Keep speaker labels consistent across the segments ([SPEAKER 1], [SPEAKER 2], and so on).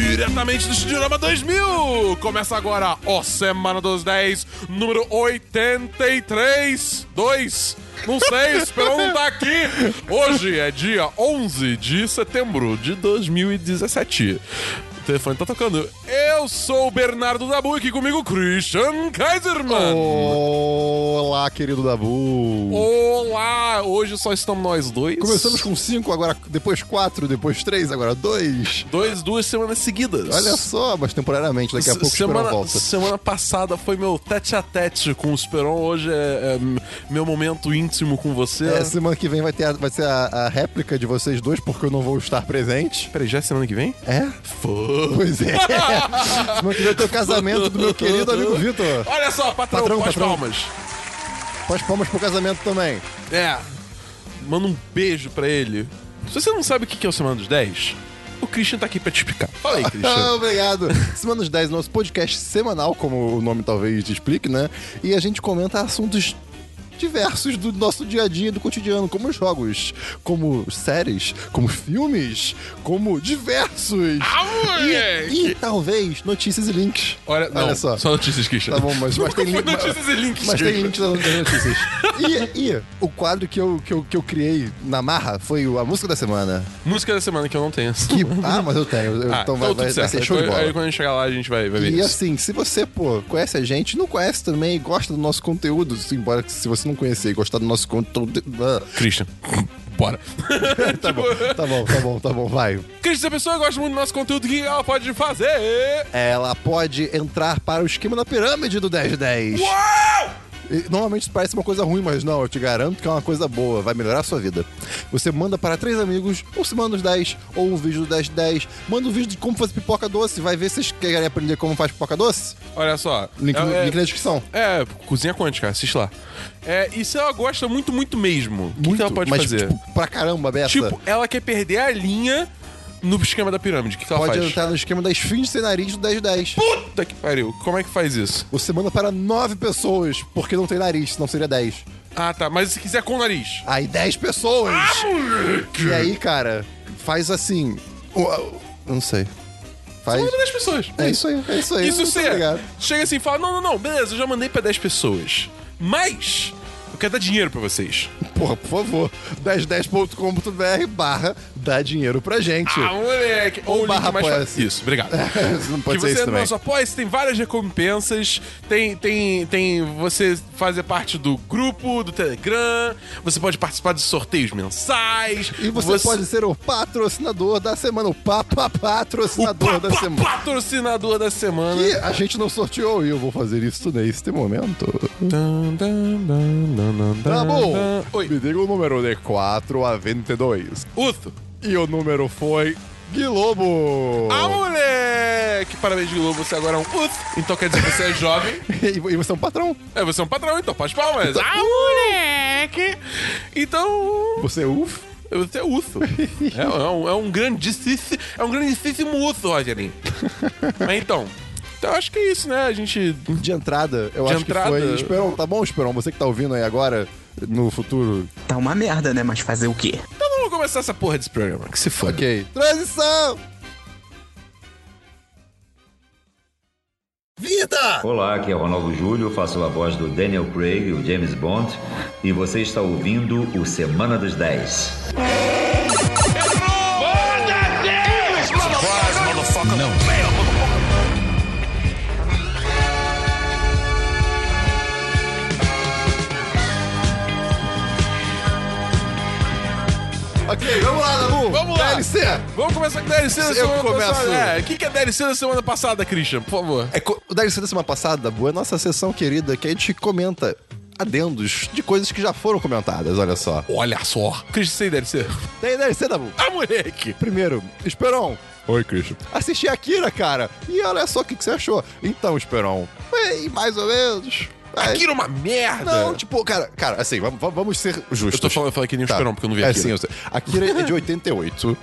[SPEAKER 1] diretamente do Studiorama 2000. Começa agora, ó, Semana dos 10, número 83. 2. Não sei, Esperão não tá aqui. Hoje é dia 11 de setembro de 2017. O telefone tá tocando. Eu sou o Bernardo Dabu e aqui comigo Christian Kaiserman.
[SPEAKER 2] Olá, querido Dabu.
[SPEAKER 1] Olá! Hoje só estamos nós dois.
[SPEAKER 2] Oh. Começamos com 5, agora depois 4, depois 3, agora 2.
[SPEAKER 1] dois, duas semanas seguidas.
[SPEAKER 2] Olha só, mas temporariamente, daqui a
[SPEAKER 1] Se-
[SPEAKER 2] pouco o Esperão
[SPEAKER 1] semana,
[SPEAKER 2] volta.
[SPEAKER 1] semana passada foi meu tete a tete com o Esperon. Hoje é, é m- meu momento íntimo com você.
[SPEAKER 2] É, semana que vem vai, ter a- vai ser a, a réplica de vocês dois, porque eu não vou estar presente.
[SPEAKER 1] Peraí, já é semana que vem?
[SPEAKER 2] É?
[SPEAKER 1] Pô.
[SPEAKER 2] Pois é. semana que vem tem o casamento do meu querido amigo Vitor.
[SPEAKER 1] Olha só, patrão,
[SPEAKER 2] Patrão,
[SPEAKER 1] pós
[SPEAKER 2] patrão.
[SPEAKER 1] palmas.
[SPEAKER 2] Faz palmas pro casamento também.
[SPEAKER 1] É. Manda um beijo pra ele. Se você não sabe o que que é o Semana dos 10, o Christian tá aqui pra te explicar. Fala aí,
[SPEAKER 2] Ah,
[SPEAKER 1] Christian.
[SPEAKER 2] obrigado. Semana dos 10, nosso podcast semanal, como o nome talvez te explique, né? E a gente comenta assuntos diversos do nosso dia a dia, do cotidiano, como jogos, como séries, como filmes, como diversos.
[SPEAKER 1] Ah, moleque!
[SPEAKER 2] e, e talvez notícias e links.
[SPEAKER 1] Olha, não,
[SPEAKER 2] só.
[SPEAKER 1] só notícias, Christian.
[SPEAKER 2] Tá bom, mas, mas tem
[SPEAKER 1] Foi
[SPEAKER 2] link.
[SPEAKER 1] notícias e links,
[SPEAKER 2] Mas tem
[SPEAKER 1] Christian.
[SPEAKER 2] link nas nas notícias. E, e o quadro que eu, que, eu, que eu criei na marra foi o- a música da semana.
[SPEAKER 1] Música da semana que eu não tenho.
[SPEAKER 2] Que, ah, mas eu tenho. eu-
[SPEAKER 1] Ah,
[SPEAKER 2] então vai,
[SPEAKER 1] tudo
[SPEAKER 2] vai, vai
[SPEAKER 1] certo.
[SPEAKER 2] ser show de
[SPEAKER 1] Aí-
[SPEAKER 2] bola.
[SPEAKER 1] Aí quando a gente chegar lá, a gente vai, vai ver
[SPEAKER 2] E
[SPEAKER 1] isso.
[SPEAKER 2] assim, se você, pô, conhece a gente, não conhece também, gosta do nosso conteúdo, se- embora que se você não conhecer e gostar do nosso conteúdo. Ah,
[SPEAKER 1] Christian, bora.
[SPEAKER 2] Tá bom, tá bom, tá bom, tá bom, vai.
[SPEAKER 1] Christian, se a pessoa gosta muito do nosso conteúdo, o que ela pode fazer?
[SPEAKER 2] Ela pode entrar para o esquema da pirâmide do 1010.
[SPEAKER 1] Uau!
[SPEAKER 2] E, Normalmente isso parece uma coisa ruim, mas não, eu te garanto que é uma coisa boa, vai melhorar a sua vida. Você manda para três amigos, ou se manda os 10, ou um vídeo do 1010, manda um vídeo de como fazer pipoca doce, vai ver se vocês querem aprender como faz pipoca doce?
[SPEAKER 1] Olha só.
[SPEAKER 2] Link, no-
[SPEAKER 1] é,
[SPEAKER 2] link na descrição.
[SPEAKER 1] é, é, Cozinha Quântica, assiste lá. É, e se ela gosta muito, muito mesmo, o que, que ela pode
[SPEAKER 2] mas,
[SPEAKER 1] fazer?
[SPEAKER 2] Tipo, pra caramba, Bessa.
[SPEAKER 1] Tipo, ela quer perder a linha no esquema da pirâmide. O que, que ela
[SPEAKER 2] Pode
[SPEAKER 1] Tá faz?
[SPEAKER 2] entrar no esquema da esfinge sem nariz do 1010.
[SPEAKER 1] Puta que pariu. Como é que faz isso?
[SPEAKER 2] Você manda para nove pessoas, porque não tem nariz, senão seria 10.
[SPEAKER 1] Ah, tá. Mas se quiser com o nariz.
[SPEAKER 2] Aí 10 pessoas! e aí, cara, faz assim. Uau, Eu não sei. Faz.
[SPEAKER 1] Manda 10 pessoas.
[SPEAKER 2] É isso aí, é isso aí.
[SPEAKER 1] Isso
[SPEAKER 2] Muito
[SPEAKER 1] você
[SPEAKER 2] obrigado.
[SPEAKER 1] chega assim e fala: não, não, não, beleza, eu já mandei pra 10 pessoas. Mas eu quero dar dinheiro pra vocês.
[SPEAKER 2] Porra, por favor, 1010.com.br barra dá dinheiro pra gente.
[SPEAKER 1] Ah, moleque! Ou o
[SPEAKER 2] barra
[SPEAKER 1] link mais fa-
[SPEAKER 2] apoia-se.
[SPEAKER 1] Isso, obrigado.
[SPEAKER 2] Isso não pode
[SPEAKER 1] que
[SPEAKER 2] ser
[SPEAKER 1] você
[SPEAKER 2] isso
[SPEAKER 1] é
[SPEAKER 2] também.
[SPEAKER 1] nosso apoia tem várias recompensas, tem, tem, tem você fazer parte do grupo, do Telegram, você pode participar de sorteios mensais.
[SPEAKER 2] E você, pode ser o patrocinador da semana, o papa
[SPEAKER 1] o
[SPEAKER 2] patrocinador
[SPEAKER 1] pa,
[SPEAKER 2] da
[SPEAKER 1] pa-
[SPEAKER 2] semana.
[SPEAKER 1] patrocinador da semana.
[SPEAKER 2] E a gente não sorteou e eu vou fazer isso neste momento.
[SPEAKER 1] Dun, dun, dun, dun, dun, dun,
[SPEAKER 2] Tá bom.
[SPEAKER 1] dun. Oi,
[SPEAKER 2] Me diga o número de 4 a 22.
[SPEAKER 1] Uto.
[SPEAKER 2] E o número foi Guilobo.
[SPEAKER 1] Ah, moleque! Parabéns, Globo, você agora é um Uto. Então quer dizer que você é jovem.
[SPEAKER 2] E e você é um patrão?
[SPEAKER 1] É, você é um patrão, então faz palmas. Ah,
[SPEAKER 2] uh!
[SPEAKER 1] moleque! Então,
[SPEAKER 2] Você é uf?
[SPEAKER 1] Eu até urso. é, é um, é um grandíssimo. É um grandíssimo urso, Rogerinho. Mas então. Então eu acho que é isso, né? A gente.
[SPEAKER 2] De entrada, eu
[SPEAKER 1] De
[SPEAKER 2] acho
[SPEAKER 1] entrada.
[SPEAKER 2] que foi. Esperão, tá bom, Esperão? Você que tá ouvindo aí agora, no futuro.
[SPEAKER 3] Tá uma merda, né? Mas fazer o quê?
[SPEAKER 1] Então vamos começar essa porra desse programa. Que se foda.
[SPEAKER 2] Ok. Transição! Vida!
[SPEAKER 4] Olá, aqui é Ronaldo Júlio, faço a voz do Daniel Craig, o James Bond, e você está ouvindo o Semana dos 10.
[SPEAKER 2] Ok, vamos lá, Dabu!
[SPEAKER 1] Vamos lá.
[SPEAKER 2] DLC!
[SPEAKER 1] Vamos começar com DLC da
[SPEAKER 2] Eu
[SPEAKER 1] semana
[SPEAKER 2] começo.
[SPEAKER 1] passada. É, o que que é DLC da semana passada, Christian? Por favor.
[SPEAKER 2] É, co- o DLC da semana passada, Dabu, é a nossa sessão querida que a gente comenta adendos de coisas que já foram comentadas, olha só.
[SPEAKER 1] Olha só. Christian, você tem DLC?
[SPEAKER 2] Tem DLC, Dabu?
[SPEAKER 1] Ah, moleque!
[SPEAKER 2] Primeiro, Esperon,
[SPEAKER 1] Oi, Christian.
[SPEAKER 2] assisti Akira, cara. E olha só o que, que você achou. Então, Esperon, bem, mais ou menos. Mas-
[SPEAKER 1] Akira é uma merda!
[SPEAKER 2] Não, tipo, cara, cara, assim, vamos, vamos- vamos ser justos.
[SPEAKER 1] Eu tô falando, eu falei que nem o Esperão, porque eu não vi
[SPEAKER 2] é,
[SPEAKER 1] Akira.
[SPEAKER 2] Sim, eu sei. Akira é de 88.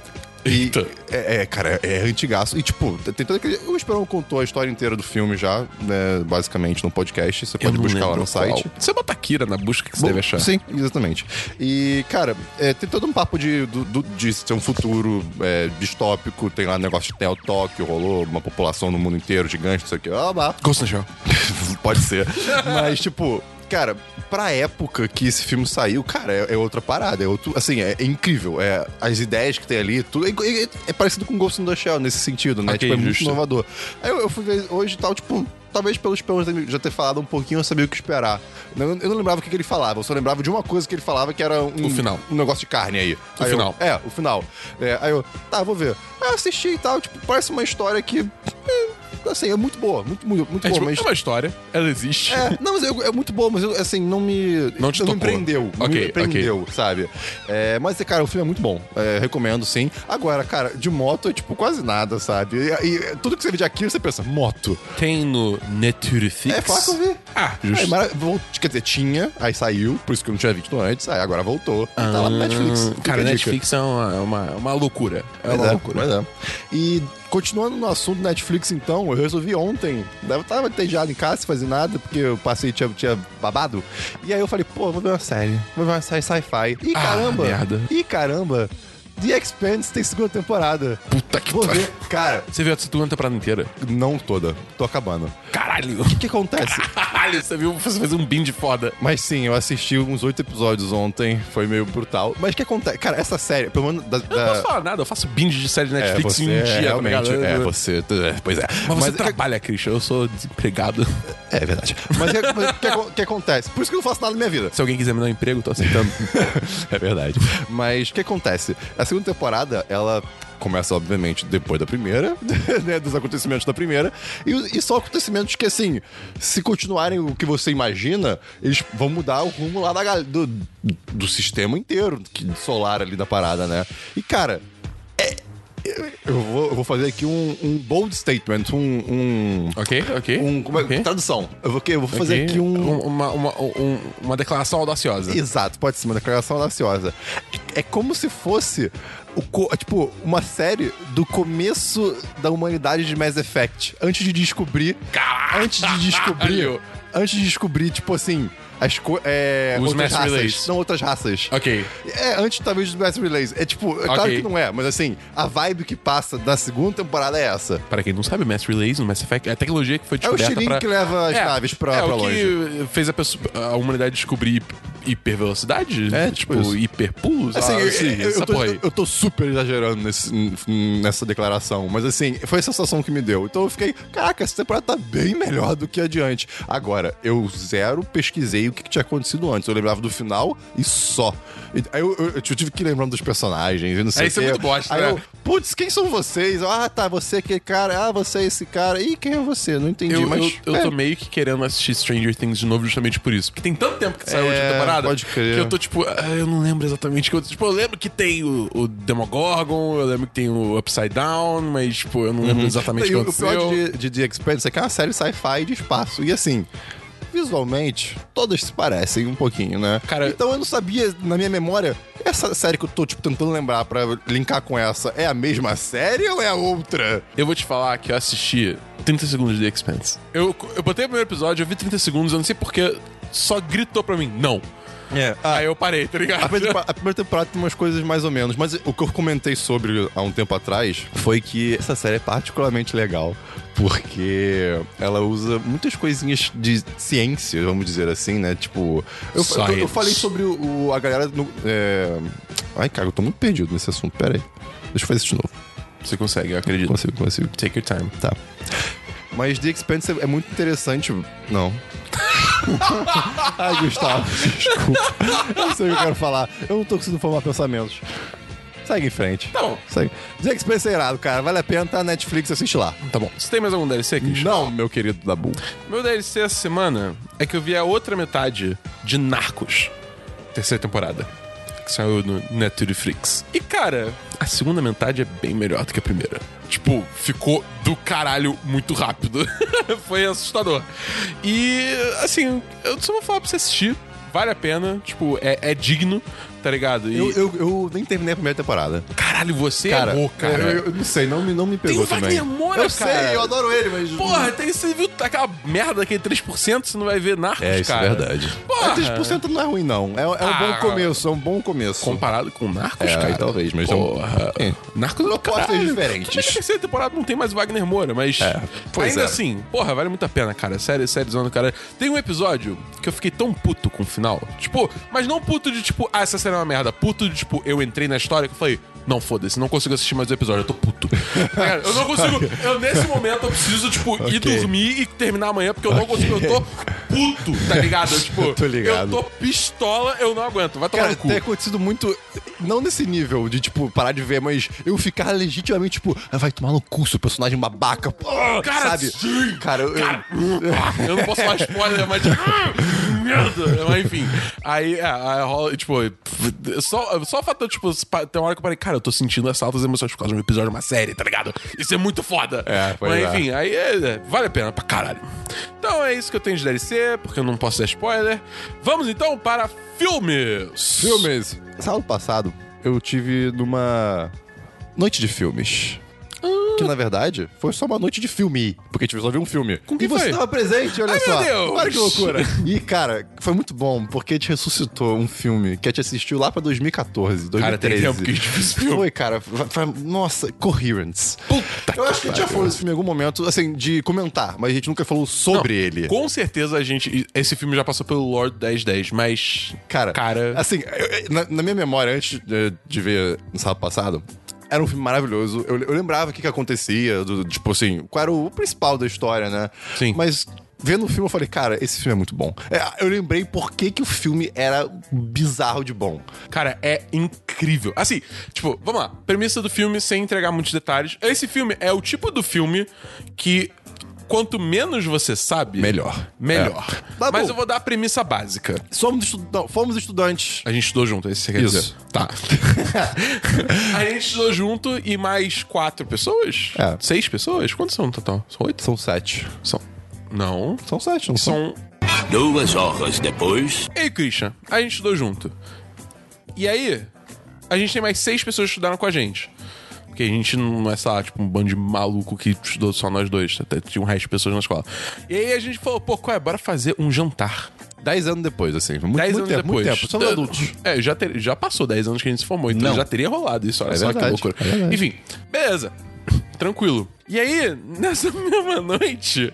[SPEAKER 2] E-
[SPEAKER 1] Eita.
[SPEAKER 2] é, é, cara, é antigaço. E, tipo, tem todo aquele. O Esperão contou a história inteira do filme já, né, basicamente, no podcast. Você pode buscar lá no site.
[SPEAKER 1] Você bota Kira na busca que você
[SPEAKER 2] Bom,
[SPEAKER 1] deve achar.
[SPEAKER 2] Sim, exatamente. E, cara, é, tem todo um papo de, do- do- de ser um futuro é, distópico, tem lá negócio de Teltok, rolou uma população no mundo inteiro gigante, não sei o que, blá, blá.
[SPEAKER 1] Ghost in the Shell.
[SPEAKER 2] Pode ser. Mas, tipo, cara, pra época que esse filme saiu, cara, é, é outra parada. É outro, assim, é, é incrível. É, as ideias que tem ali, tudo. É, é- é parecido com Ghost in the Shell nesse sentido, né?
[SPEAKER 1] Ok,
[SPEAKER 2] tipo, é
[SPEAKER 1] justo.
[SPEAKER 2] muito inovador. Aí eu, eu fui ver hoje e tal, tipo. Talvez pelos peões da- já ter falado um pouquinho, eu sabia o que esperar. Eu, eu não lembrava o que, que ele falava, eu só lembrava de uma coisa que ele falava que era um,
[SPEAKER 1] O final.
[SPEAKER 2] um negócio de carne aí.
[SPEAKER 1] O
[SPEAKER 2] Aí eu-
[SPEAKER 1] final.
[SPEAKER 2] é, o final. É, aí eu, tá, vou ver. Aí eu assisti e tal, tipo, parece uma história que. é, assim, é muito boa, muito, muito, muito
[SPEAKER 1] É,
[SPEAKER 2] boa,
[SPEAKER 1] tipo,
[SPEAKER 2] mas.
[SPEAKER 1] é uma história, ela existe.
[SPEAKER 2] É, não, mas eu- é muito bom, mas eu, assim, não me.
[SPEAKER 1] Não te
[SPEAKER 2] não
[SPEAKER 1] tocou.
[SPEAKER 2] me prendeu. não
[SPEAKER 1] Ok,
[SPEAKER 2] me prendeu, sabe? É, mas, cara, o filme é muito bom. É, recomendo, sim. Agora, cara, de moto é tipo quase nada, sabe? E, e tudo que você vê de aquilo, você pensa, moto.
[SPEAKER 1] Tem no Netflix.
[SPEAKER 2] É, foi lá que eu vi.
[SPEAKER 1] Ah,
[SPEAKER 2] Aí,
[SPEAKER 1] justo.
[SPEAKER 2] mara- vol- Quer dizer, tinha, aí saiu, por isso que eu não tinha visto antes, aí agora voltou. E tá lá no Netflix.
[SPEAKER 1] Hum,
[SPEAKER 2] Fica
[SPEAKER 1] Cara,
[SPEAKER 2] a dica.
[SPEAKER 1] Netflix é uma, é uma, é uma loucura. É
[SPEAKER 2] Pois
[SPEAKER 1] uma
[SPEAKER 2] é,
[SPEAKER 1] loucura.
[SPEAKER 2] pois é. E continuando no assunto Netflix, então, eu resolvi ontem. Deve estar entediado em casa, sem fazer nada, porque eu passei tinha, tinha babado. E aí eu falei, pô, vou ver uma série. Vou ver uma série sci-fi. E
[SPEAKER 1] Ah,
[SPEAKER 2] caramba!
[SPEAKER 1] merda.
[SPEAKER 2] E caramba! The Expanse tem segunda temporada.
[SPEAKER 1] Puta que
[SPEAKER 2] Vou
[SPEAKER 1] pariu.
[SPEAKER 2] ver. Cara,
[SPEAKER 1] Você viu a segunda temporada inteira?
[SPEAKER 2] não toda. Tô acabando. O
[SPEAKER 1] Caralho.
[SPEAKER 2] que acontece?
[SPEAKER 1] Caralho, você viu você fez um binge foda.
[SPEAKER 2] Mas sim, eu assisti uns oito episódios ontem. Foi meio brutal. Mas o que acontece? Cara, essa série, pelo menos da.
[SPEAKER 1] Eu não
[SPEAKER 2] da-
[SPEAKER 1] posso falar nada, eu faço binge de série de
[SPEAKER 2] É,
[SPEAKER 1] Netflix
[SPEAKER 2] você
[SPEAKER 1] em um dia, tá
[SPEAKER 2] realmente.
[SPEAKER 1] ligado?
[SPEAKER 2] é, você. é, Pois é.
[SPEAKER 1] Mas você tá
[SPEAKER 2] é-
[SPEAKER 1] trabalha, Christian, eu sou desempregado.
[SPEAKER 2] É verdade. Mas o que, mas o que acon- o que acontece? Por isso que eu não faço nada na minha vida.
[SPEAKER 1] Se alguém quiser me dar um emprego, eu tô aceitando.
[SPEAKER 2] é verdade. Mas o que acontece? A segunda temporada, ela começa, obviamente, depois da primeira, né? Dos acontecimentos da primeira. E, e são acontecimentos que, assim, se continuarem o que você imagina, eles vão mudar o rumo lá da, gal- do, do sistema inteiro que- solar ali da parada, né? E, cara, é. Eu vou, eu vou fazer aqui um, um bold statement, um. um
[SPEAKER 1] ok, ok.
[SPEAKER 2] um- como é-
[SPEAKER 1] ok.
[SPEAKER 2] Tradução. Eu vou, eu vou fazer
[SPEAKER 1] Ok.
[SPEAKER 2] aqui um,
[SPEAKER 1] Uma, uma, um- uma declaração audaciosa.
[SPEAKER 2] Exato, pode ser uma declaração audaciosa. É como se fosse o co- tipo uma série do começo da humanidade de Mass Effect, antes de descobrir,
[SPEAKER 1] Caralho!
[SPEAKER 2] antes de descobrir, antes de descobrir tipo assim as co- é,
[SPEAKER 1] Os
[SPEAKER 2] outras
[SPEAKER 1] Mass
[SPEAKER 2] raças,
[SPEAKER 1] Relays.
[SPEAKER 2] não outras raças.
[SPEAKER 1] Ok.
[SPEAKER 2] É, antes talvez dos Mass Relays. É tipo, é claro
[SPEAKER 1] Ok.
[SPEAKER 2] que não é, mas assim, a vibe que passa da segunda temporada é essa.
[SPEAKER 1] Para quem não sabe, Mass Relays no Mass Effect é a tecnologia que foi
[SPEAKER 2] É o
[SPEAKER 1] descoberta
[SPEAKER 2] Shirin
[SPEAKER 1] pra-
[SPEAKER 2] que leva as naves pra,
[SPEAKER 1] é,
[SPEAKER 2] pra
[SPEAKER 1] o
[SPEAKER 2] longe.
[SPEAKER 1] que fez a, pessoa- a humanidade descobrir hip- hipervelocidade?
[SPEAKER 2] É, tipo isso.
[SPEAKER 1] hiperpulos?
[SPEAKER 2] Assim,
[SPEAKER 1] ah,
[SPEAKER 2] eu,
[SPEAKER 1] sim,
[SPEAKER 2] eu-
[SPEAKER 1] essa
[SPEAKER 2] eu tô,
[SPEAKER 1] porra aí.
[SPEAKER 2] eu tô super exagerando nesse- n- nessa declaração, mas assim, foi a sensação que me deu. Então eu fiquei, caraca, essa temporada tá bem melhor do que adiante. Agora, eu zero pesquisei o que, que tinha acontecido antes. Eu lembrava do final e só. E- Aí eu, eu- eu tive que ir lembrando dos personagens e não sei
[SPEAKER 1] Aí
[SPEAKER 2] o
[SPEAKER 1] isso é
[SPEAKER 2] quê.
[SPEAKER 1] muito bosta,
[SPEAKER 2] Aí
[SPEAKER 1] né?
[SPEAKER 2] eu, putz, quem são vocês? Ah, tá, você aquele cara. Ah, você é esse cara. Ih, quem é você? Não entendi,
[SPEAKER 1] Eu,
[SPEAKER 2] mas...
[SPEAKER 1] eu- eu
[SPEAKER 2] é.
[SPEAKER 1] tô meio que querendo assistir Stranger Things de novo justamente por isso. Porque tem tanto tempo que saiu a
[SPEAKER 2] É,
[SPEAKER 1] última temporada
[SPEAKER 2] pode crer.
[SPEAKER 1] que eu tô tipo, ah, eu não lembro exatamente o que eu. Tipo, eu lembro que tem o, o Demogorgon, eu lembro que tem o Upside Down, mas tipo, eu não lembro exatamente o que
[SPEAKER 2] E Uhum. o
[SPEAKER 1] aconteceu.
[SPEAKER 2] pior de, de The Expanse é que é uma série sci-fi de espaço. E assim, visualmente, todas se parecem um pouquinho, né?
[SPEAKER 1] Cara-
[SPEAKER 2] então eu não sabia, na minha memória, essa série que eu tô, tipo, tentando lembrar pra linkar com essa, é a mesma série ou é a outra?
[SPEAKER 1] Eu vou te falar que eu assisti 30 segundos de The Expanse. Eu, eu botei o primeiro episódio, eu vi 30 segundos, eu não sei porque só gritou pra mim, não.
[SPEAKER 2] É.
[SPEAKER 1] Aí eu parei, tá ligado?
[SPEAKER 2] A primeira, tempo- a primeira temporada tem umas coisas mais ou menos, mas o que eu comentei sobre há um tempo atrás foi que essa série é particularmente legal, porque ela usa muitas coisinhas de ciência, vamos dizer assim, né? Tipo, eu, eu- eu,
[SPEAKER 1] Science.
[SPEAKER 2] falei sobre o, o- a galera. No, é... Ai, cara, eu tô muito perdido nesse assunto, pera aí. Deixa eu fazer isso de novo.
[SPEAKER 1] Você consegue, eu acredito.
[SPEAKER 2] Consigo, consigo.
[SPEAKER 1] Take your time.
[SPEAKER 2] Tá. Mas The Expanse é muito interessante. Não. Ai, Gustavo, desculpa. Eu não sei o que eu quero falar. Eu não tô conseguindo formar pensamentos. Segue em frente.
[SPEAKER 1] Tá bom.
[SPEAKER 2] Segue. The Expanse é irado, cara. Vale a pena, tá na Netflix, assiste lá.
[SPEAKER 1] Tá bom. Você tem mais algum DLC, Christian?
[SPEAKER 2] Não, meu querido Dabu.
[SPEAKER 1] Meu DLC essa semana é que eu vi a outra metade de Narcos, terceira temporada, que saiu no Netflix. E cara, a segunda metade é bem melhor do que a primeira. Tipo, ficou do caralho muito rápido. Foi assustador. E assim, eu só vou falar pra você assistir. Vale a pena, tipo, é, é digno, tá ligado? E,
[SPEAKER 2] Eu, eu, eu nem terminei a primeira temporada.
[SPEAKER 1] Caralho, você errou, cara.
[SPEAKER 2] Eu, eu não sei, não, me- não me pegou
[SPEAKER 1] o Wagner
[SPEAKER 2] também.
[SPEAKER 1] Moura,
[SPEAKER 2] eu
[SPEAKER 1] cara.
[SPEAKER 2] sei, eu adoro ele, mas...
[SPEAKER 1] Porra, tem, você viu aquela merda daquele 3%, você não vai ver Narcos,
[SPEAKER 2] É, isso
[SPEAKER 1] cara.
[SPEAKER 2] é verdade.
[SPEAKER 1] Porra.
[SPEAKER 2] É, 3% não é ruim, não. É, é um
[SPEAKER 1] Ah.
[SPEAKER 2] bom começo, é um bom começo.
[SPEAKER 1] Comparado com Narcos,
[SPEAKER 2] É,
[SPEAKER 1] cara.
[SPEAKER 2] aí talvez, mas é um-
[SPEAKER 1] Porra.
[SPEAKER 2] É.
[SPEAKER 1] Narcos é do
[SPEAKER 2] Propostas
[SPEAKER 1] caralho.
[SPEAKER 2] diferentes.
[SPEAKER 1] Também que a terceira temporada não tem mais Wagner Moura, mas.
[SPEAKER 2] É, pois
[SPEAKER 1] ainda
[SPEAKER 2] é.
[SPEAKER 1] assim, porra, vale muito a pena, cara. Sério, sério, zoando, cara. Tem um episódio que eu fiquei tão puto com o final. Tipo, mas não puto de tipo, ah, essa série é uma merda. Puto de tipo, eu entrei na história que eu falei. Não, foda-se, não consigo assistir mais o episódio, eu tô puto. Cara, eu não consigo. Eu, nesse momento, eu preciso, tipo, ir
[SPEAKER 2] Ok.
[SPEAKER 1] dormir e terminar amanhã, porque eu não consigo, eu tô puto, tá ligado? Eu, tipo,
[SPEAKER 2] Tô ligado.
[SPEAKER 1] eu tô pistola, eu não aguento. Vai tomar
[SPEAKER 2] Cara,
[SPEAKER 1] no cu.
[SPEAKER 2] tem acontecido muito, não nesse nível de, tipo, parar de ver, mas eu ficar legitimamente, tipo, ah, vai tomar no cu, seu personagem babaca, pô,
[SPEAKER 1] Cara,
[SPEAKER 2] sabe?
[SPEAKER 1] sim!
[SPEAKER 2] Cara, eu,
[SPEAKER 1] Eu não posso falar spoiler, mas. tipo, ah, Merda! Mas enfim. Aí, é, aí rola, tipo, só, só o fato, tipo, pa- tem uma hora que eu parei, cara, eu tô sentindo essas altas emoções por causa de um episódio de uma série, tá ligado? Isso é muito foda.
[SPEAKER 2] É, pois
[SPEAKER 1] Mas
[SPEAKER 2] é.
[SPEAKER 1] enfim, aí é, é, vale a pena pra caralho. Então é isso que eu tenho de DLC, porque eu não posso dar spoiler. Vamos então para filmes!
[SPEAKER 2] Filmes. Sábado passado, eu tive numa noite de filmes.
[SPEAKER 1] Ah.
[SPEAKER 2] Que na verdade foi só uma noite de filme, porque tive só vi um filme.
[SPEAKER 1] Com quem
[SPEAKER 2] e você
[SPEAKER 1] foi?
[SPEAKER 2] tava presente, olha
[SPEAKER 1] Ai,
[SPEAKER 2] só.
[SPEAKER 1] meu Deus!
[SPEAKER 2] Olha que loucura. E cara, foi muito bom, porque a gente ressuscitou um filme que a gente assistiu lá pra 2014, 2013.
[SPEAKER 1] Cara, tem tempo que a gente viu esse filme.
[SPEAKER 2] Foi, cara. fa- fa- Nossa, Coherence.
[SPEAKER 1] Puta
[SPEAKER 2] Eu acho que a gente já falou desse filme em algum momento, assim, de comentar, mas a gente nunca falou sobre ele.
[SPEAKER 1] Com certeza a gente. Esse filme já passou pelo Lord 1010, mas.
[SPEAKER 2] Cara,
[SPEAKER 1] Cara.
[SPEAKER 2] assim, eu- eu- na, na minha memória, antes de, de ver no sábado passado, era um filme maravilhoso. Eu, eu lembrava o que, que acontecia, do- do- tipo assim, qual era o principal da história, né?
[SPEAKER 1] Sim.
[SPEAKER 2] Mas vendo o filme, eu falei, cara, esse filme é muito bom. É, eu lembrei por que, que o filme era bizarro de bom.
[SPEAKER 1] Cara, é incrível. Assim, tipo, vamos lá. Premissa do filme, sem entregar muitos detalhes. Esse filme é o tipo do filme que. Quanto menos você sabe.
[SPEAKER 2] Melhor.
[SPEAKER 1] Melhor.
[SPEAKER 2] É. Tá
[SPEAKER 1] Mas
[SPEAKER 2] bom.
[SPEAKER 1] eu vou dar a premissa básica.
[SPEAKER 2] Somos, estu- não, fomos estudantes.
[SPEAKER 1] A gente estudou junto, é isso que você quer
[SPEAKER 2] Isso.
[SPEAKER 1] dizer? Tá. a gente estudou junto e mais quatro pessoas?
[SPEAKER 2] É.
[SPEAKER 1] Seis pessoas? Quantos são no total? São oito?
[SPEAKER 2] São sete.
[SPEAKER 1] São. Não.
[SPEAKER 2] São sete, não são?
[SPEAKER 1] São
[SPEAKER 5] Duas horas depois.
[SPEAKER 1] Ei, Christian, a gente estudou junto. E aí, a gente tem mais seis pessoas que estudaram com a gente. Porque a gente não é, sei lá, tipo um bando de maluco que estudou só nós dois. Até tinha um resto de pessoas na escola. E aí a gente falou, pô, qual é? Bora fazer um jantar.
[SPEAKER 2] Dez anos depois, assim. Muito,
[SPEAKER 1] Dez
[SPEAKER 2] muito
[SPEAKER 1] anos
[SPEAKER 2] tempo,
[SPEAKER 1] depois.
[SPEAKER 2] muito tempo. Somos
[SPEAKER 1] Eh,
[SPEAKER 2] adultos.
[SPEAKER 1] É, já, ter- já passou 10 anos que a gente se formou, então
[SPEAKER 2] Não.
[SPEAKER 1] já teria rolado isso. Olha
[SPEAKER 2] É
[SPEAKER 1] só
[SPEAKER 2] verdade,
[SPEAKER 1] que loucura.
[SPEAKER 2] é verdade.
[SPEAKER 1] Enfim, beleza. Tranquilo. E aí, nessa mesma noite,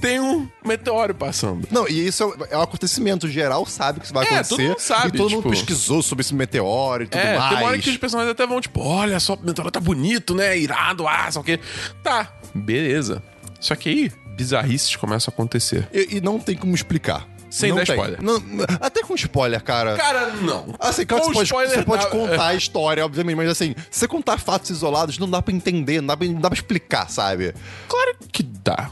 [SPEAKER 1] tem um meteoro passando.
[SPEAKER 2] Não, e isso é- é um acontecimento. Geral sabe que isso vai
[SPEAKER 1] É,
[SPEAKER 2] acontecer.
[SPEAKER 1] todo mundo sabe,
[SPEAKER 2] e todo mundo
[SPEAKER 1] tipo-
[SPEAKER 2] pesquisou sobre esse meteoro e tudo
[SPEAKER 1] É,
[SPEAKER 2] mais.
[SPEAKER 1] tem uma hora que os personagens até vão, tipo, olha só, o Mentora tá bonito, né? Irado, ah, só que. Tá, beleza. Só que aí, bizarrices começam a acontecer.
[SPEAKER 2] E, e não tem como explicar.
[SPEAKER 1] Sem
[SPEAKER 2] não
[SPEAKER 1] dar
[SPEAKER 2] tem.
[SPEAKER 1] spoiler.
[SPEAKER 2] Não- até com spoiler, cara.
[SPEAKER 1] Cara, não.
[SPEAKER 2] Assim, claro que
[SPEAKER 1] Com
[SPEAKER 2] você pode,
[SPEAKER 1] spoiler é,
[SPEAKER 2] você pode
[SPEAKER 1] dá-
[SPEAKER 2] contar a história, obviamente, mas assim, se você contar fatos isolados, não dá pra entender, não dá pra, não dá pra explicar, sabe?
[SPEAKER 1] Claro que dá.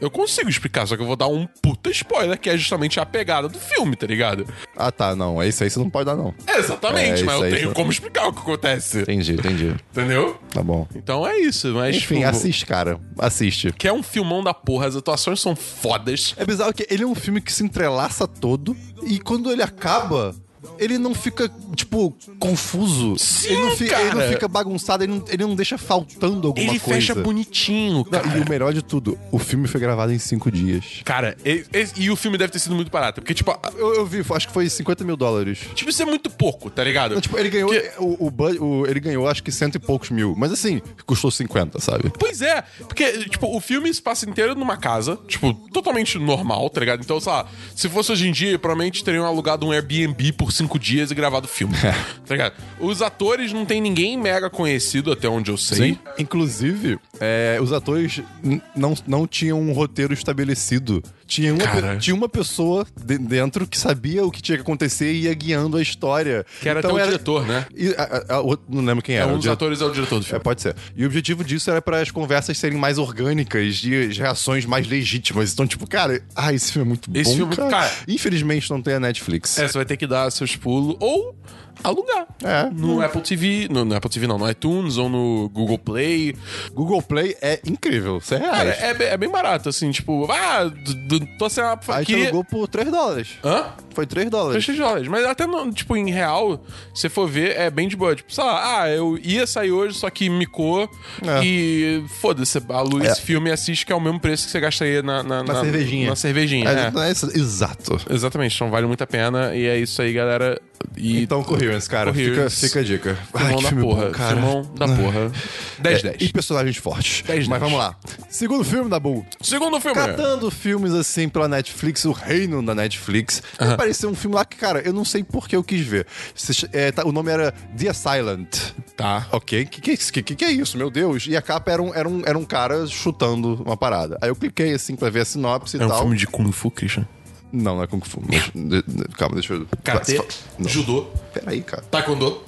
[SPEAKER 1] Eu consigo explicar, só que eu vou dar um puta spoiler, que é justamente a pegada do filme, tá ligado?
[SPEAKER 2] Ah, tá, não. É isso aí, você não pode dar, não.
[SPEAKER 1] Exatamente, mas
[SPEAKER 2] É, isso
[SPEAKER 1] eu
[SPEAKER 2] aí,
[SPEAKER 1] tenho
[SPEAKER 2] isso.
[SPEAKER 1] como explicar o que acontece.
[SPEAKER 2] Entendi, entendi.
[SPEAKER 1] Entendeu?
[SPEAKER 2] Tá bom.
[SPEAKER 1] Então é isso, mas.
[SPEAKER 2] Enfim,
[SPEAKER 1] tipo,
[SPEAKER 2] assiste, cara. Assiste.
[SPEAKER 1] Que é um filmão da porra, as atuações são fodas.
[SPEAKER 2] É bizarro que ele é um filme que se entrelaça todo e quando ele acaba, ele não fica, tipo, confuso.
[SPEAKER 1] Sim,
[SPEAKER 2] ele, não fica, ele
[SPEAKER 1] cara.
[SPEAKER 2] não fica bagunçado, ele não, ele não deixa faltando alguma
[SPEAKER 1] Ele
[SPEAKER 2] coisa.
[SPEAKER 1] fecha bonitinho,
[SPEAKER 2] Não,
[SPEAKER 1] cara.
[SPEAKER 2] E o melhor de tudo, o filme foi gravado em cinco dias.
[SPEAKER 1] Cara, e, e- e o filme deve ter sido muito barato, porque, tipo, a-
[SPEAKER 2] Eu, eu vi, acho que foi 50 mil dólares.
[SPEAKER 1] tipo, isso é muito pouco, tá ligado?
[SPEAKER 2] Não, Tipo, ele ganhou,
[SPEAKER 1] Que-
[SPEAKER 2] o, o bud- o- ele ganhou acho que cento e poucos mil. Mas assim, custou 50, sabe?
[SPEAKER 1] Pois é, porque, tipo, o filme se passa inteiro numa casa, tipo, totalmente normal, tá ligado? Então, sei lá, se fosse hoje em dia, provavelmente teriam alugado um Airbnb por cinco dias e gravado o filme, tá ligado? Os atores não tem ninguém mega conhecido, até onde eu sei.
[SPEAKER 2] Inclusive, é, os atores n- não, não tinham um roteiro estabelecido. Tinha uma,
[SPEAKER 1] Cara.
[SPEAKER 2] pe- tinha uma pessoa de- dentro que sabia o que tinha que acontecer e ia guiando a história. Então
[SPEAKER 1] Que era até o diretor, né?
[SPEAKER 2] E a- a- a- o- não lembro quem
[SPEAKER 1] É,
[SPEAKER 2] era.
[SPEAKER 1] um
[SPEAKER 2] o
[SPEAKER 1] dos
[SPEAKER 2] dire-
[SPEAKER 1] atores é o diretor do
[SPEAKER 2] É,
[SPEAKER 1] filme.
[SPEAKER 2] pode ser. E o objetivo disso era para as conversas serem mais orgânicas e as reações mais legítimas. Então, tipo, cara, ah, esse filme é muito
[SPEAKER 1] Esse
[SPEAKER 2] bom.
[SPEAKER 1] filme é muito-
[SPEAKER 2] cara.
[SPEAKER 1] cara.
[SPEAKER 2] Infelizmente não tem a Netflix.
[SPEAKER 1] É, você vai ter que dar seus pulos. Ou alugar.
[SPEAKER 2] É.
[SPEAKER 1] No Apple TV, no, no Apple TV não, no iTunes ou no Google Play.
[SPEAKER 2] Google Play é incrível, 100
[SPEAKER 1] Cara,
[SPEAKER 2] reais.
[SPEAKER 1] é, be- é bem barato, assim, tipo, ah, d- d- tô sem a
[SPEAKER 2] Aí
[SPEAKER 1] aqui.
[SPEAKER 2] tu alugou por 3 dólares.
[SPEAKER 1] Hã?
[SPEAKER 2] Foi 3 dólares.
[SPEAKER 1] Fechei de dólares. Mas até, no, tipo, em real, se você for ver, é bem de boa. Tipo, sei lá, ah, eu ia sair hoje, só que micou.
[SPEAKER 2] É.
[SPEAKER 1] E foda-se, a luz
[SPEAKER 2] É.
[SPEAKER 1] filme e assiste, que é o mesmo preço que você gastaria na, na, na-
[SPEAKER 2] cervejinha.
[SPEAKER 1] Na cervejinha,
[SPEAKER 2] É,
[SPEAKER 1] é.
[SPEAKER 2] não é isso- Exato.
[SPEAKER 1] Exatamente, então vale muito a pena. E é isso aí, galera. E
[SPEAKER 2] Então, Coherence, cara. Fica,
[SPEAKER 1] Coherence.
[SPEAKER 2] fica a dica.
[SPEAKER 1] Filmão da porra. Filmão da porra. 10
[SPEAKER 2] É,
[SPEAKER 1] 10.
[SPEAKER 2] E personagens fortes.
[SPEAKER 1] 10.
[SPEAKER 2] Mas vamos lá. Segundo filme da Bull.
[SPEAKER 1] Segundo filme.
[SPEAKER 2] Catando filmes assim pela Netflix, o reino da Netflix. E Apareceu um filme lá que, cara, eu não sei por que eu quis ver. Se ch- é, tá- o nome era The Silent.
[SPEAKER 1] Tá.
[SPEAKER 2] Ok, que que, é isso? que, que que é isso, meu Deus? E a capa era um, era, um, era um cara chutando uma parada. Aí eu cliquei assim pra ver a sinopse
[SPEAKER 1] É
[SPEAKER 2] e
[SPEAKER 1] um
[SPEAKER 2] tal.
[SPEAKER 1] filme de Kung Fu, Christian.
[SPEAKER 2] Não, não é Kung Fu. mas- de- de- Calma, deixa eu.
[SPEAKER 1] Karatê,
[SPEAKER 2] Não,
[SPEAKER 1] judô,
[SPEAKER 2] peraí, cara.
[SPEAKER 1] taekwondo,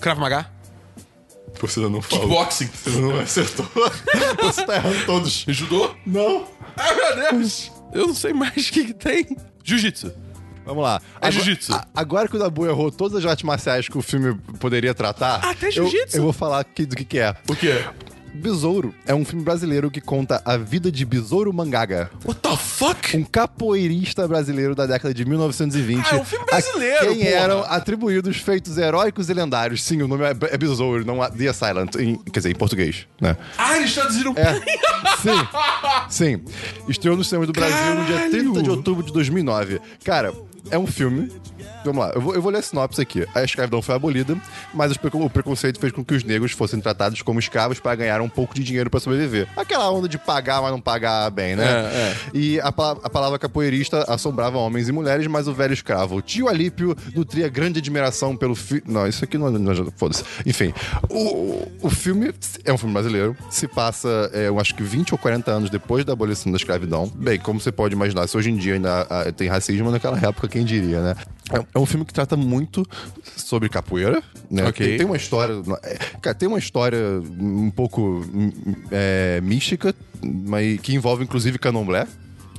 [SPEAKER 1] krav maga,
[SPEAKER 2] Você ainda não falou.
[SPEAKER 1] kickboxing,
[SPEAKER 2] Você não acertou. Você tá errando todos.
[SPEAKER 1] judô.
[SPEAKER 2] Não.
[SPEAKER 1] Ai, meu Deus. Eu não sei mais o que, que tem. Jiu-jitsu.
[SPEAKER 2] Vamos lá.
[SPEAKER 1] É
[SPEAKER 2] Agora-
[SPEAKER 1] jiu-jitsu.
[SPEAKER 2] a- Agora que o Dabu errou todas as artes marciais que o filme poderia tratar.
[SPEAKER 1] Até
[SPEAKER 2] eu-
[SPEAKER 1] Ah, jiu-jitsu?
[SPEAKER 2] Eu, vou falar que- do que, que é.
[SPEAKER 1] O quê?
[SPEAKER 2] Besouro é um filme brasileiro que conta a vida de Besouro Mangaga,
[SPEAKER 1] What the fuck?
[SPEAKER 2] um capoeirista brasileiro da década de 1920.
[SPEAKER 1] Ah, é um filme
[SPEAKER 2] a
[SPEAKER 1] brasileiro,
[SPEAKER 2] Quem
[SPEAKER 1] porra.
[SPEAKER 2] eram atribuídos feitos heróicos e lendários. Sim, o nome é, é Besouro, não é The Silent. Em, quer dizer, em português, né?
[SPEAKER 1] Ah, eles traduziram...
[SPEAKER 2] É. Sim. Sim. Estreou nos cinemas do Brasil no dia
[SPEAKER 1] Caralho!
[SPEAKER 2] 30 de outubro de 2009. Cara, é um filme. Vamos lá, eu vou, eu vou ler a sinopse aqui. A escravidão foi abolida, mas os precon- o preconceito fez com que os negros fossem tratados como escravos para ganhar um pouco de dinheiro para sobreviver. Aquela onda de pagar, mas não pagar bem, né?
[SPEAKER 1] É,
[SPEAKER 2] E a, pala- a palavra capoeirista assombrava homens e mulheres, mas o velho escravo, o tio Alípio, nutria grande admiração pelo filho. Não, isso aqui não. não já- Foda-se. Enfim, o, o filme é um filme brasileiro. Se passa, é, eu acho que 20 ou 40 anos depois da abolição da escravidão. Bem, como você pode imaginar, se hoje em dia ainda ah, tem racismo, naquela época, quem diria, né? É- É um filme que trata muito sobre capoeira, né?
[SPEAKER 1] Ok.
[SPEAKER 2] Tem- tem uma história. é, Cara, tem uma história um pouco hum, é, mística, mas que envolve inclusive candomblé.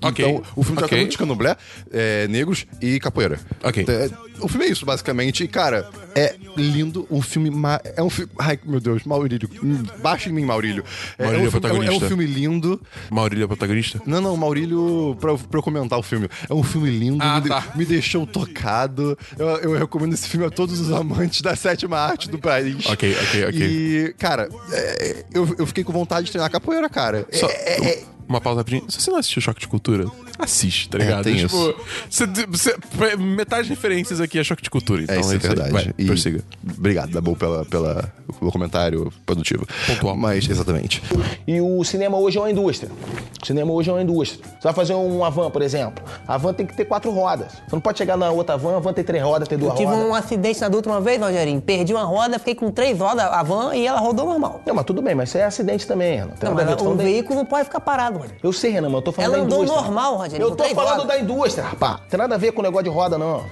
[SPEAKER 1] Ok.
[SPEAKER 2] Então, o filme trata
[SPEAKER 1] Ok.
[SPEAKER 2] muito de candomblé, é, negros e capoeira.
[SPEAKER 1] Ok.
[SPEAKER 2] É, o filme é isso, basicamente. E, cara, é lindo. Um filme. ma- É um filme. Ai, meu Deus, Maurílio. Hum, Baixa em mim, Maurílio. É,
[SPEAKER 1] Maurílio é
[SPEAKER 2] um filme, é um- é um
[SPEAKER 1] protagonista.
[SPEAKER 2] filme lindo.
[SPEAKER 1] Maurílio é protagonista?
[SPEAKER 2] Não, não, Maurílio, pra, eu- pra eu comentar o filme. É um filme lindo,
[SPEAKER 1] Ah,
[SPEAKER 2] me, de-
[SPEAKER 1] tá.
[SPEAKER 2] me deixou tocado. Eu, eu recomendo esse filme a todos os amantes da sétima arte do país.
[SPEAKER 1] Ok, ok, ok.
[SPEAKER 2] E, cara, é, eu, eu fiquei com vontade de treinar capoeira, cara.
[SPEAKER 1] Só-
[SPEAKER 2] É, é, é,
[SPEAKER 1] Uma pausa rapidinho. Se você não assistiu Choque de Cultura, assiste, tá ligado?
[SPEAKER 2] tem isso.
[SPEAKER 1] você- você- metade das referências aqui é Choque de Cultura. Então
[SPEAKER 2] é isso, é
[SPEAKER 1] aí.
[SPEAKER 2] verdade.
[SPEAKER 1] Vai,
[SPEAKER 2] E
[SPEAKER 1] prossiga.
[SPEAKER 2] Obrigado, Dabu, pela, pela, pelo comentário produtivo.
[SPEAKER 1] Pontual.
[SPEAKER 2] Mas, exatamente.
[SPEAKER 6] E o cinema hoje é uma indústria. O cinema hoje é uma indústria. Você vai fazer uma van, por exemplo. A van tem que ter quatro rodas. Você não pode chegar na outra van, a van tem três rodas, tem duas
[SPEAKER 7] Eu tive
[SPEAKER 6] rodas.
[SPEAKER 7] um acidente na da última vez, Rogerinho. Perdi uma roda, fiquei com três rodas, a van, e ela rodou normal.
[SPEAKER 6] Não, mas tudo bem, mas isso é acidente também, Renan. Tem
[SPEAKER 7] Não,
[SPEAKER 6] nada a
[SPEAKER 7] mas
[SPEAKER 6] ver, tô
[SPEAKER 7] o
[SPEAKER 6] falando da-
[SPEAKER 7] veículo não pode ficar parado, Rogerinho.
[SPEAKER 6] Eu sei, Renan, mas eu tô falando
[SPEAKER 7] Ela
[SPEAKER 6] da
[SPEAKER 7] andou
[SPEAKER 6] indústria.
[SPEAKER 7] normal, Rogério,
[SPEAKER 6] Eu
[SPEAKER 7] com
[SPEAKER 6] tô
[SPEAKER 7] três
[SPEAKER 6] falando
[SPEAKER 7] rodas.
[SPEAKER 6] da indústria, rapaz. Tem nada a ver com o negócio de roda, não.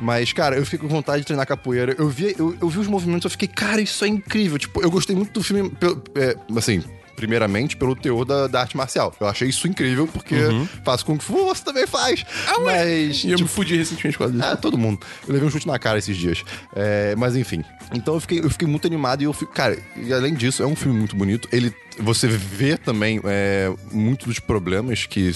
[SPEAKER 2] Mas, cara, eu fiquei com vontade de treinar capoeira. Eu vi, eu, eu vi os movimentos, eu fiquei, cara, isso é incrível. Tipo, eu gostei muito do filme, pelo- é, assim, primeiramente pelo teor da, da arte marcial. Eu achei isso incrível, porque faço Kung Fu, você também faz. mas.
[SPEAKER 1] Uhum. Ah, E eu me
[SPEAKER 2] tipo,
[SPEAKER 1] fudi recentemente com
[SPEAKER 2] ah, todo mundo. Eu levei um chute na cara esses dias. É, mas enfim. Então eu fiquei, eu fiquei muito animado e eu fico. Cara, e além disso, é um filme muito bonito. Ele. Você vê também é, muito dos problemas que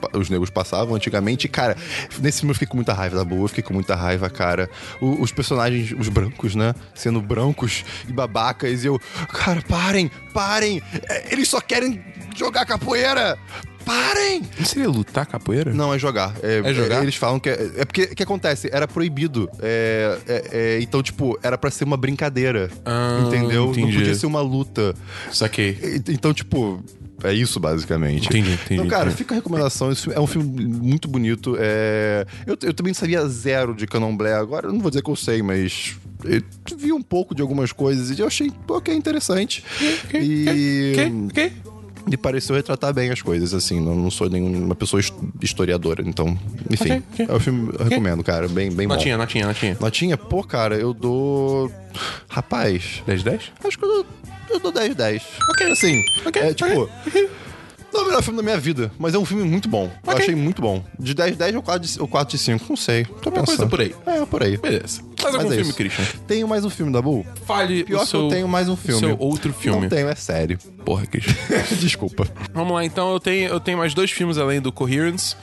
[SPEAKER 2] pa- os negros passavam antigamente. E, cara, nesse filme eu fiquei com muita raiva da boa, eu fiquei com muita raiva, cara. O- os personagens, os brancos, né? Sendo brancos e babacas. E eu, cara, parem, parem! É, Eles só querem jogar capoeira! Parem!
[SPEAKER 1] Não seria lutar capoeira?
[SPEAKER 2] Não, é jogar. É,
[SPEAKER 1] É jogar?
[SPEAKER 2] é- Eles falam que. É, é porque o que acontece? Era proibido. É, é- é, então, tipo, era pra ser uma brincadeira.
[SPEAKER 1] Ah,
[SPEAKER 2] entendeu?
[SPEAKER 1] entendi.
[SPEAKER 2] Não podia ser uma luta.
[SPEAKER 1] Saquei.
[SPEAKER 2] E- Então, tipo. É isso, basicamente.
[SPEAKER 1] Entendi, entendi,
[SPEAKER 2] Então, cara,
[SPEAKER 1] entendi.
[SPEAKER 2] fica a recomendação. Esse filme é um filme muito bonito. É, Eu, eu também sabia zero de Candomblé agora. Eu não vou dizer que eu sei, mas. Eu vi um pouco de algumas coisas e eu achei, ok, interessante. E.
[SPEAKER 1] Que?
[SPEAKER 2] Me pareceu retratar bem as coisas, assim. Não, não sou nenhuma pessoa his- historiadora, então. Enfim,
[SPEAKER 1] Ok, ok.
[SPEAKER 2] é o filme eu recomendo, cara. Bem, bem
[SPEAKER 1] Notinha,
[SPEAKER 2] bom.
[SPEAKER 1] notinha, notinha.
[SPEAKER 2] Notinha? Pô, cara, eu dou. Rapaz,
[SPEAKER 1] 10 10?
[SPEAKER 2] acho que eu dou. Eu dou 10, 10. Ok, assim.
[SPEAKER 1] ok,
[SPEAKER 2] é tipo. Não é o melhor filme da minha vida, mas é um filme muito bom. Eu achei muito bom. De 10 10 ou 4 de, ou 4 de 5, não sei. Tô
[SPEAKER 1] Uma coisa
[SPEAKER 2] pensando.
[SPEAKER 1] por aí.
[SPEAKER 2] É, por aí.
[SPEAKER 1] Beleza. Mais algum
[SPEAKER 2] Mas é
[SPEAKER 1] filme,
[SPEAKER 2] isso.
[SPEAKER 1] Christian?
[SPEAKER 2] Tenho mais um filme, Dabu?
[SPEAKER 1] Fale
[SPEAKER 2] Pior
[SPEAKER 1] o seu,
[SPEAKER 2] que eu tenho mais um
[SPEAKER 1] o
[SPEAKER 2] filme.
[SPEAKER 1] seu outro filme.
[SPEAKER 2] Não tenho, é sério.
[SPEAKER 1] Porra, Christian.
[SPEAKER 2] Desculpa.
[SPEAKER 1] Vamos lá, então eu tenho, eu tenho mais dois filmes além do Coherence.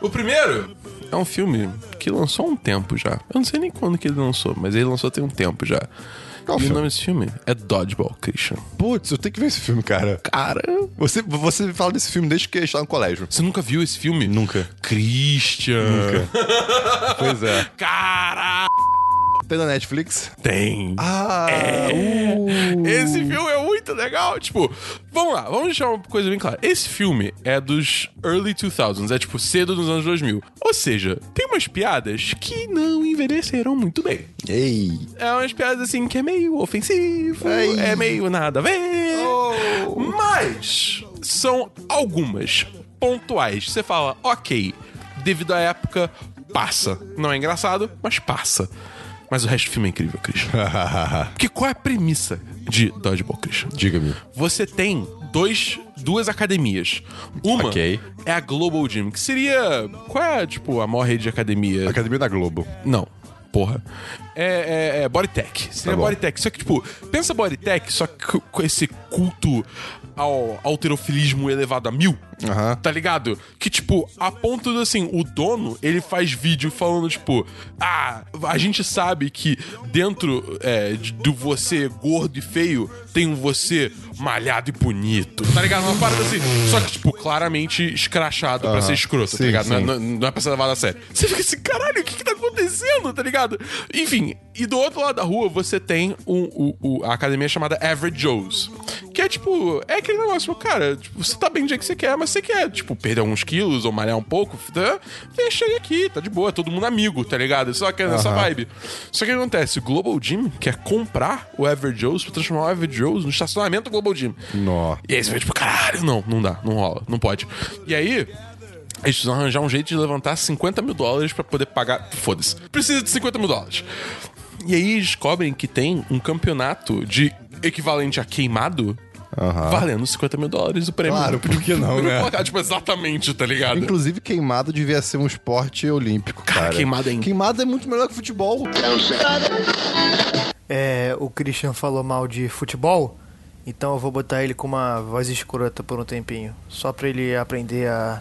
[SPEAKER 1] O primeiro é um filme que lançou há um tempo já. Eu não sei nem quando que ele lançou, mas ele lançou tem um tempo já.
[SPEAKER 2] Qual
[SPEAKER 1] e
[SPEAKER 2] filme?
[SPEAKER 1] o nome desse filme é Dodgeball, Christian.
[SPEAKER 2] Putz, eu tenho que ver esse filme, cara.
[SPEAKER 1] Cara,
[SPEAKER 2] Você, você fala desse filme desde que eu estava no colégio.
[SPEAKER 1] você nunca viu esse filme?
[SPEAKER 2] Nunca.
[SPEAKER 1] Christian. Nunca.
[SPEAKER 2] Pois é.
[SPEAKER 1] Caralho.
[SPEAKER 2] Tem na Netflix?
[SPEAKER 1] Tem. É.
[SPEAKER 2] Ah, uh.
[SPEAKER 1] Esse filme é muito legal. Tipo, vamos lá, vamos deixar uma coisa bem clara. Esse filme é dos early 2000s, é tipo cedo dos anos 2000. Ou seja, tem umas piadas que não envelheceram muito bem.
[SPEAKER 2] Ei.
[SPEAKER 1] É umas piadas assim que é meio ofensivo,
[SPEAKER 2] Ai. Oh.
[SPEAKER 1] é meio nada a ver. Mas são algumas pontuais. Você fala, ok, devido à época, passa. Não é engraçado, mas passa. Mas o resto do filme é incrível, Christian. Porque qual é a premissa de Dodgeball, Christian?
[SPEAKER 2] Diga-me.
[SPEAKER 1] Você tem dois, duas academias. Uma
[SPEAKER 2] Ok.
[SPEAKER 1] é a Global Gym, que seria. Qual é, tipo, a maior rede de academia?
[SPEAKER 2] Academia da Globo.
[SPEAKER 1] Não. Porra. É, é, é Bodytech. Seria
[SPEAKER 2] Tá bom.
[SPEAKER 1] Bodytech. Só que, tipo, pensa Bodytech, só que com esse culto ao alterofilismo elevado a mil.
[SPEAKER 2] Aham.
[SPEAKER 1] Tá ligado? Que, tipo, a ponto de, assim, o dono, ele faz vídeo falando, tipo, ah, a gente sabe que dentro é, de- do você gordo e feio tem um você malhado e bonito. Tá ligado? Uma parada assim. Só que, tipo, claramente escrachado pra
[SPEAKER 2] Aham.
[SPEAKER 1] ser escroto, tá
[SPEAKER 2] Sim,
[SPEAKER 1] ligado? Não é-
[SPEAKER 2] sim.
[SPEAKER 1] não- não é pra ser levado a sério. Você fica assim, caralho, o que que tá acontecendo, tá ligado? Enfim, e do outro lado da rua você tem um, o- o- a academia chamada Average Joe's. Que é tipo, é aquele negócio, tipo, cara, tipo, você tá bem do jeito que você quer, mas você quer, tipo, perder alguns quilos ou malhar um pouco, tá? vem, chega aqui, tá de boa, todo mundo amigo, tá ligado? Só que é nessa vibe. Só que o que acontece? O Global Gym quer comprar o Average Joe's pra transformar o Average Joe's no estacionamento do Global Gym.
[SPEAKER 2] Nó.
[SPEAKER 1] E aí você vai tipo, caralho, não, não dá, não rola, não pode. E aí, eles precisam arranjar um jeito de levantar 50 mil dólares pra poder pagar. Foda-se. Precisa de 50 mil dólares. E aí eles descobrem que tem um campeonato de equivalente a queimado valendo 50 mil dólares o prêmio.
[SPEAKER 2] Claro, por que não, né?
[SPEAKER 1] Tipo, exatamente, tá ligado?
[SPEAKER 2] Inclusive, queimado devia ser um esporte olímpico, cara.
[SPEAKER 1] queimado é in-
[SPEAKER 2] Queimado é muito melhor que futebol.
[SPEAKER 8] É, o Christian falou mal de futebol, então eu vou botar ele com uma voz escrota por um tempinho, só pra ele aprender a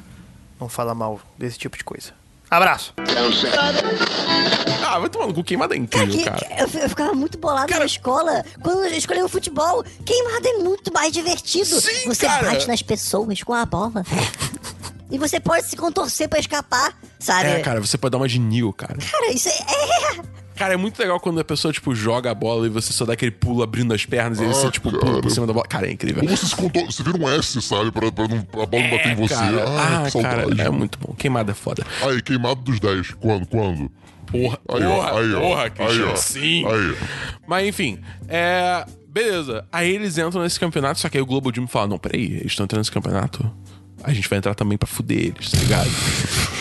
[SPEAKER 8] não falar mal desse tipo de coisa. Abraço!
[SPEAKER 1] Ah, vai tomar no cu, queimado é
[SPEAKER 9] Cara,
[SPEAKER 1] incrível,
[SPEAKER 9] que,
[SPEAKER 1] cara.
[SPEAKER 9] que- eu, fi- eu ficava muito bolado
[SPEAKER 1] Cara-
[SPEAKER 9] na escola quando eu escolhi o futebol. Queimado é muito mais divertido.
[SPEAKER 1] Sim,
[SPEAKER 9] você
[SPEAKER 1] cara.
[SPEAKER 9] bate nas pessoas com a bola. e você pode se contorcer pra escapar, sabe?
[SPEAKER 1] É, cara, você pode dar uma de Neo, cara.
[SPEAKER 9] Cara, isso é. é.
[SPEAKER 1] Cara, é muito legal quando a pessoa, tipo, joga a bola e você só dá aquele pulo abrindo as pernas
[SPEAKER 2] Ah,
[SPEAKER 1] e você, tipo, pula por cima da bola. Cara, é incrível.
[SPEAKER 10] Ou você se contou, você vira um S, sabe? Pra, pra não, a bola não bater em você.
[SPEAKER 1] Cara,
[SPEAKER 10] ah,
[SPEAKER 1] ah,
[SPEAKER 10] que saudade.
[SPEAKER 1] cara, é muito bom. Queimada é foda.
[SPEAKER 10] Aí, queimado dos 10. Quando? Quando?
[SPEAKER 1] Porra,
[SPEAKER 10] Aí, ó,
[SPEAKER 1] porra,
[SPEAKER 10] aí, ó,
[SPEAKER 1] porra,
[SPEAKER 10] aí,
[SPEAKER 1] Christian,
[SPEAKER 10] ó,
[SPEAKER 1] sim.
[SPEAKER 10] aí.
[SPEAKER 1] Mas enfim, é. Beleza. Aí eles entram nesse campeonato, só que aí o Globo Jim fala: não, peraí, eles estão entrando nesse campeonato. A gente vai entrar também pra fuder eles, tá ligado?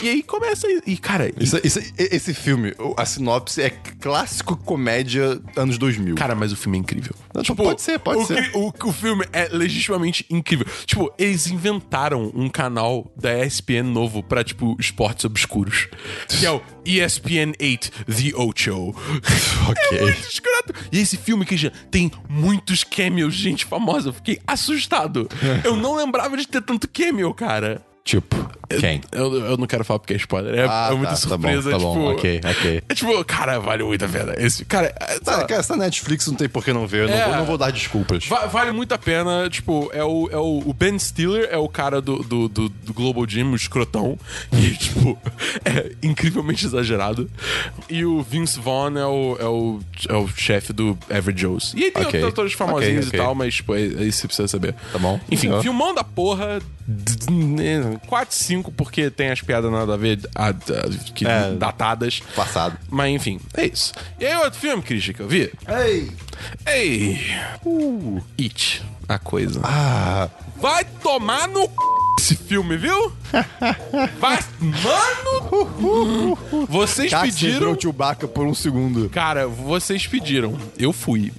[SPEAKER 1] e aí começa. E, cara,
[SPEAKER 2] Isso- isso- e- esse filme, o- a sinopse é clássico comédia anos 2000.
[SPEAKER 1] Cara, mas o filme é incrível.
[SPEAKER 2] Não, tipo, pode ser, pode
[SPEAKER 1] o
[SPEAKER 2] ser.
[SPEAKER 1] cri- O, o filme é legitimamente incrível. Tipo, eles inventaram um canal da ESPN novo pra, tipo, esportes obscuros. Que é o ESPN 8 The Ocho.
[SPEAKER 2] Ok.
[SPEAKER 1] É muito escroto. E esse filme, Christian, tem muitos cameos de gente famosa. Eu fiquei assustado. Eu não lembrava de ter tanto cameo, cara.
[SPEAKER 2] tipo, quem?
[SPEAKER 1] Eu, eu não quero falar porque é spoiler. É,
[SPEAKER 2] Ah,
[SPEAKER 1] é muita
[SPEAKER 2] tá, tá bom,
[SPEAKER 1] surpresa.
[SPEAKER 2] tá bom.
[SPEAKER 1] tipo,
[SPEAKER 2] Ok, ok.
[SPEAKER 1] É tipo, cara, vale muito a pena. Esse, cara, é- sei lá.
[SPEAKER 2] Tá, cara, essa Netflix não tem por que não ver. Eu não,
[SPEAKER 1] É.
[SPEAKER 2] vou, não vou dar desculpas.
[SPEAKER 1] Va- vale muito a pena, tipo, é o, é o, o Ben Stiller, é o cara do, do, do, do Global Gym, o escrotão, e, tipo, é incrivelmente exagerado. E o Vince Vaughn é o, é o, é o chefe do Average Joe's. E aí tem
[SPEAKER 2] Ok.
[SPEAKER 1] outros atores famosinhos
[SPEAKER 2] Ok, ok.
[SPEAKER 1] e tal, mas, tipo, é- é isso que precisa saber.
[SPEAKER 2] Tá bom.
[SPEAKER 1] Enfim,
[SPEAKER 2] Tá.
[SPEAKER 1] filmão da porra, d- d- né, 4, 5, porque tem as piadas nada a ver, a- a- que,
[SPEAKER 2] É.
[SPEAKER 1] datadas.
[SPEAKER 2] Passado.
[SPEAKER 1] Mas, enfim, é isso. E aí, outro filme, Christian, que eu vi?
[SPEAKER 2] Ei!
[SPEAKER 1] Ei! Uh, it, a coisa.
[SPEAKER 2] Ah,
[SPEAKER 1] Vai tomar no c... esse filme, viu? Vai, mano! Vocês
[SPEAKER 2] Cássio entrou
[SPEAKER 1] pediram.
[SPEAKER 2] Tá o Chewbacca por um segundo.
[SPEAKER 1] Cara, vocês pediram. Eu fui.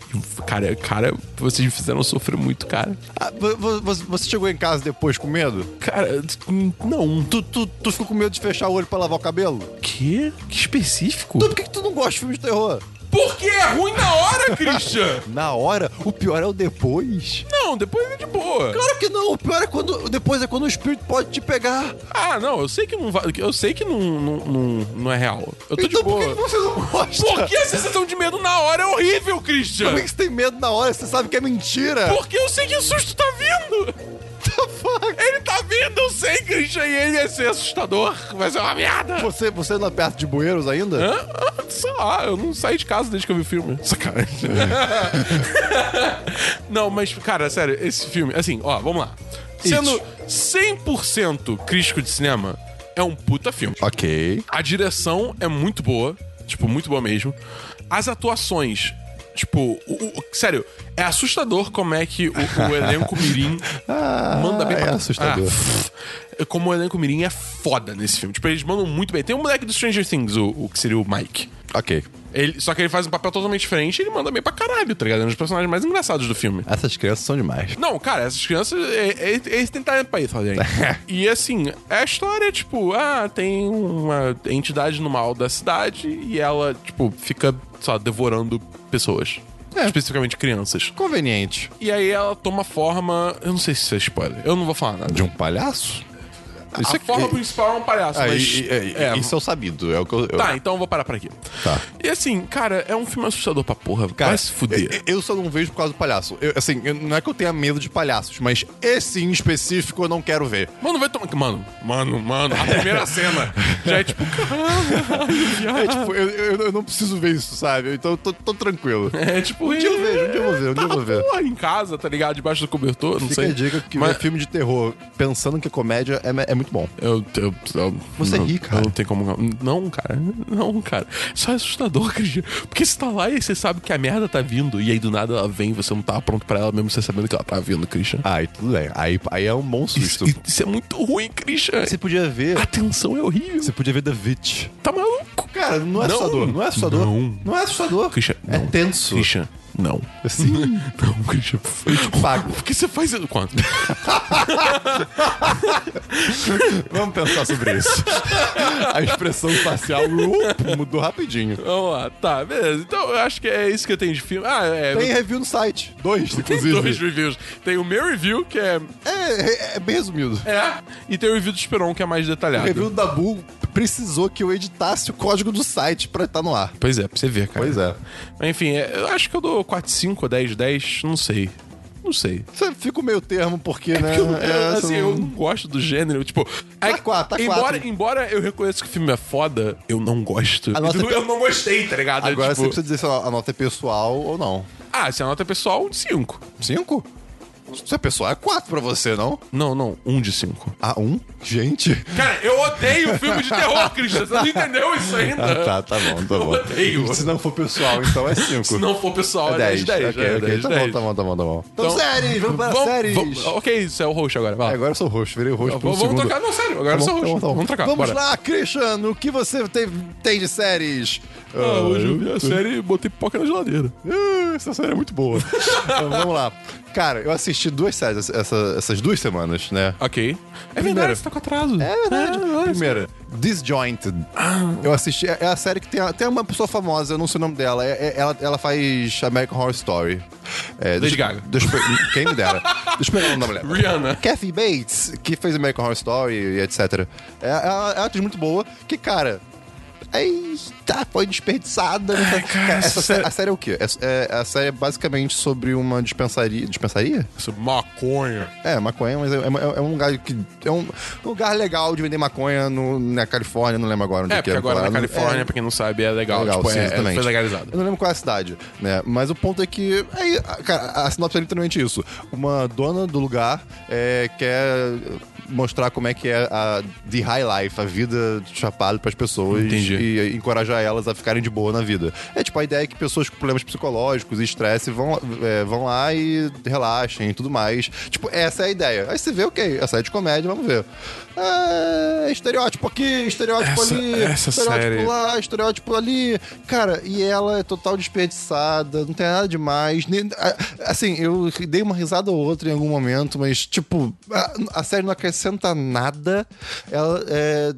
[SPEAKER 1] Cara, cara, vocês me fizeram sofrer muito, cara.
[SPEAKER 2] Ah, vo- vo- vo- você chegou em casa depois com medo?
[SPEAKER 1] Cara, não.
[SPEAKER 2] Tu, tu, tu ficou com medo de fechar o olho pra lavar o cabelo?
[SPEAKER 1] Que? Que específico?
[SPEAKER 2] Tu, Então por que, que tu não gosta de filmes de terror?
[SPEAKER 1] Porque é ruim na hora, Christian!
[SPEAKER 2] Na hora, o pior é o depois.
[SPEAKER 1] não, depois é de boa.
[SPEAKER 2] Claro que não, o pior é quando. o Depois é quando o espírito pode te pegar.
[SPEAKER 1] Ah, não, eu sei que não vai. Eu sei que não, não, não, não é real. Eu tô
[SPEAKER 2] Então
[SPEAKER 1] de boa.
[SPEAKER 2] por que que você não gosta?
[SPEAKER 1] Porque a sensação de medo na hora é horrível, Christian!
[SPEAKER 2] Por que que você tem medo na hora? Você sabe que é mentira.
[SPEAKER 1] Porque eu sei que o susto tá vindo! Ele tá vindo, eu sei, Christian, e ele vai ser assustador. Vai ser uma merda!
[SPEAKER 2] Você, você não é perto de bueiros ainda?
[SPEAKER 1] Hã? Ah, Sei lá, eu não saí de casa desde que eu vi o filme. Sacanagem. não, mas, cara, sério, esse filme, assim, ó, vamos lá. Sendo 100% crítico de cinema, é um puta filme.
[SPEAKER 2] Ok.
[SPEAKER 1] A direção é muito boa, tipo, muito boa mesmo. As atuações, tipo, o- o- sério, é assustador como é que o, o elenco mirim manda bem
[SPEAKER 2] é
[SPEAKER 1] pra
[SPEAKER 2] assustador.
[SPEAKER 1] Ah, como o elenco mirim é foda nesse filme. Tipo, eles mandam muito bem. Tem um moleque do Stranger Things, o, o que seria o Mike.
[SPEAKER 2] Ok.
[SPEAKER 1] Ele- só que ele faz um papel totalmente diferente e ele manda bem pra caralho, tá ligado? É um dos personagens mais engraçados do filme.
[SPEAKER 2] Essas crianças são demais.
[SPEAKER 1] Não, cara, essas crianças, é- é- eles têm talento pra isso, Adriano. E assim, é a história, tipo, ah, tem uma entidade no mal da cidade e ela, tipo, fica, só devorando pessoas.
[SPEAKER 2] É.
[SPEAKER 1] Especificamente crianças.
[SPEAKER 2] Conveniente.
[SPEAKER 1] E aí ela toma forma. Eu não sei se isso é spoiler. Eu não vou falar nada.
[SPEAKER 2] De um palhaço?
[SPEAKER 1] a forma principal é um palhaço,
[SPEAKER 2] Ah,
[SPEAKER 1] mas.
[SPEAKER 2] e- e-
[SPEAKER 1] é,
[SPEAKER 2] Isso é o sabido. É o que eu, eu-
[SPEAKER 1] Tá, então eu vou parar por aqui.
[SPEAKER 2] Tá.
[SPEAKER 1] E assim, cara, é um filme assustador pra porra.
[SPEAKER 2] Cara,
[SPEAKER 1] Vai se fuder.
[SPEAKER 2] eu- Eu só não vejo por causa do palhaço. Eu, assim, eu- não é que eu tenha medo de palhaços, mas esse em específico eu não quero ver.
[SPEAKER 1] Mano, vai tomar. Mano, mano, mano, a primeira cena já é tipo, Ah.
[SPEAKER 2] É, tipo, eu, eu- eu não preciso ver isso, sabe? Então eu tô, tô tranquilo.
[SPEAKER 1] É tipo. Um
[SPEAKER 2] dia eu vejo, um dia eu vou ver, um dia eu vou ver.
[SPEAKER 1] Porra, em casa, tá ligado? Debaixo do cobertor, não
[SPEAKER 2] Fica
[SPEAKER 1] sei.
[SPEAKER 2] a dica que
[SPEAKER 1] Mas
[SPEAKER 2] ver filme de terror pensando que é comédia é, me- é muito bom.
[SPEAKER 1] Eu, eu, eu-
[SPEAKER 2] Você
[SPEAKER 1] não,
[SPEAKER 2] ri, cara.
[SPEAKER 1] Eu não tenho como. Não, cara. Não, cara. Só é assustador, Cristian. Porque você tá lá e você sabe que a merda tá vindo. E aí do nada ela vem, você não tava pronto pra ela mesmo você sabendo que ela tá vindo, Christian.
[SPEAKER 2] Aí tudo bem. Aí, aí é um bom
[SPEAKER 1] Isso,
[SPEAKER 2] susto.
[SPEAKER 1] isso é muito ruim, Christian.
[SPEAKER 2] Você podia ver.
[SPEAKER 1] A tensão é horrível.
[SPEAKER 2] Você podia ver The Witch.
[SPEAKER 1] Tá maluco?
[SPEAKER 2] Cara, não é
[SPEAKER 1] Não.
[SPEAKER 2] assustador. Não é assustador.
[SPEAKER 1] Não.
[SPEAKER 2] Não é assustador.
[SPEAKER 1] Christian,
[SPEAKER 2] é
[SPEAKER 1] não.
[SPEAKER 2] tenso. Assim,
[SPEAKER 1] Christian, não.
[SPEAKER 2] Sim.
[SPEAKER 1] Não, Christian.
[SPEAKER 2] pago.
[SPEAKER 1] Por que você faz isso? Quanto?
[SPEAKER 2] Vamos pensar sobre isso. a expressão facial up, mudou rapidinho.
[SPEAKER 1] Vamos lá, tá, beleza. Então eu acho que é isso que eu tenho de filme. Ah, é.
[SPEAKER 2] Tem review no site. Dois,
[SPEAKER 1] Tem
[SPEAKER 2] inclusive.
[SPEAKER 1] dois reviews. Tem o meu review, que é.
[SPEAKER 2] É, é, é bem resumido.
[SPEAKER 1] É. E tem o review do Esperon, que é mais
[SPEAKER 2] O
[SPEAKER 1] detalhado.
[SPEAKER 2] review do Dabu precisou que eu editasse o código do site pra estar no ar.
[SPEAKER 1] Pois é, pra você ver, cara.
[SPEAKER 2] Pois é.
[SPEAKER 1] Mas, Enfim, é, eu acho que eu dou 4, 5, 10, 10, não sei. Não sei.
[SPEAKER 2] Você fica o meio termo, porque, né?
[SPEAKER 1] Eu, eu,
[SPEAKER 2] é,
[SPEAKER 1] assim,
[SPEAKER 2] você
[SPEAKER 1] eu
[SPEAKER 2] não-
[SPEAKER 1] não gosto do gênero. Tipo, é-
[SPEAKER 2] quatro, tá
[SPEAKER 1] embora,
[SPEAKER 2] quatro.
[SPEAKER 1] embora eu reconheça que o filme é foda, eu não gosto.
[SPEAKER 2] A nota
[SPEAKER 1] eu,
[SPEAKER 2] é-
[SPEAKER 1] eu não gostei, tá ligado?
[SPEAKER 2] Agora
[SPEAKER 1] tipo,
[SPEAKER 2] você precisa dizer se a a nota é pessoal ou não.
[SPEAKER 1] Ah, se a nota é pessoal, um de 5.
[SPEAKER 2] Cinco? Se é pessoal, é quatro pra você, não?
[SPEAKER 1] Não, não, um de 5.
[SPEAKER 2] Ah, um? Gente.
[SPEAKER 1] Cara, eu odeio filme de terror, Christian. Você não entendeu isso ainda?
[SPEAKER 2] Ah, tá, tá bom, tá
[SPEAKER 1] Eu
[SPEAKER 2] bom.
[SPEAKER 1] odeio.
[SPEAKER 2] Se não for pessoal, então é cinco.
[SPEAKER 1] Se não for pessoal,
[SPEAKER 2] É
[SPEAKER 1] é
[SPEAKER 2] 10.
[SPEAKER 1] 10, 10.
[SPEAKER 2] ok,
[SPEAKER 1] é
[SPEAKER 2] ok.
[SPEAKER 1] 10,
[SPEAKER 2] tá bom,
[SPEAKER 1] 10.
[SPEAKER 2] tá bom, tá bom, tá bom. Então,
[SPEAKER 1] Então,
[SPEAKER 2] séries, vamos para
[SPEAKER 1] Vamos-
[SPEAKER 2] séries.
[SPEAKER 1] vamos- ok, isso é o roxo agora. Vai.
[SPEAKER 2] Agora eu sou roxo, virei roxo por um
[SPEAKER 1] vamos vamos
[SPEAKER 2] segundo. Tá
[SPEAKER 1] trocar, não, sério. Agora eu sou roxo. vamos trocar.
[SPEAKER 2] Vamos
[SPEAKER 1] bora.
[SPEAKER 2] lá, Christian, o que você tem, tem de séries?
[SPEAKER 1] Ah, hoje eu vi a série e botei pipoca na geladeira.
[SPEAKER 2] Ah, Essa série é muito boa. Então, vamos lá. Cara, eu assisti duas séries essa- essas duas semanas, né?
[SPEAKER 1] Ok. É
[SPEAKER 2] Primeira.
[SPEAKER 1] verdade, você tá com atraso.
[SPEAKER 2] É verdade.
[SPEAKER 1] olha Ah. só.
[SPEAKER 2] Primeira, Disjointed. Eu assisti. É é a série que tem, a- tem uma pessoa famosa, eu não sei o nome dela. é- é- ela, ela faz American Horror Story. É,
[SPEAKER 1] Lady
[SPEAKER 2] deixa-
[SPEAKER 1] Gaga.
[SPEAKER 2] deixa eu pe- quem me dera. Deixa eu pegar o nome da mulher.
[SPEAKER 1] Rihanna.
[SPEAKER 2] Kathy Bates, que fez American Horror Story e etc. É, é, uma- é uma atriz muito boa, que, cara. Eita, foi desperdiçada. Cara, essa sé-
[SPEAKER 1] série-
[SPEAKER 2] a série é o quê? É- é- a série é basicamente sobre uma dispensaria. Dispensaria?
[SPEAKER 1] Isso, maconha.
[SPEAKER 2] É, maconha, mas é, é- é um lugar que. É um, um lugar legal de vender maconha no- na Califórnia, não lembro agora onde
[SPEAKER 1] É,
[SPEAKER 2] que
[SPEAKER 1] porque agora na
[SPEAKER 2] Colorado.
[SPEAKER 1] Califórnia,
[SPEAKER 2] É,
[SPEAKER 1] pra quem não sabe, é legal.
[SPEAKER 2] legal,
[SPEAKER 1] tipo,
[SPEAKER 2] sim,
[SPEAKER 1] é- é,
[SPEAKER 2] exatamente.
[SPEAKER 1] foi legalizado.
[SPEAKER 2] Eu não lembro qual é a cidade, né? Mas o ponto é que. Aí, a- cara, a sinopse é literalmente isso. Uma dona do lugar é, quer mostrar como é que é a The High Life, a vida de chapado pras pessoas.
[SPEAKER 1] Entendi.
[SPEAKER 2] e encorajar elas a ficarem de boa na vida. É tipo a ideia é que pessoas com problemas psicológicos e estresse vão, é, vão lá e relaxem e tudo mais. Tipo, essa é a ideia. Aí você vê, ok, essa é de comédia, vamos ver. É, estereótipo aqui, estereótipo
[SPEAKER 1] Essa-
[SPEAKER 2] ali,
[SPEAKER 1] essa
[SPEAKER 2] estereótipo
[SPEAKER 1] série-
[SPEAKER 2] lá, estereótipo ali. Cara, e ela é total desperdiçada, não tem nada demais. nem- a- Assim, eu dei uma risada ou outra em algum momento, mas, tipo, a, a série não acrescenta nada. Ela é.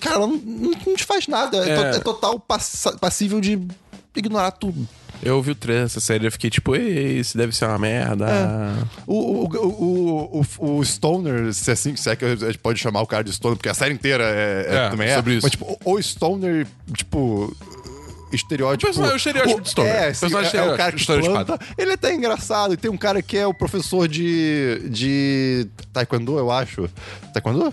[SPEAKER 2] Cara, ela não, não te faz nada. É,
[SPEAKER 11] É.
[SPEAKER 2] to- é total passa- passível de ignorar tudo.
[SPEAKER 11] Eu vi o trailer dessa série e fiquei tipo, ei, isso deve ser uma merda.
[SPEAKER 2] O, o, o, o, o Stoner, se é assim se é que a gente pode chamar o cara de Stoner, porque a série inteira é, é-
[SPEAKER 11] É,
[SPEAKER 2] também é.
[SPEAKER 11] sobre isso.
[SPEAKER 2] Mas, tipo, o- o Stoner, tipo. Estereótipo.
[SPEAKER 11] O personagem- o estereótipo de Stoner.
[SPEAKER 2] É,
[SPEAKER 11] O
[SPEAKER 2] sim,
[SPEAKER 11] personagem
[SPEAKER 2] é, é o
[SPEAKER 11] estereótipo
[SPEAKER 2] cara
[SPEAKER 11] de
[SPEAKER 2] que
[SPEAKER 11] Stoner de
[SPEAKER 2] planta. Ele é até engraçado. E tem um cara que é o professor de. de. Taekwondo, eu acho. Taekwondo?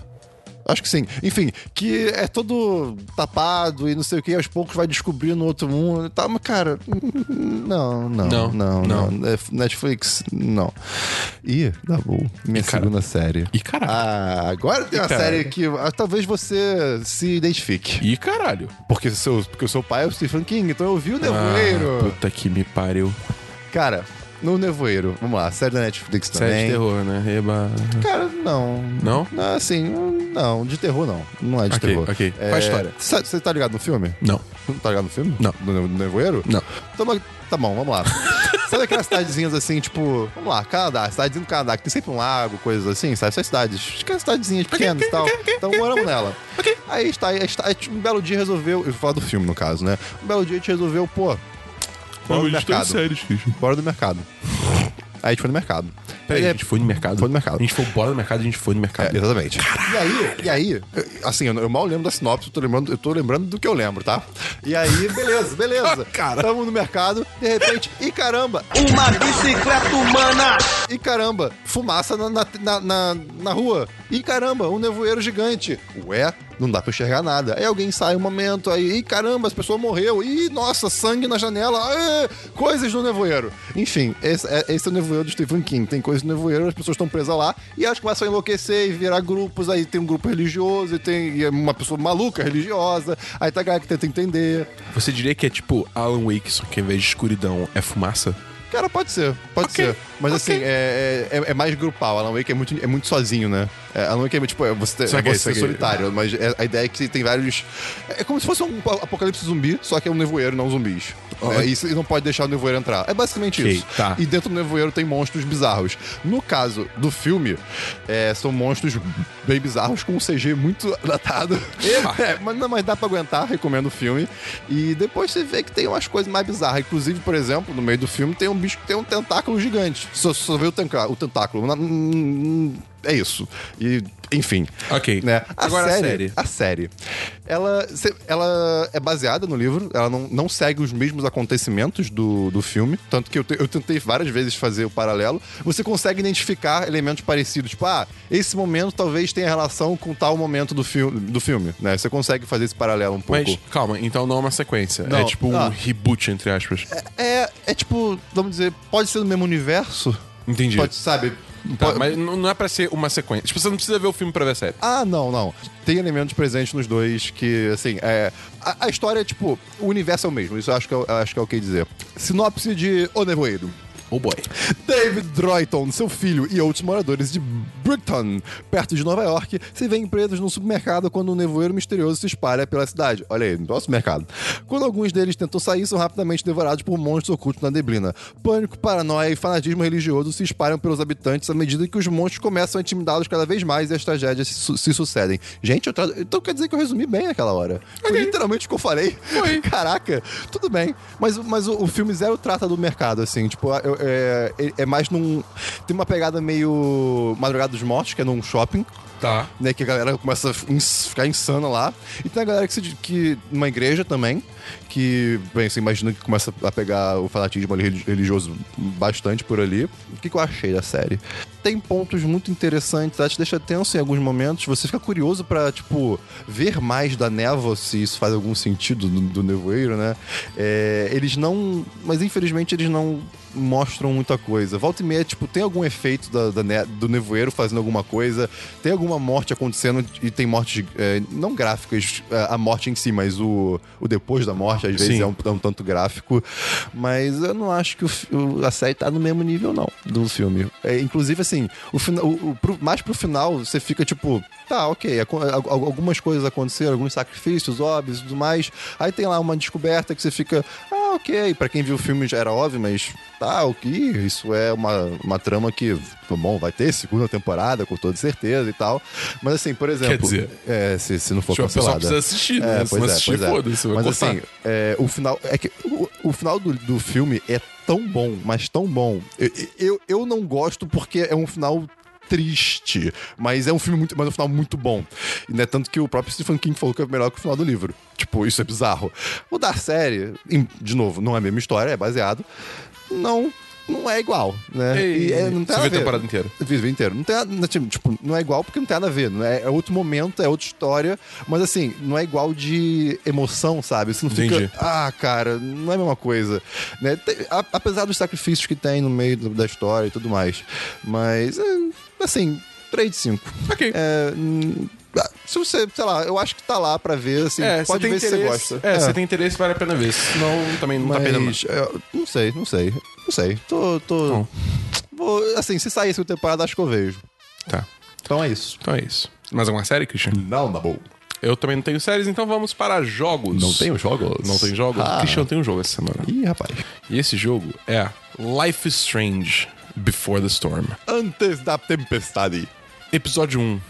[SPEAKER 2] Acho que sim. Enfim, que é todo tapado e não sei o que, e aos poucos vai descobrindo outro mundo e tal. Mas, cara, não, não. Não, não, não. Nef- Netflix, não. Ih, tá bom. Minha segunda série. E
[SPEAKER 11] caralho.
[SPEAKER 2] Ah, agora tem
[SPEAKER 11] Ih,
[SPEAKER 2] uma
[SPEAKER 11] caralho.
[SPEAKER 2] série que ah, talvez você se identifique.
[SPEAKER 11] E caralho.
[SPEAKER 2] Porque, seu, porque o seu pai é o Stephen King, então eu vi o Nevoeiro.
[SPEAKER 11] Ah, puta que me pariu.
[SPEAKER 2] Cara, no Nevoeiro, vamos lá, série da Netflix também.
[SPEAKER 11] Série de terror, né? Eba.
[SPEAKER 2] Cara, não.
[SPEAKER 11] Não?
[SPEAKER 2] Ah, Assim, não, de terror não. Não é de
[SPEAKER 11] Ok,
[SPEAKER 2] terror.
[SPEAKER 11] ok.
[SPEAKER 2] É,
[SPEAKER 11] Qual a história?
[SPEAKER 2] Você tá ligado no filme?
[SPEAKER 11] Não.
[SPEAKER 2] Não tá ligado no filme?
[SPEAKER 11] Não.
[SPEAKER 2] Do, Ne- do Nevoeiro?
[SPEAKER 11] Não.
[SPEAKER 2] Então, mas- tá bom, vamos lá. Sabe aquelas cidadezinhas assim, tipo, vamos lá, Canadá, cidadezinha do Canadá, que tem sempre um lago, coisas assim, sabe? Essas cidades, aquelas cidadezinhas pequenas e tal. Então moramos nela. Aí está, aí está, aí, tipo, um belo dia resolveu, eu vou falar do filme no caso, né? Um belo dia a gente resolveu, pô, bora no mercado. Bora no mercado. Aí a gente foi no mercado.
[SPEAKER 11] Peraí,
[SPEAKER 2] Aí, né,
[SPEAKER 11] a gente é, foi no mercado.
[SPEAKER 2] Foi no mercado.
[SPEAKER 11] A gente foi embora do mercado, a gente foi no mercado.
[SPEAKER 2] É, exatamente. E aí, e aí, eu- assim, eu, eu mal lembro da sinopse, eu tô lembrando, eu tô lembrando do que eu lembro, tá? E aí, beleza, beleza. Cara. Tamo no mercado, de repente, e caramba! Uma bicicleta humana! E caramba, fumaça na, na, na, na- na rua. E caramba, um nevoeiro gigante. Ué, não dá pra enxergar nada. Aí alguém sai um momento, aí, e caramba, as pessoas morreu. Ih, nossa, sangue na janela. Ê, coisas do nevoeiro. Enfim, esse é, esse é o nevoeiro do Stephen King. Tem coisas do nevoeiro, as pessoas estão presas lá e elas começam a enlouquecer e virar grupos. Aí tem um grupo religioso e tem e é uma pessoa maluca religiosa. Aí tá a galera que tenta entender.
[SPEAKER 11] Você diria que é tipo Alan Wake, só que ao invés de escuridão é fumaça?
[SPEAKER 2] Cara, pode ser, pode ser. Mas assim, é, é- é- é mais grupal. Alan Wake é muito, é muito sozinho, né? É, Alan Wake é tipo, é você,
[SPEAKER 11] Saquei,
[SPEAKER 2] é você
[SPEAKER 11] saquei.
[SPEAKER 2] solitário, mas é- a ideia é que tem vários. É como se fosse um pa- apocalipse zumbi, só que é um nevoeiro, não zumbis.
[SPEAKER 11] Ah.
[SPEAKER 2] É, isso, e não pode deixar o nevoeiro entrar. É basicamente
[SPEAKER 11] Ok,
[SPEAKER 2] isso.
[SPEAKER 11] tá.
[SPEAKER 2] E dentro do nevoeiro tem monstros bizarros. No caso do filme, é, são monstros bem bizarros com um CG muito datado. É, mas, não, mas dá pra aguentar, recomendo o filme. E depois você vê que tem umas coisas mais bizarras. Inclusive, por exemplo, no meio do filme tem um bicho que tem um tentáculo gigante. Só, só vê o, tenca- o tentáculo. Na- hum, É isso. E, enfim.
[SPEAKER 11] Ok.
[SPEAKER 2] Né?
[SPEAKER 11] Agora a
[SPEAKER 2] série,
[SPEAKER 11] série. é
[SPEAKER 2] a série. Ela, se- ela é baseada no livro, ela não, não segue os mesmos acontecimentos do, do filme. Tanto que eu, te- eu tentei várias vezes fazer o paralelo. Você consegue identificar elementos parecidos. Tipo, ah, esse momento talvez tenha relação com tal momento do, fil do filme. Né? Você consegue fazer esse paralelo um pouco.
[SPEAKER 11] Mas, calma, então não é uma sequência.
[SPEAKER 2] Não.
[SPEAKER 11] É tipo um
[SPEAKER 2] Ah.
[SPEAKER 11] reboot, entre aspas.
[SPEAKER 2] É, é tipo, vamos dizer, pode ser do mesmo universo?
[SPEAKER 11] Entendi.
[SPEAKER 2] Pode, sabe?
[SPEAKER 11] Tá,
[SPEAKER 2] pode-
[SPEAKER 11] Mas n- não é pra ser uma sequência. Tipo, você não precisa ver o filme pra ver a série.
[SPEAKER 2] Ah, não, não. Tem elementos presentes nos dois que, assim, é. A, a história é tipo, o universo é o mesmo, isso eu acho que é, o- acho que é o que dizer. Sinopse de O Nevoeiro.
[SPEAKER 11] Oh boy.
[SPEAKER 2] David Droyton, seu filho e outros moradores de Brickton, perto de Nova York, se veem presos num supermercado quando um nevoeiro misterioso se espalha pela cidade. Olha aí, nosso mercado. Quando alguns deles tentam sair, são rapidamente devorados por monstros ocultos na neblina. Pânico, paranoia e fanatismo religioso se espalham pelos habitantes à medida que os monstros começam a intimidá-los cada vez mais e as tragédias se, su- se sucedem. Gente, eu tra... então quer dizer que eu resumi bem naquela hora. Foi literalmente o que eu falei. Caraca, tudo bem. Mas, mas o, o filme Zero trata do mercado, assim. Tipo, eu- é, é- é mais num. Tem uma pegada meio Madrugada dos Mortos, que é num shopping.
[SPEAKER 11] Tá.
[SPEAKER 2] Né, que a galera começa a f- ins- ficar insana lá. E tem a galera que, se, di- que numa igreja também, que, bem, você imagina que começa a pegar o fanatismo ali religi- religioso bastante por ali. O que, que eu achei da série? Tem pontos muito interessantes, ela te deixa tenso em alguns momentos, você fica curioso pra, tipo, ver mais da névoa, se isso faz algum sentido do, do nevoeiro, né? É, eles não. Mas infelizmente eles não mostram muita coisa. Volta e meia, tipo, tem algum efeito da- da ne- do nevoeiro fazendo alguma coisa, tem alguma morte acontecendo e tem mortes é, não gráficas, é, a morte em si, mas o, o depois da morte, às vezes,
[SPEAKER 11] Sim.
[SPEAKER 2] é um, é um tanto gráfico. Mas eu não acho que o, fi- o- a série tá no mesmo nível, não, do filme. É, inclusive, assim, o fina- o- o pro- mais pro final, você fica tipo, tá, ok, aco- al- al- algumas coisas aconteceram, alguns sacrifícios óbvios e tudo mais. Aí tem lá uma descoberta que você fica, ah, ok, pra quem viu o filme já era óbvio, mas tá, ok, isso é uma, uma trama que, tá bom, vai ter segunda temporada, com toda certeza e tal. Mas assim, por exemplo.
[SPEAKER 1] dizer,
[SPEAKER 2] é, se, se não for
[SPEAKER 1] tipo, a pessoa
[SPEAKER 2] cancelada.
[SPEAKER 1] precisa assistir, né?
[SPEAKER 2] É,
[SPEAKER 1] Se
[SPEAKER 2] pois
[SPEAKER 1] não
[SPEAKER 2] é,
[SPEAKER 1] assistir,
[SPEAKER 2] pois é.
[SPEAKER 1] foda-se, vai
[SPEAKER 2] Mas
[SPEAKER 1] cortar.
[SPEAKER 2] assim, é, o final é que o, o final do, do filme é tão bom, mas tão bom. Eu, eu, eu não gosto porque é um final triste, mas é um filme muito, mas é um final muito bom. E, Né? Tanto que o próprio Stephen King falou que é melhor que o final do livro. Tipo, isso é bizarro. O da série, em- de novo, não é a mesma história, é baseado. Não não é igual, né?
[SPEAKER 1] Ei,
[SPEAKER 2] é, não tem
[SPEAKER 1] você
[SPEAKER 2] nada
[SPEAKER 1] viu a
[SPEAKER 2] ver.
[SPEAKER 1] temporada inteira?
[SPEAKER 2] Vi, vi inteiro. Não tem nada, tipo, não é igual porque não tem nada a ver. Não é, é outro momento, é outra história. Mas assim, não é igual de emoção, sabe? Você não fica.
[SPEAKER 1] Entendi.
[SPEAKER 2] Ah, cara, não é a mesma coisa. Né? Te- a- apesar dos sacrifícios que tem no meio do- da história e tudo mais. Mas, é, assim, 3 de 5.
[SPEAKER 1] Ok.
[SPEAKER 11] É,
[SPEAKER 2] se você, sei lá, eu acho que tá lá pra ver, assim,
[SPEAKER 1] É, você
[SPEAKER 2] pode
[SPEAKER 1] tem
[SPEAKER 2] ver se você
[SPEAKER 1] interesse.
[SPEAKER 2] gosta.
[SPEAKER 1] É, você tem interesse, vale a pena ver. Senão também não
[SPEAKER 2] Mas,
[SPEAKER 1] tá perdendo.
[SPEAKER 2] eu não sei, não sei. Não sei. Tô. tô... Vou- assim, se sair essa temporada, acho que eu vejo.
[SPEAKER 1] Tá.
[SPEAKER 2] Então é isso.
[SPEAKER 1] Então é isso. Mais alguma série, Christian?
[SPEAKER 2] Não, na boa.
[SPEAKER 1] Eu também não tenho séries, então vamos para jogos.
[SPEAKER 2] Não tenho jogos?
[SPEAKER 1] Não tem jogos?
[SPEAKER 2] Ah.
[SPEAKER 1] Christian tem um jogo essa semana.
[SPEAKER 2] Ih, rapaz.
[SPEAKER 1] E esse jogo é Life is Strange Before the Storm.
[SPEAKER 2] Antes da tempestade.
[SPEAKER 1] Episódio 1.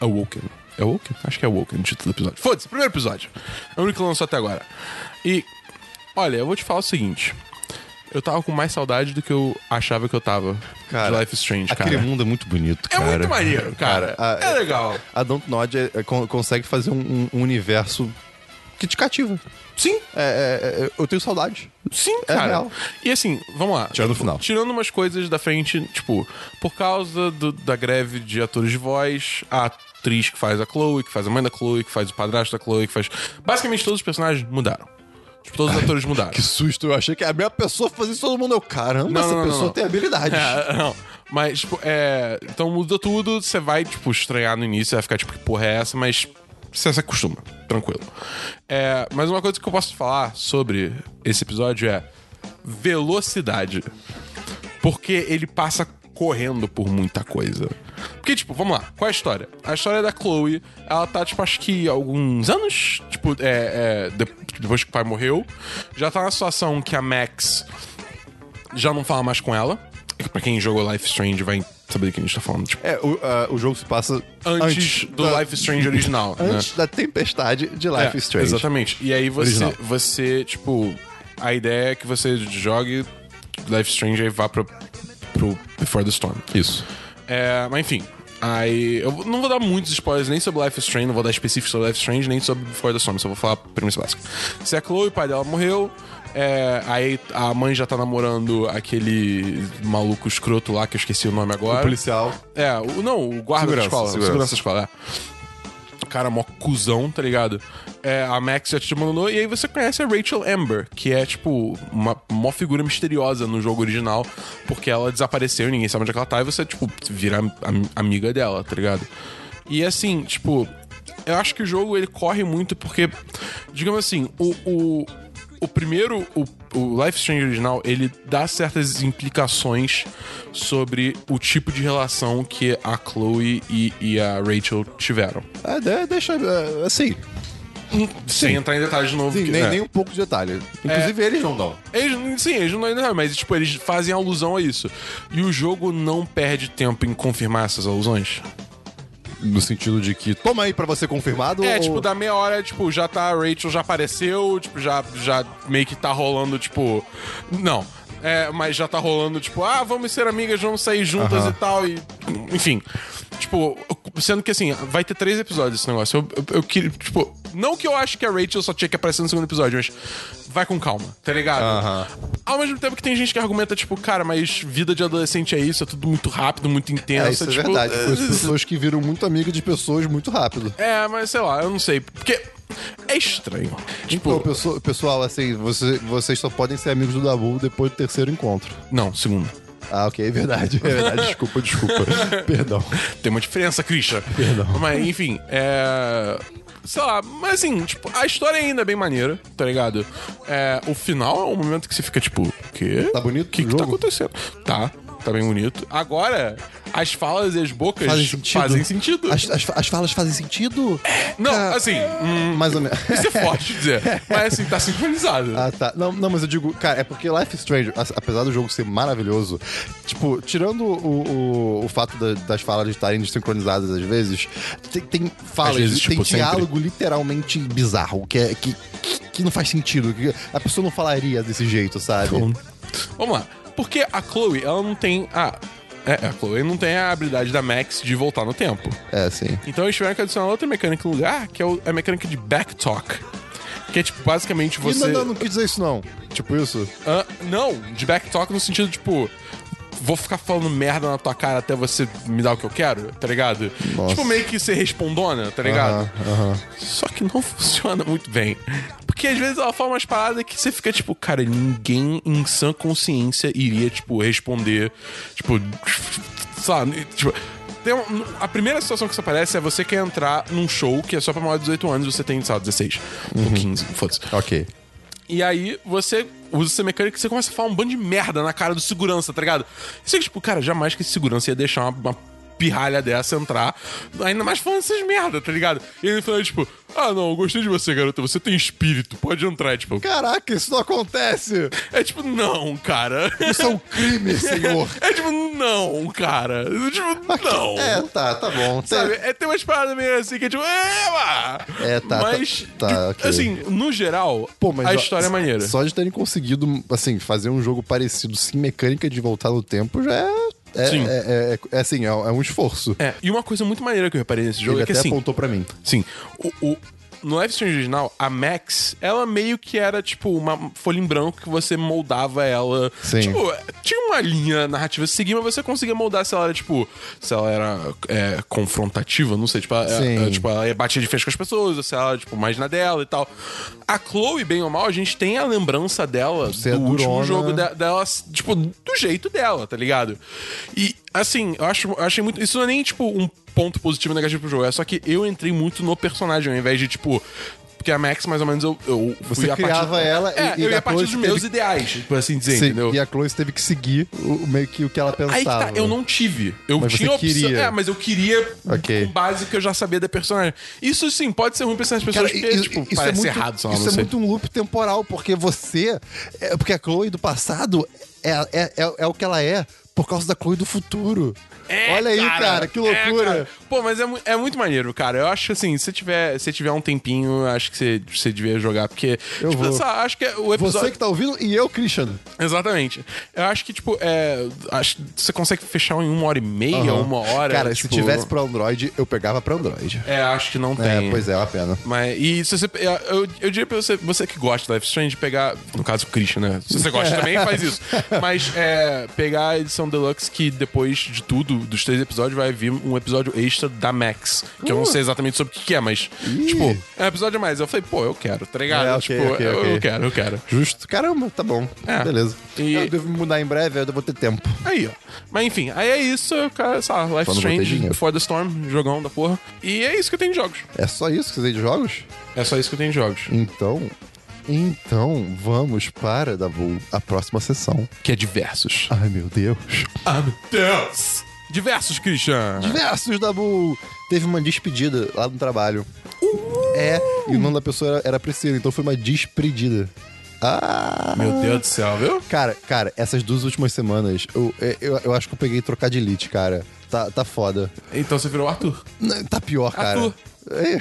[SPEAKER 1] Awoken. É Awoken? Acho que é Awoken o título do episódio. Foda-se, primeiro episódio. É o único que lançou até agora. E, olha, eu vou te falar o seguinte. Eu tava com mais saudade do que eu achava que eu tava de Life is Strange, cara.
[SPEAKER 2] Aquele mundo é muito bonito,
[SPEAKER 1] É
[SPEAKER 2] cara.
[SPEAKER 1] muito maneiro, cara.
[SPEAKER 2] Cara, ah, a-
[SPEAKER 1] é legal.
[SPEAKER 2] A Dontnod é- é con- consegue fazer um, um universo que te cativa.
[SPEAKER 1] Sim.
[SPEAKER 2] É, é, é, eu tenho saudade.
[SPEAKER 1] Sim,
[SPEAKER 2] É
[SPEAKER 1] cara.
[SPEAKER 2] real.
[SPEAKER 1] e assim, vamos lá.
[SPEAKER 2] Tirando o final.
[SPEAKER 1] Tirando umas coisas da frente, tipo, por causa do- da greve de atores de voz, a atriz que faz a Chloe, que faz a mãe da Chloe, que faz o padrasto da Chloe, que faz. Basicamente todos os personagens mudaram. Tipo, todos os atores mudaram.
[SPEAKER 2] Que susto, eu achei que a minha pessoa fazia isso todo mundo. Eu, caramba, essa pessoa tem habilidades.
[SPEAKER 1] É, não. Mas, tipo, é. Então muda tudo, você vai, tipo, estranhar no início, vai ficar, tipo, que porra é essa, mas você se acostuma, tranquilo. É, mas uma coisa que eu posso falar sobre esse episódio é velocidade. Porque ele passa correndo por muita coisa. Porque, tipo, vamos lá, qual é a história? A história da Chloe, ela tá, tipo, acho que alguns anos, tipo, é, é, de- depois que o pai morreu, já tá na situação que a Max já não fala mais com ela. Pra quem jogou Life is Strange vai saber do que a gente tá falando. Tipo,
[SPEAKER 2] É, o, ah, o jogo se passa
[SPEAKER 1] antes, do Life is Strange original. né?
[SPEAKER 2] Antes da tempestade de Life
[SPEAKER 1] É,
[SPEAKER 2] is Strange.
[SPEAKER 1] Exatamente. E aí você,
[SPEAKER 2] Original.
[SPEAKER 1] você, tipo, a ideia é que você jogue Life is Strange e vá pro, pro Before the Storm.
[SPEAKER 2] Isso.
[SPEAKER 1] É, mas enfim. Aí. Eu não vou dar muitos spoilers nem sobre Life is Strange, não vou dar específicos sobre Life is Strange, nem sobre Before the Storm, só vou falar a premissa básica. Se a Chloe, o pai dela, morreu. é, aí a mãe já tá namorando aquele maluco escroto lá, que eu esqueci o nome agora.
[SPEAKER 2] O policial.
[SPEAKER 1] É, o, não, o guarda da
[SPEAKER 2] Segurança,
[SPEAKER 1] escola. Segurança,
[SPEAKER 2] segurança.
[SPEAKER 1] segurança da escola, é. O cara é mó cuzão, tá ligado? É, a Max já te mandou, e aí você conhece a Rachel Amber, que é, tipo, uma mó figura misteriosa no jogo original, porque ela desapareceu, ninguém sabe onde é que ela tá, e você, tipo, vira am- am- amiga dela, tá ligado? E assim, tipo, eu acho que o jogo ele corre muito porque, digamos assim, o, o, o primeiro, o, o Life is Strange original, ele dá certas implicações sobre o tipo de relação que a Chloe e, e a Rachel tiveram.
[SPEAKER 2] Ah, de- deixa. ah, assim.
[SPEAKER 1] Sem entrar em detalhes de novo.
[SPEAKER 2] Sim,
[SPEAKER 1] que-
[SPEAKER 2] nem,
[SPEAKER 1] é.
[SPEAKER 2] nem um pouco de detalhe. Inclusive, eles não dão.
[SPEAKER 1] Eles, sim, eles não ainda não, mas tipo, eles fazem alusão a isso. E o jogo não perde tempo em confirmar essas alusões.
[SPEAKER 2] No sentido de que. Toma aí pra você confirmado.
[SPEAKER 1] É,
[SPEAKER 2] ou-
[SPEAKER 1] tipo, da meia hora, tipo, já tá, a Rachel já apareceu, tipo, já, já meio que tá rolando, tipo. Não. É, mas já tá rolando, tipo, ah, vamos ser amigas, vamos sair juntas e tal, e. Enfim. Tipo, sendo que assim, vai ter três episódios esse negócio. Eu, eu, eu queria, tipo, não que eu acho que a Rachel só tinha que aparecer no segundo episódio, mas vai com calma, tá ligado? Ao mesmo tempo que tem gente que argumenta, tipo, cara, mas vida de adolescente é isso, é tudo muito rápido, muito intenso.
[SPEAKER 2] É, isso é
[SPEAKER 1] tipo,
[SPEAKER 2] verdade. Foi as pessoas que viram muito amiga de pessoas muito rápido.
[SPEAKER 1] É, mas sei lá, eu não sei. Porque é estranho. Tipo,
[SPEAKER 2] Então, pessoa- pessoal, assim, você- vocês só podem ser amigos do Dabu depois do terceiro encontro.
[SPEAKER 1] Não, segundo.
[SPEAKER 2] Ah, ok, é verdade. É verdade, desculpa, desculpa. Perdão.
[SPEAKER 1] Tem uma diferença, Christian.
[SPEAKER 2] Perdão.
[SPEAKER 1] Mas, enfim, é. Sei lá, mas assim, tipo, a história ainda é bem maneira, tá ligado? É, o final é um momento que você fica tipo, o quê?
[SPEAKER 2] Tá bonito
[SPEAKER 1] O que,
[SPEAKER 2] o
[SPEAKER 1] que tá
[SPEAKER 2] jogo?
[SPEAKER 1] acontecendo? Tá, tá bem bonito. Agora, as falas e as bocas
[SPEAKER 2] Fazem sentido?
[SPEAKER 1] fazem sentido.
[SPEAKER 2] As, as, as falas fazem sentido?
[SPEAKER 1] Não,
[SPEAKER 2] Ah,
[SPEAKER 1] assim, hum,
[SPEAKER 2] Mais ou menos.
[SPEAKER 1] isso é forte dizer. Mas assim, tá sincronizado.
[SPEAKER 2] Ah, tá. Não, não, mas eu digo, cara, é porque Life is Strange, a- apesar do jogo ser maravilhoso, tipo, tirando o, o, o fato da- das falas estarem desincronizadas às vezes, tem, tem falas,
[SPEAKER 1] Às vezes,
[SPEAKER 2] tem
[SPEAKER 1] tipo, sempre.
[SPEAKER 2] diálogo literalmente bizarro, que, é, que, que- que não faz sentido. que a pessoa não falaria desse jeito, sabe?
[SPEAKER 1] Vamos lá. Porque a Chloe, ela não tem a. É, a Chloe não tem a habilidade da Max de voltar no tempo.
[SPEAKER 2] É, sim.
[SPEAKER 1] Então eles tiveram que adicionar outra mecânica no lugar, que é o- a mecânica de backtalk. Que é tipo, basicamente
[SPEAKER 2] E
[SPEAKER 1] você.
[SPEAKER 2] não, não, não quis dizer isso, não. Tipo isso.
[SPEAKER 1] Hã? não, de backtalk no sentido, tipo. Vou ficar falando merda na tua cara até você me dar o que eu quero, tá ligado?
[SPEAKER 2] Nossa.
[SPEAKER 1] Tipo, meio que ser respondona, tá ligado?
[SPEAKER 2] Aham, aham.
[SPEAKER 1] Só que não funciona muito bem. Porque às vezes ela fala umas paradas que você fica tipo, cara, ninguém em sã consciência iria, tipo, responder. Tipo, sabe? Tipo. Tem um- a primeira situação que isso aparece é você quer entrar num show que é só pra maior de 18 anos e você tem, sei lá, 16
[SPEAKER 2] Uhum.
[SPEAKER 1] ou 15, foda-se.
[SPEAKER 2] Ok.
[SPEAKER 1] E aí você usa essa mecânica e você começa a falar um bando de merda na cara do segurança, tá ligado? E você, tipo, cara, jamais que esse segurança ia deixar uma, uma pirralha dessa entrar, ainda mais falando essas merda, tá ligado? E ele falou, tipo, ah, não, eu gostei de você, garota, você tem espírito, pode entrar, E, tipo...
[SPEAKER 2] Caraca, isso não acontece!
[SPEAKER 1] É tipo, não, cara.
[SPEAKER 2] Isso é um crime, senhor!
[SPEAKER 1] É tipo, não, cara. É tipo, não.
[SPEAKER 2] É, tá, tá bom. Tá-
[SPEAKER 1] Sabe? É, tem umas paradas meio assim que é tipo, é, lá.
[SPEAKER 2] É, tá, tá,
[SPEAKER 1] Mas,
[SPEAKER 2] tá, ok.
[SPEAKER 1] assim, no geral,
[SPEAKER 2] Pô, mas
[SPEAKER 1] a
[SPEAKER 2] ó,
[SPEAKER 1] história é maneira.
[SPEAKER 2] Só de terem conseguido, assim, fazer um jogo parecido sem mecânica de voltar no tempo já é. É,
[SPEAKER 1] Sim.
[SPEAKER 2] é- é- é assim, é, é um esforço.
[SPEAKER 1] É, e uma coisa muito maneira que eu reparei nesse jogo
[SPEAKER 2] Ele
[SPEAKER 1] é que
[SPEAKER 2] até
[SPEAKER 1] assim.
[SPEAKER 2] apontou pra mim.
[SPEAKER 1] Sim. O, o- no Life Strange original, a Max, ela meio que era, tipo, uma folha em branco que você moldava ela.
[SPEAKER 2] Sim.
[SPEAKER 1] Tipo, tinha uma linha narrativa a seguir, mas você conseguia moldar se ela era, tipo, se ela era é, confrontativa, não sei, tipo, ela,
[SPEAKER 2] Sim.
[SPEAKER 1] é, é, tipo, ela batia de frente com as pessoas, ou se ela era, tipo, mais na dela e tal. A Chloe, bem ou mal, a gente tem a lembrança dela
[SPEAKER 2] Você é
[SPEAKER 1] do último
[SPEAKER 2] durona.
[SPEAKER 1] jogo da- dela, tipo, do jeito dela, tá ligado? E, assim, eu acho, eu achei muito. Isso não é nem, tipo, um ponto positivo e negativo pro jogo, é só que eu entrei muito no personagem, ao invés de, tipo. Porque a Max, mais ou menos, eu. eu
[SPEAKER 2] Você
[SPEAKER 1] fui a
[SPEAKER 2] criava
[SPEAKER 1] partir,
[SPEAKER 2] ela e-
[SPEAKER 1] é,
[SPEAKER 2] e
[SPEAKER 1] eu ia a
[SPEAKER 2] depois
[SPEAKER 1] partir dos
[SPEAKER 2] teve-
[SPEAKER 1] meus ideais, por assim dizer,
[SPEAKER 2] Sim,
[SPEAKER 1] entendeu?
[SPEAKER 2] E a Chloe teve que seguir o, o meio que o que ela pensava.
[SPEAKER 1] Aí que tá, eu não tive. Eu
[SPEAKER 2] né? Mas você
[SPEAKER 1] tinha opção.
[SPEAKER 2] queria.
[SPEAKER 1] É, mas eu queria
[SPEAKER 2] Ok.
[SPEAKER 1] com base que eu já sabia da personagem. Isso sim, pode ser ruim pra essas pessoas,
[SPEAKER 2] Cara,
[SPEAKER 1] porque,
[SPEAKER 2] isso,
[SPEAKER 1] tipo,
[SPEAKER 2] isso é
[SPEAKER 1] parece
[SPEAKER 2] muito,
[SPEAKER 1] errado, sei lá,
[SPEAKER 2] isso
[SPEAKER 1] não
[SPEAKER 2] é
[SPEAKER 1] sei.
[SPEAKER 2] muito um loop temporal, porque você. É, porque a Chloe do passado é, é, é, é o que ela é por causa da Chloe do futuro.
[SPEAKER 1] É,
[SPEAKER 2] Olha aí, cara, que
[SPEAKER 1] É,
[SPEAKER 2] loucura.
[SPEAKER 1] cara. Pô, mas é, mu- é muito maneiro, cara. Eu acho que assim, se tiver, se tiver um tempinho, eu acho que você, você devia jogar, porque.
[SPEAKER 2] Eu vou.
[SPEAKER 1] essa- acho que é o
[SPEAKER 2] Você
[SPEAKER 1] episódio.
[SPEAKER 2] que tá ouvindo e eu, Christian.
[SPEAKER 1] Exatamente. Eu acho que, tipo, é. Acho, você consegue fechar em uma hora e meia,
[SPEAKER 2] Aham.
[SPEAKER 1] uma hora.
[SPEAKER 2] Cara,
[SPEAKER 1] tipo,
[SPEAKER 2] se tivesse pra Android, eu pegava pra Android.
[SPEAKER 1] É, acho que não tem.
[SPEAKER 2] É, pois é, é uma pena.
[SPEAKER 1] Mas, e se você. Eu, eu diria pra você, você que gosta da Life Strange, pegar. No caso, o Christian, né? Se você gosta também, faz isso. Mas, é. Pegar a edição Deluxe, que depois de tudo, dos três episódios, vai vir um episódio extra da Max. Que eu não sei exatamente sobre o que que é, mas.
[SPEAKER 2] Uh! Ih.
[SPEAKER 1] Tipo, é um episódio a mais. Eu falei, pô, eu quero, tá ligado?
[SPEAKER 2] É, ok,
[SPEAKER 1] tipo,
[SPEAKER 2] ok,
[SPEAKER 1] eu,
[SPEAKER 2] ok.
[SPEAKER 1] eu quero, eu quero.
[SPEAKER 2] Justo. Caramba, tá bom.
[SPEAKER 1] É.
[SPEAKER 2] Beleza.
[SPEAKER 1] E-
[SPEAKER 2] Eu devo me mudar em breve, eu vou ter tempo.
[SPEAKER 1] Aí, ó. Mas enfim, aí é isso, cara. Sei lá, Life
[SPEAKER 2] Só não botei
[SPEAKER 1] Strange,
[SPEAKER 2] dinheiro.
[SPEAKER 1] Before the Storm, jogão da porra. E é isso que eu tenho de jogos.
[SPEAKER 2] É só isso que você tem de jogos?
[SPEAKER 1] É só isso que eu tenho de jogos.
[SPEAKER 2] Então. Então, vamos para, Dabu, a próxima sessão.
[SPEAKER 1] Que é diversos.
[SPEAKER 2] Ai, meu Deus.
[SPEAKER 1] Ah, meu Deus! Diversos, Christian!
[SPEAKER 2] Diversos, Dabu! Teve uma despedida lá no trabalho.
[SPEAKER 1] Uh!
[SPEAKER 2] É, e o nome da pessoa era, era Priscila, então foi uma despedida. Ah!
[SPEAKER 1] Meu Deus do céu, viu?
[SPEAKER 2] Cara, cara, essas duas últimas semanas, eu, é, eu, eu acho que eu peguei trocar de elite, cara. Tá, tá foda.
[SPEAKER 1] Então você virou Arthur.
[SPEAKER 2] Não, Tá pior, cara.
[SPEAKER 1] Arthur.
[SPEAKER 2] É.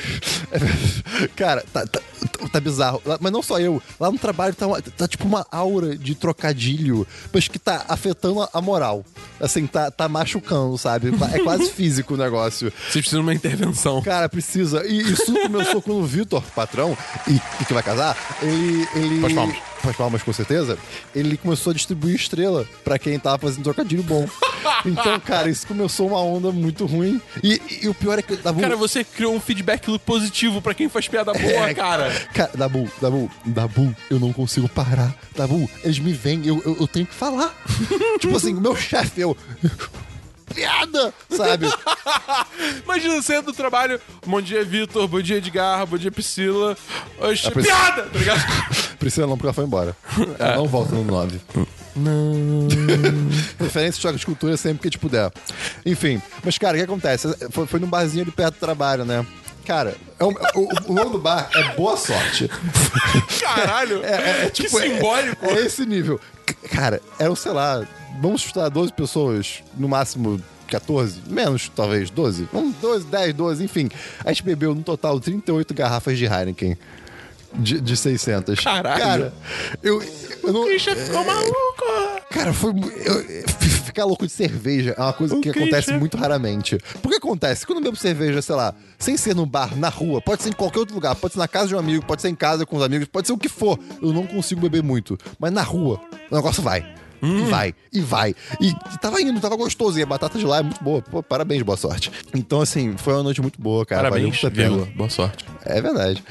[SPEAKER 2] Cara, tá, tá- Tá- Tá bizarro. Lá- Mas não só eu. Lá no trabalho tá, uma- tá tipo uma aura de trocadilho, mas que tá afetando a- a moral. Assim, tá, tá machucando, sabe? É quase físico o negócio.
[SPEAKER 1] Vocês precisam de uma intervenção.
[SPEAKER 2] Cara, precisa. E isso começou quando o Vitor, patrão, e, e que vai casar, ele. ele
[SPEAKER 1] Faz palmas.
[SPEAKER 2] Faz palmas, com certeza. Ele começou a distribuir estrela pra quem tava fazendo trocadilho bom. Então, cara, isso começou uma onda muito ruim. E, e o pior é que. Dabu,
[SPEAKER 1] Cara, você criou um feedback positivo pra quem faz piada boa,
[SPEAKER 2] É,
[SPEAKER 1] cara.
[SPEAKER 2] Cara, Dabu, Dabu, Dabu, eu não consigo parar. Dabu, eles me veem, eu, eu, eu tenho que falar. tipo assim, o meu chefe, eu. Piada! Sabe?
[SPEAKER 1] Imagina, você entra do trabalho. Bom dia, Vitor. Bom dia, Edgar. Bom dia, Priscila. Oxe,
[SPEAKER 2] A Pris-
[SPEAKER 1] piada! Tá ligado?
[SPEAKER 2] Priscila não, porque ela foi embora. Ela não volta no 9. Não. Referência de choque de cultura sempre que te puder. Enfim, mas cara, o que acontece? Foi, foi num barzinho ali perto do trabalho, né? Cara, é um- o, o nome do bar é Boa Sorte.
[SPEAKER 1] Caralho!
[SPEAKER 2] É, é, tipo,
[SPEAKER 1] que
[SPEAKER 2] é-
[SPEAKER 1] simbólico!
[SPEAKER 2] É, esse nível. C- Cara, eram, sei lá, vamos chutar 12 pessoas, no máximo 14, menos talvez 12. Vamos, 12, 10, 12, enfim. A gente bebeu no total 38 garrafas de Heineken. De, de 600.
[SPEAKER 1] Caralho.
[SPEAKER 2] Cara, eu, eu não.
[SPEAKER 1] Christian ficou é maluco!
[SPEAKER 2] Cara, foi. mu- eu- eu- ficar louco de cerveja é uma coisa que acontece
[SPEAKER 1] Christian.
[SPEAKER 2] muito raramente. Porque acontece, quando eu bebo cerveja, sei lá, sem ser num bar, na rua, pode ser em qualquer outro lugar, pode ser na casa de um amigo, pode ser em casa com os amigos, pode ser o que for, eu não consigo beber muito. Mas na rua, o negócio vai. E vai, e vai. E tava indo, tava gostoso. E a batata de lá é muito boa. Pô, parabéns, boa sorte. Então, assim, foi uma noite muito boa, cara.
[SPEAKER 1] Parabéns,
[SPEAKER 2] Valeu muito a pena.
[SPEAKER 1] vírgula. Boa sorte.
[SPEAKER 2] É verdade.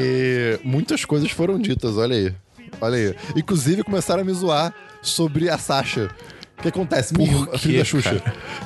[SPEAKER 2] E muitas coisas foram ditas, olha aí. Olha aí. Inclusive começaram a me zoar sobre a Sasha. O que acontece? Minha irmã,
[SPEAKER 11] quê,
[SPEAKER 2] filha da Xuxa.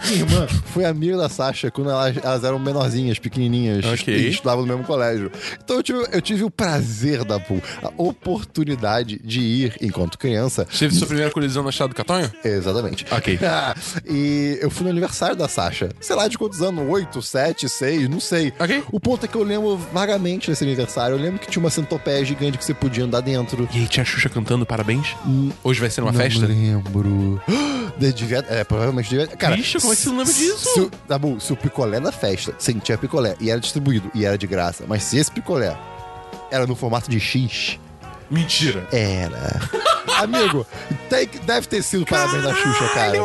[SPEAKER 2] Minha irmã foi amiga da Sasha quando elas, elas eram menorzinhas, pequenininhas.
[SPEAKER 1] Ok.
[SPEAKER 2] E estudavam no mesmo colégio. Então eu tive, eu tive o prazer, da Dabu, a oportunidade de ir, enquanto criança,
[SPEAKER 1] Você teve sua primeira colisão na Estrada do Catonha?
[SPEAKER 2] Exatamente.
[SPEAKER 1] Ok.
[SPEAKER 2] Ah, e eu fui no aniversário da Sasha. Sei lá de quantos anos, 8, 7, 6, não sei.
[SPEAKER 1] Ok.
[SPEAKER 2] O ponto é que eu lembro vagamente desse aniversário. Eu lembro que tinha uma centopeia gigante que você podia andar dentro.
[SPEAKER 1] E aí, tinha a Xuxa cantando parabéns? Hoje vai ser uma
[SPEAKER 2] Hum. não
[SPEAKER 1] festa?
[SPEAKER 2] lembro. De- devia- é, provavelmente devia. Cara,
[SPEAKER 1] Bicho, como é que você não lembra
[SPEAKER 2] se-
[SPEAKER 1] disso?
[SPEAKER 2] Se, o- tá bom, se o picolé da festa, sim, tinha picolé e era distribuído e era de graça. Mas se esse picolé era no formato de X,
[SPEAKER 1] Mentira.
[SPEAKER 2] era. Amigo, tem que- deve ter sido parabéns da Xuxa, cara.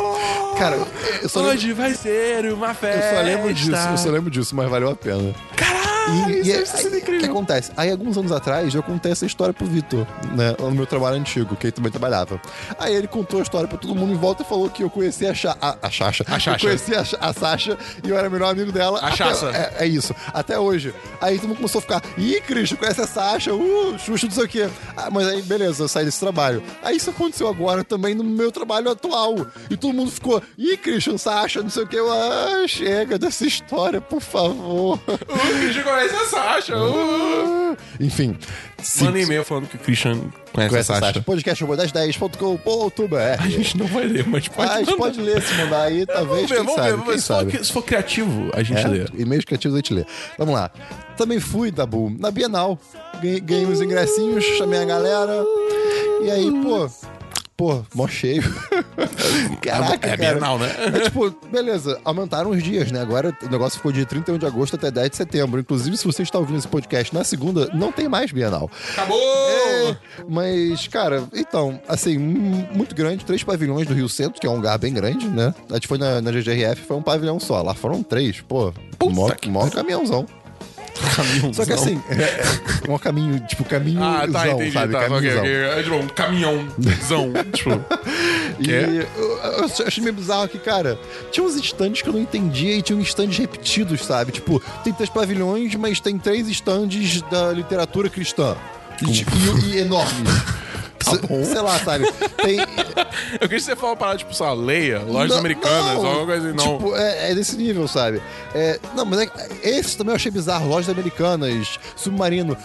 [SPEAKER 2] Cara, eu só lembro-
[SPEAKER 1] Hoje vai ser uma
[SPEAKER 2] É. Eu
[SPEAKER 1] festa.
[SPEAKER 2] só lembro disso, eu só lembro disso, mas valeu a pena.
[SPEAKER 1] Caralho,
[SPEAKER 2] E, e
[SPEAKER 1] isso
[SPEAKER 2] é,
[SPEAKER 1] deve ter sido
[SPEAKER 2] aí, o que
[SPEAKER 1] incrível.
[SPEAKER 2] acontece? Aí, alguns anos atrás, eu contei essa história pro Vitor, né? Lá no meu trabalho antigo, que ele também trabalhava. Aí ele contou a história pra todo mundo em volta e falou que eu conheci a, Cha a, a Chacha.
[SPEAKER 1] A Chacha.
[SPEAKER 2] Eu conheci a, Cha- a Sasha e eu era o melhor amigo dela.
[SPEAKER 1] A
[SPEAKER 2] Até-
[SPEAKER 1] Chacha.
[SPEAKER 2] É, é isso. Até hoje. Aí todo mundo começou a ficar, ih, Cristo, conhece a Sasha, uh, Xuxa, não sei o quê. Ah, mas aí, beleza, eu saí desse trabalho. Aí isso aconteceu agora também no meu trabalho atual. E todo mundo ficou, ih, Christian, Sasha, não sei o quê. Eu, ah, chega dessa história, por favor.
[SPEAKER 1] O Christian conhece a Sasha. Uh.
[SPEAKER 2] Enfim. se-
[SPEAKER 1] Manda um e-mail falando que o Christian conhece,
[SPEAKER 2] Conhece
[SPEAKER 1] a
[SPEAKER 2] a
[SPEAKER 1] Sasha.
[SPEAKER 2] Sasha. Podcast 1010.com.br.
[SPEAKER 1] A gente não vai ler, mas pode
[SPEAKER 2] Ah, a gente
[SPEAKER 1] mandar.
[SPEAKER 2] pode ler se mandar aí, talvez.
[SPEAKER 1] Vamos ver,
[SPEAKER 2] quem
[SPEAKER 1] vamos
[SPEAKER 2] sabe,
[SPEAKER 1] ver.
[SPEAKER 2] quem
[SPEAKER 1] Mas se for,
[SPEAKER 2] sabe.
[SPEAKER 1] que- se for criativo, a gente lê.
[SPEAKER 2] É, e-mails criativos a gente lê. Vamos lá. Também fui, Dabu, na Bienal. Ganhei, ganhei uns ingressinhos, chamei a galera. E aí, pô. Pô, mó cheio. Caraca,
[SPEAKER 1] É a
[SPEAKER 2] cara.
[SPEAKER 1] Bienal, né?
[SPEAKER 2] É tipo, beleza, aumentaram os dias, né? Agora o negócio ficou de 31 de agosto até 10 de setembro. Inclusive, se você está ouvindo esse podcast na segunda, não tem mais Bienal.
[SPEAKER 1] Acabou!
[SPEAKER 2] É, mas, cara, então, assim, hum, muito grande, três pavilhões do Rio Centro, que é um lugar bem grande, né? A gente foi na, na GGRF, foi um pavilhão só. Lá foram três, pô. Mó, mó caminhãozão. Só que assim, é, é um caminho, tipo, caminhozão,
[SPEAKER 1] Ah, tá, entendi.
[SPEAKER 2] sabe?
[SPEAKER 1] Tá, ok,
[SPEAKER 2] caminhozão.
[SPEAKER 1] ok. É tipo um caminhãozão. tipo,
[SPEAKER 2] E
[SPEAKER 1] É.
[SPEAKER 2] eu, eu achei meio bizarro que, cara, tinha uns stands que eu não entendia e tinha uns stands repetidos, sabe? Tipo, tem três pavilhões, mas tem três stands da literatura cristã. E, tipo, e, e enormes. Se-
[SPEAKER 1] Tá
[SPEAKER 2] Sei lá, sabe? Tem.
[SPEAKER 1] eu queria que você falasse uma parada, tipo, sei lá, leia, lojas
[SPEAKER 2] Não,
[SPEAKER 1] americanas,
[SPEAKER 2] não.
[SPEAKER 1] alguma coisa assim. Não.
[SPEAKER 2] Tipo, é, é desse nível, sabe? É, não, mas é, esse também eu achei bizarro. Lojas americanas, submarino.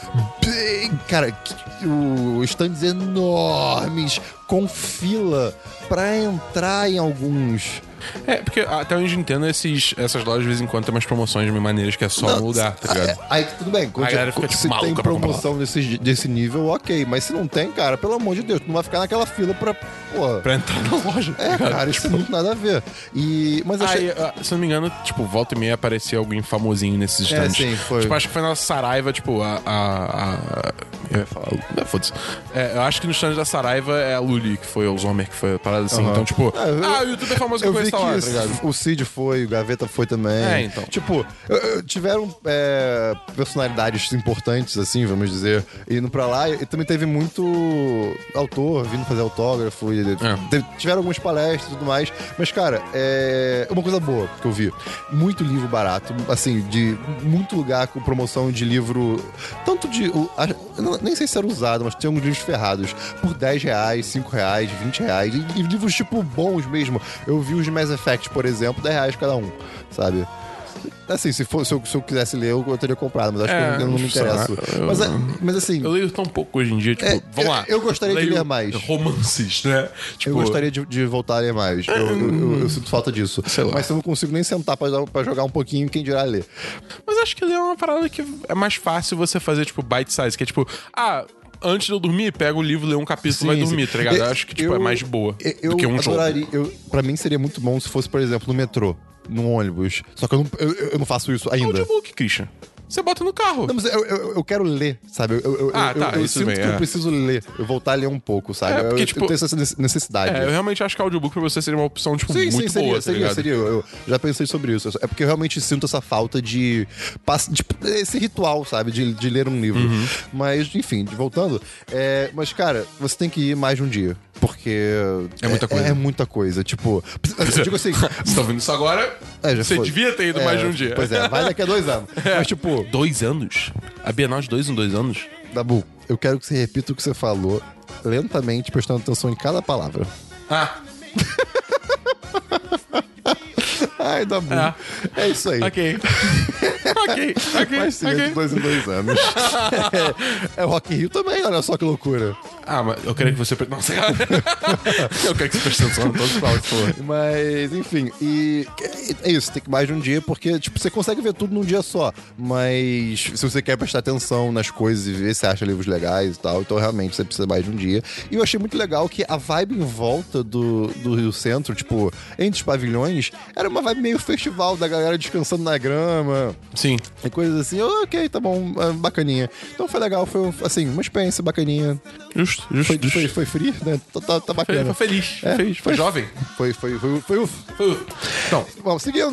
[SPEAKER 2] Bem, cara, que- o, stands enormes, com fila pra entrar em alguns.
[SPEAKER 1] É, porque até onde eu entendo, esses, essas lojas de vez em quando tem umas promoções de maneiras que é só um lugar, tá ligado?
[SPEAKER 2] Aí tudo bem, quando
[SPEAKER 1] a galera fica, tipo,
[SPEAKER 2] se
[SPEAKER 1] maluca
[SPEAKER 2] tem
[SPEAKER 1] pra comprar
[SPEAKER 2] promoção desse, desse nível, ok. Mas se não tem, cara, pelo amor de Deus, tu não vai ficar naquela fila pra. Porra.
[SPEAKER 1] Pra entrar na loja. tá
[SPEAKER 2] É, cara, isso não tem nada a ver. E. Mas achei.
[SPEAKER 1] Aí, ah, se eu não me engano, tipo, volta e meia aparecia alguém famosinho nesses
[SPEAKER 2] É,
[SPEAKER 1] stands.
[SPEAKER 2] sim, foi.
[SPEAKER 1] Tipo, acho que foi na Saraiva, tipo, a. a, a- eu ia falar. Não, foda-se. É, eu acho que no stand da Saraiva é a Luli que foi, ou o Zomer que foi, a parada assim.
[SPEAKER 2] Aham.
[SPEAKER 1] Então, tipo,
[SPEAKER 2] Ah, eu-
[SPEAKER 1] ah, o youtuber famoso que
[SPEAKER 2] Eu
[SPEAKER 1] foi
[SPEAKER 2] vi que
[SPEAKER 1] essa lá, tá
[SPEAKER 2] esse-
[SPEAKER 1] ligado?
[SPEAKER 2] o Cid foi, o Gaveta foi também.
[SPEAKER 1] É, então.
[SPEAKER 2] Tipo, eu- eu- tiveram é, personalidades importantes, assim, vamos dizer, indo pra lá. E também teve muito autor vindo fazer autógrafo. E, teve- tiveram algumas palestras e tudo mais. Mas, cara, é uma coisa boa que eu vi. Muito livro barato, assim, de muito lugar com promoção de livro. Tanto de. o- a- eu não- nem sei se era usado, mas tinha uns livros ferrados. Por 10 reais, 5 reais, 20 reais. E, e livros, tipo, bons mesmo. Eu vi os de Mass Effect, por exemplo, 10 reais cada um, sabe? Assim, se, for, se, eu, se eu quisesse ler, eu, eu teria comprado, mas acho
[SPEAKER 1] É,
[SPEAKER 2] que eu, eu não me
[SPEAKER 1] sei lá,
[SPEAKER 2] interesso.
[SPEAKER 1] eu-
[SPEAKER 2] Mas, é- mas assim.
[SPEAKER 1] Eu leio tão pouco hoje em dia, tipo,
[SPEAKER 2] É,
[SPEAKER 1] vamos
[SPEAKER 2] eu-
[SPEAKER 1] lá.
[SPEAKER 2] eu gostaria de
[SPEAKER 1] Leio
[SPEAKER 2] ler mais.
[SPEAKER 1] Romances, né?
[SPEAKER 2] eu gostaria de, de voltar a ler mais. Eu, eu- eu- eu sinto falta disso. Mas se eu não consigo nem sentar pra, dar- pra jogar um pouquinho, quem dirá ler.
[SPEAKER 1] Mas acho que ele é uma parada que é mais fácil você fazer, tipo, bite size, que é tipo, ah, antes de eu dormir, pega o livro, lê um capítulo e vai
[SPEAKER 2] Sim,
[SPEAKER 1] dormir,
[SPEAKER 2] sim.
[SPEAKER 1] tá ligado? Eu
[SPEAKER 2] Eu-
[SPEAKER 1] acho que, tipo, é
[SPEAKER 2] eu-
[SPEAKER 1] mais boa
[SPEAKER 2] Eu, eu
[SPEAKER 1] do que um jogo.
[SPEAKER 2] adoraria. Eu, pra mim seria muito bom se fosse, por exemplo, no metrô, num ônibus. Só que eu não, eu, eu não faço isso ainda.
[SPEAKER 1] É um Audiobook, Christian. Você bota no carro.
[SPEAKER 2] Não, mas eu, eu, eu quero ler, sabe? Eu, eu,
[SPEAKER 1] Ah,
[SPEAKER 2] eu,
[SPEAKER 1] tá,
[SPEAKER 2] eu, eu
[SPEAKER 1] isso
[SPEAKER 2] sinto
[SPEAKER 1] bem,
[SPEAKER 2] que
[SPEAKER 1] é.
[SPEAKER 2] eu preciso ler. Eu voltar a ler um pouco, sabe?
[SPEAKER 1] É, porque,
[SPEAKER 2] eu,
[SPEAKER 1] tipo,
[SPEAKER 2] eu tenho essa nece- necessidade.
[SPEAKER 1] É, eu realmente acho que audiobook pra você seria uma opção, tipo,
[SPEAKER 2] Sim,
[SPEAKER 1] muito
[SPEAKER 2] sim, seria,
[SPEAKER 1] boa, tá
[SPEAKER 2] seria,
[SPEAKER 1] ligado?
[SPEAKER 2] seria. Eu, eu já pensei sobre isso. É porque eu realmente sinto essa falta de. passe- de- esse ritual, sabe? De, de ler um livro.
[SPEAKER 1] Uhum.
[SPEAKER 2] Mas, enfim, de- voltando. é, mas, cara, você tem que ir mais de um dia. Porque.
[SPEAKER 1] É muita coisa.
[SPEAKER 2] É, muita coisa. Tipo. Eu digo assim.
[SPEAKER 1] Você tá ouvindo isso agora?
[SPEAKER 2] É, já
[SPEAKER 1] você
[SPEAKER 2] foi.
[SPEAKER 1] devia ter ido
[SPEAKER 2] É,
[SPEAKER 1] mais de um dia.
[SPEAKER 2] Pois é, vai daqui a dois anos. Mas, tipo.
[SPEAKER 1] Dois anos? A Bienal de dois em dois anos?
[SPEAKER 2] Dabu, eu quero que você repita o que você falou lentamente, prestando atenção em cada palavra.
[SPEAKER 1] Ah.
[SPEAKER 2] Ai, Dabu.
[SPEAKER 1] É.
[SPEAKER 2] É, isso aí.
[SPEAKER 1] Ok. ok, ok,
[SPEAKER 2] Mas sim, é de
[SPEAKER 1] ok.
[SPEAKER 2] dois em dois anos. é, é Rock in Rio também, olha só que loucura.
[SPEAKER 1] Ah, mas eu queria que você... Nossa, cara. eu quero que você preste atenção em todos os paus, pô.
[SPEAKER 2] Mas, enfim, e é isso, tem que mais de um dia, porque, tipo, você consegue ver tudo num dia só. Mas se você quer prestar atenção nas coisas e ver se acha livros legais e tal, então realmente você precisa mais de um dia. E eu achei muito legal que a vibe em volta do, do Rio Centro, tipo, entre os pavilhões, era uma vibe meio festival da galera descansando na grama.
[SPEAKER 1] Sim.
[SPEAKER 2] E coisas assim, eu, ok, tá bom, ah, bacaninha. Então foi legal, foi assim, uma experiência bacaninha.
[SPEAKER 1] Justo, justo,
[SPEAKER 2] Foi, foi, foi free, né? Tá, tá- tá
[SPEAKER 1] Foi,
[SPEAKER 2] bacana.
[SPEAKER 1] foi feliz.
[SPEAKER 2] É,
[SPEAKER 1] feliz. Foi,
[SPEAKER 2] foi-
[SPEAKER 1] jovem.
[SPEAKER 2] Foi, foi, foi, foi, o
[SPEAKER 1] Foi. Então,
[SPEAKER 2] Bom, seguindo.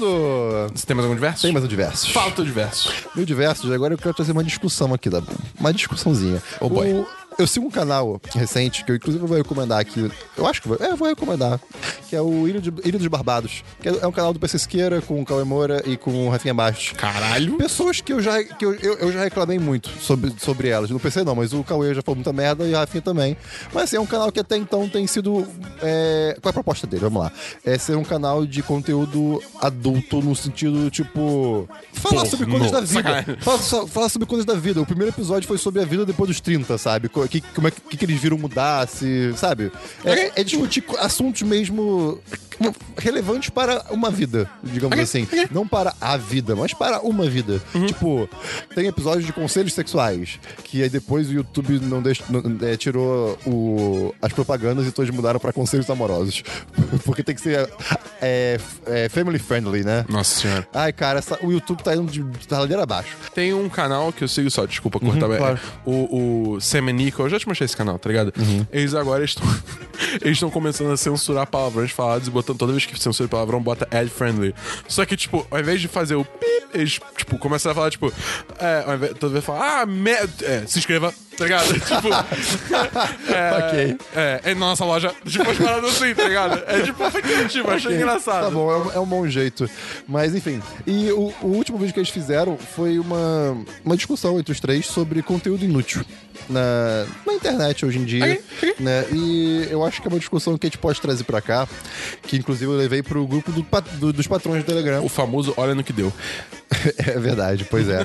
[SPEAKER 1] você tem mais algum diverso?
[SPEAKER 2] Tem mais um diversos.
[SPEAKER 1] Falta o diverso.
[SPEAKER 2] Meu diversos, agora eu quero trazer uma discussão aqui, da Uma discussãozinha.
[SPEAKER 1] Oh, boy.
[SPEAKER 2] O- eu sigo um canal recente, que eu inclusive vou recomendar aqui. Eu acho que vou. É, eu vou recomendar. Que é o Ilha, de, Ilha dos Barbados. Que é, é um canal do PC Siqueira, com o Cauê Moura e com o Rafinha Bastos.
[SPEAKER 1] Caralho.
[SPEAKER 2] Pessoas que eu já, que eu, eu, eu já reclamei muito sobre, sobre elas. No PC não, mas o Cauê já falou muita merda e o Rafinha também. Mas assim, é um canal que até então tem sido. é, Qual é a proposta dele? Vamos lá. É ser um canal de conteúdo adulto no sentido, tipo. Falar
[SPEAKER 1] Pornô.
[SPEAKER 2] sobre coisas da
[SPEAKER 1] Sacanagem.
[SPEAKER 2] vida. Fala, so- fala sobre coisas da vida. O primeiro episódio foi sobre a vida depois dos 30, sabe? Co- Que, como é que, que eles viram mudar, se. Sabe? É, é discutir co- assuntos mesmo relevantes para uma vida, digamos assim. Não para a vida, mas para uma vida. Tipo, tem episódios de conselhos sexuais, que aí depois o YouTube não deixa, não- é, tirou o- as propagandas e todos mudaram para conselhos amorosos. Porque tem que ser é, é, family friendly, né?
[SPEAKER 1] Nossa senhora.
[SPEAKER 2] Ai, cara, essa- o YouTube tá indo de, de da ladeira abaixo.
[SPEAKER 1] Tem um canal que eu sigo só, desculpa cortar. mas-
[SPEAKER 2] Uhum,
[SPEAKER 1] é
[SPEAKER 2] claro.
[SPEAKER 1] O, o Semenico, eu já te mostrei esse canal, tá ligado?
[SPEAKER 2] Uhum.
[SPEAKER 1] Eles agora estão. eles estão começando a censurar palavrões falados e botando toda vez que censura palavrão, bota ad friendly. Só que, tipo, ao invés de fazer o pip, eles, tipo, começaram a falar, tipo, é, ao invés, toda vez falar, ah, me... é, se inscreva, tá ligado? tipo.
[SPEAKER 2] Ok.
[SPEAKER 1] É, é, na nossa loja, tipo, umas paradas assim, tá ligado? É tipo, foi criativo, achei engraçado.
[SPEAKER 2] Tá bom, é um, é um bom jeito. Mas enfim. E o, o último vídeo que eles fizeram foi uma, uma discussão entre os três sobre conteúdo inútil na, na internet hoje em dia, né? E eu acho que é uma discussão que a gente pode trazer pra cá, que inclusive eu levei pro grupo do pat- do- dos patrões do Telegram.
[SPEAKER 1] O famoso olha no que deu.
[SPEAKER 2] É verdade, pois é.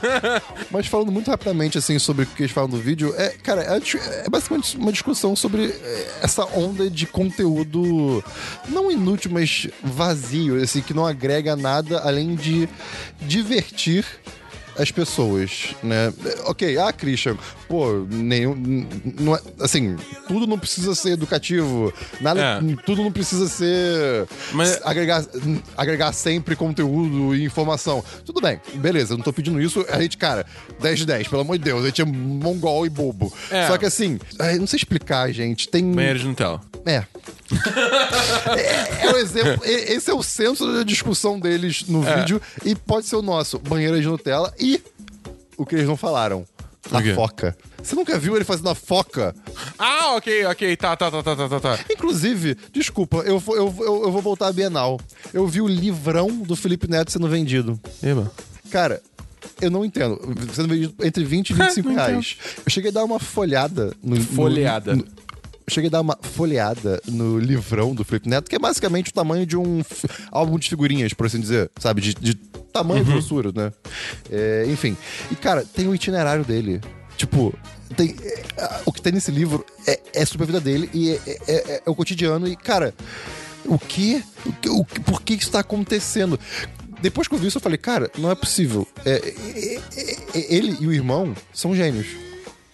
[SPEAKER 2] Mas falando muito rapidamente, assim, sobre o que eles falam do vídeo, é, cara, é, dis- é basicamente uma discussão sobre é, essa onda de conteúdo não inútil, mas vazio, assim, que não agrega nada além de divertir as pessoas, né? É, Ok, ah, Christian, pô, nenhum. n- n- Não é, assim, tudo não precisa ser educativo, nada,
[SPEAKER 1] É.
[SPEAKER 2] tudo não precisa ser
[SPEAKER 1] Mas-
[SPEAKER 2] agregar, agregar sempre conteúdo e informação. Tudo bem, beleza, eu não tô pedindo isso. A gente, cara, 10 de 10, pelo amor de Deus, a gente é mongol e bobo.
[SPEAKER 1] É.
[SPEAKER 2] Só que assim, ai, não sei explicar, gente, tem.
[SPEAKER 1] Banheiro de Nutella.
[SPEAKER 2] É. é, é o exemplo. e- Esse é o centro da discussão deles no
[SPEAKER 1] É.
[SPEAKER 2] vídeo e pode ser o nosso. Banheira de Nutella e o que eles não falaram.
[SPEAKER 1] O quê?
[SPEAKER 2] A foca. Você nunca viu ele fazendo a foca?
[SPEAKER 1] Ah, ok, ok, tá, tá, tá, tá, tá, tá, tá.
[SPEAKER 2] Inclusive, desculpa, eu vou, eu, vou- eu, eu vou voltar à Bienal. Eu vi o livrão do Felipe Neto sendo vendido.
[SPEAKER 1] Eba.
[SPEAKER 2] Cara, eu não entendo. Sendo vendido entre 20 e 25
[SPEAKER 1] Não
[SPEAKER 2] reais. Eu cheguei a dar uma folhada no. no-
[SPEAKER 1] Folheada.
[SPEAKER 2] no- eu cheguei a dar uma folheada no livrão do Felipe Neto, que é basicamente o tamanho de um f- álbum de figurinhas, por assim dizer, sabe? De, de tamanho e grossura, né? É, enfim. E, cara, tem o itinerário dele. Tipo, tem, é, a- o que tem nesse livro é, é sobre a vida dele e é, é- é- é o cotidiano. E, cara, o quê? O que, o que- por que que isso tá acontecendo? Depois que eu vi isso, eu falei, cara, não é possível. É, é- é- é- ele e o irmão são gênios.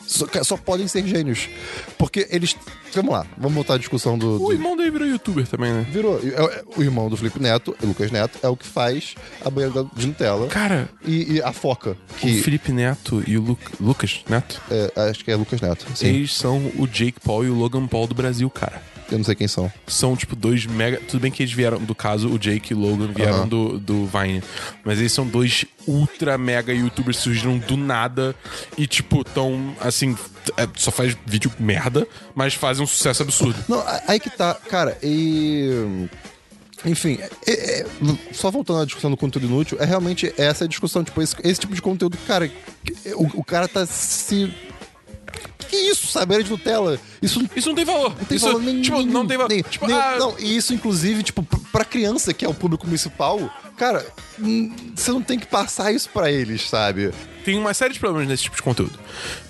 [SPEAKER 2] Só, ca- só podem ser gênios. Porque eles. Vamos lá, vamos voltar à discussão do.
[SPEAKER 1] O
[SPEAKER 2] do-
[SPEAKER 1] irmão dele virou youtuber também, né?
[SPEAKER 2] Virou. É- é- O irmão do Felipe Neto, o Lucas Neto, é o que faz a banheira da- de Nutella.
[SPEAKER 1] Cara.
[SPEAKER 2] E, e a foca,
[SPEAKER 1] O
[SPEAKER 2] que.
[SPEAKER 1] Felipe Neto e o Lu- Lucas Neto,
[SPEAKER 2] é, acho que é Lucas Neto. Sim.
[SPEAKER 1] eles são o Jake Paul e o Logan Paul do Brasil, cara.
[SPEAKER 2] Eu não sei quem são.
[SPEAKER 1] São, tipo, dois mega. Tudo bem que eles vieram, do caso, o Jake e o Logan vieram
[SPEAKER 2] Aham.
[SPEAKER 1] do, do Vine. Mas eles são dois ultra mega youtubers que surgiram do nada e, tipo, tão, assim, t- é, só faz vídeo merda, mas fazem um sucesso absurdo.
[SPEAKER 2] Não, a- aí que tá, cara, e. Enfim, é- é- só voltando à discussão do conteúdo inútil, é realmente essa a discussão, tipo, esse, esse tipo de conteúdo, cara, que- o, o cara tá se. Que isso, sabe? Era de Nutella? Isso
[SPEAKER 1] Isso não tem valor.
[SPEAKER 2] Não tem
[SPEAKER 1] isso,
[SPEAKER 2] valor nenhum.
[SPEAKER 1] tipo, não tem valor.
[SPEAKER 2] Nem-
[SPEAKER 1] Tipo,
[SPEAKER 2] nem-
[SPEAKER 1] ah,
[SPEAKER 2] Não, e isso, inclusive, tipo, pr- pra criança, que é o público municipal, cara, hum, você não tem que passar isso pra eles, sabe?
[SPEAKER 1] tem uma série de problemas nesse tipo de conteúdo.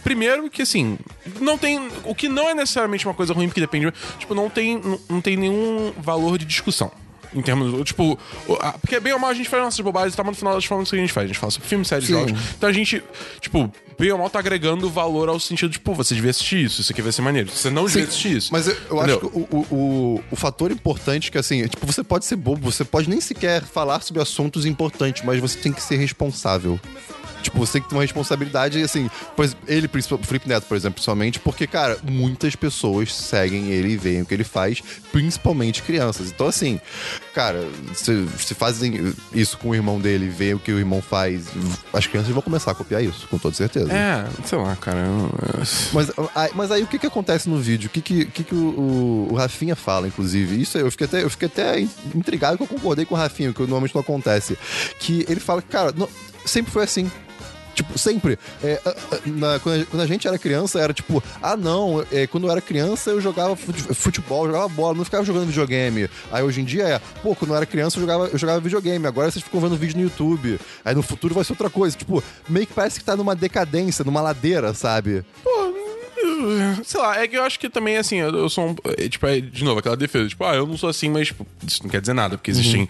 [SPEAKER 1] Primeiro que assim, não tem o que não é necessariamente uma coisa ruim porque depende, tipo, não tem não- não tem nenhum valor de discussão. Em termos, tipo, o- a- porque bem ou mal a gente faz nossas bobagens e tá mas no final das formas que a gente faz. A gente fala sobre filmes, séries,
[SPEAKER 2] Sim.
[SPEAKER 1] jogos. Então a gente, tipo, bem ou mal tá agregando valor ao sentido de, pô, você devia assistir isso, isso aqui vai ser maneiro. Você não devia assistir isso.
[SPEAKER 2] Mas eu, eu
[SPEAKER 1] Entendeu?
[SPEAKER 2] acho que o, o, o- o fator importante que, assim, é, tipo, você pode ser bobo, você pode nem sequer falar sobre assuntos importantes, mas você tem que ser responsável. Tipo, você tem que ter uma responsabilidade, assim, pois ele, principal- o Felipe Neto, por exemplo, principalmente, porque, cara, muitas pessoas seguem ele e veem o que ele faz, principalmente crianças. Então, assim, cara, se, se fazem isso com o irmão dele, veem o que o irmão faz, as crianças vão começar a copiar isso, com toda certeza.
[SPEAKER 1] É, sei lá, cara. eu não- eu-
[SPEAKER 2] Mas, aí- mas aí o que, que acontece no vídeo? O que, que, o que que o, o- o Rafinha fala, inclusive? Isso aí, eu fiquei até, eu fiquei até in- intrigado que eu concordei com o Rafinha, que normalmente não acontece. Que ele fala que, cara, não- sempre foi assim. Tipo, sempre. É, a- a- na- quando, a, quando a gente era criança, era tipo, ah não, é, quando eu era criança eu jogava fute- futebol, eu jogava bola, não ficava jogando videogame. Aí hoje em dia é, pô, quando eu era criança eu jogava, eu jogava videogame, agora vocês ficam vendo vídeo no YouTube. Aí no futuro vai ser outra coisa. Tipo, meio que parece que tá numa decadência, numa ladeira, sabe?
[SPEAKER 1] Sei lá, é que eu acho que também, assim, eu, eu sou um. é, Tipo, é, de novo, aquela defesa. Tipo, ah, eu não sou assim, mas tipo, isso não quer dizer nada, porque existem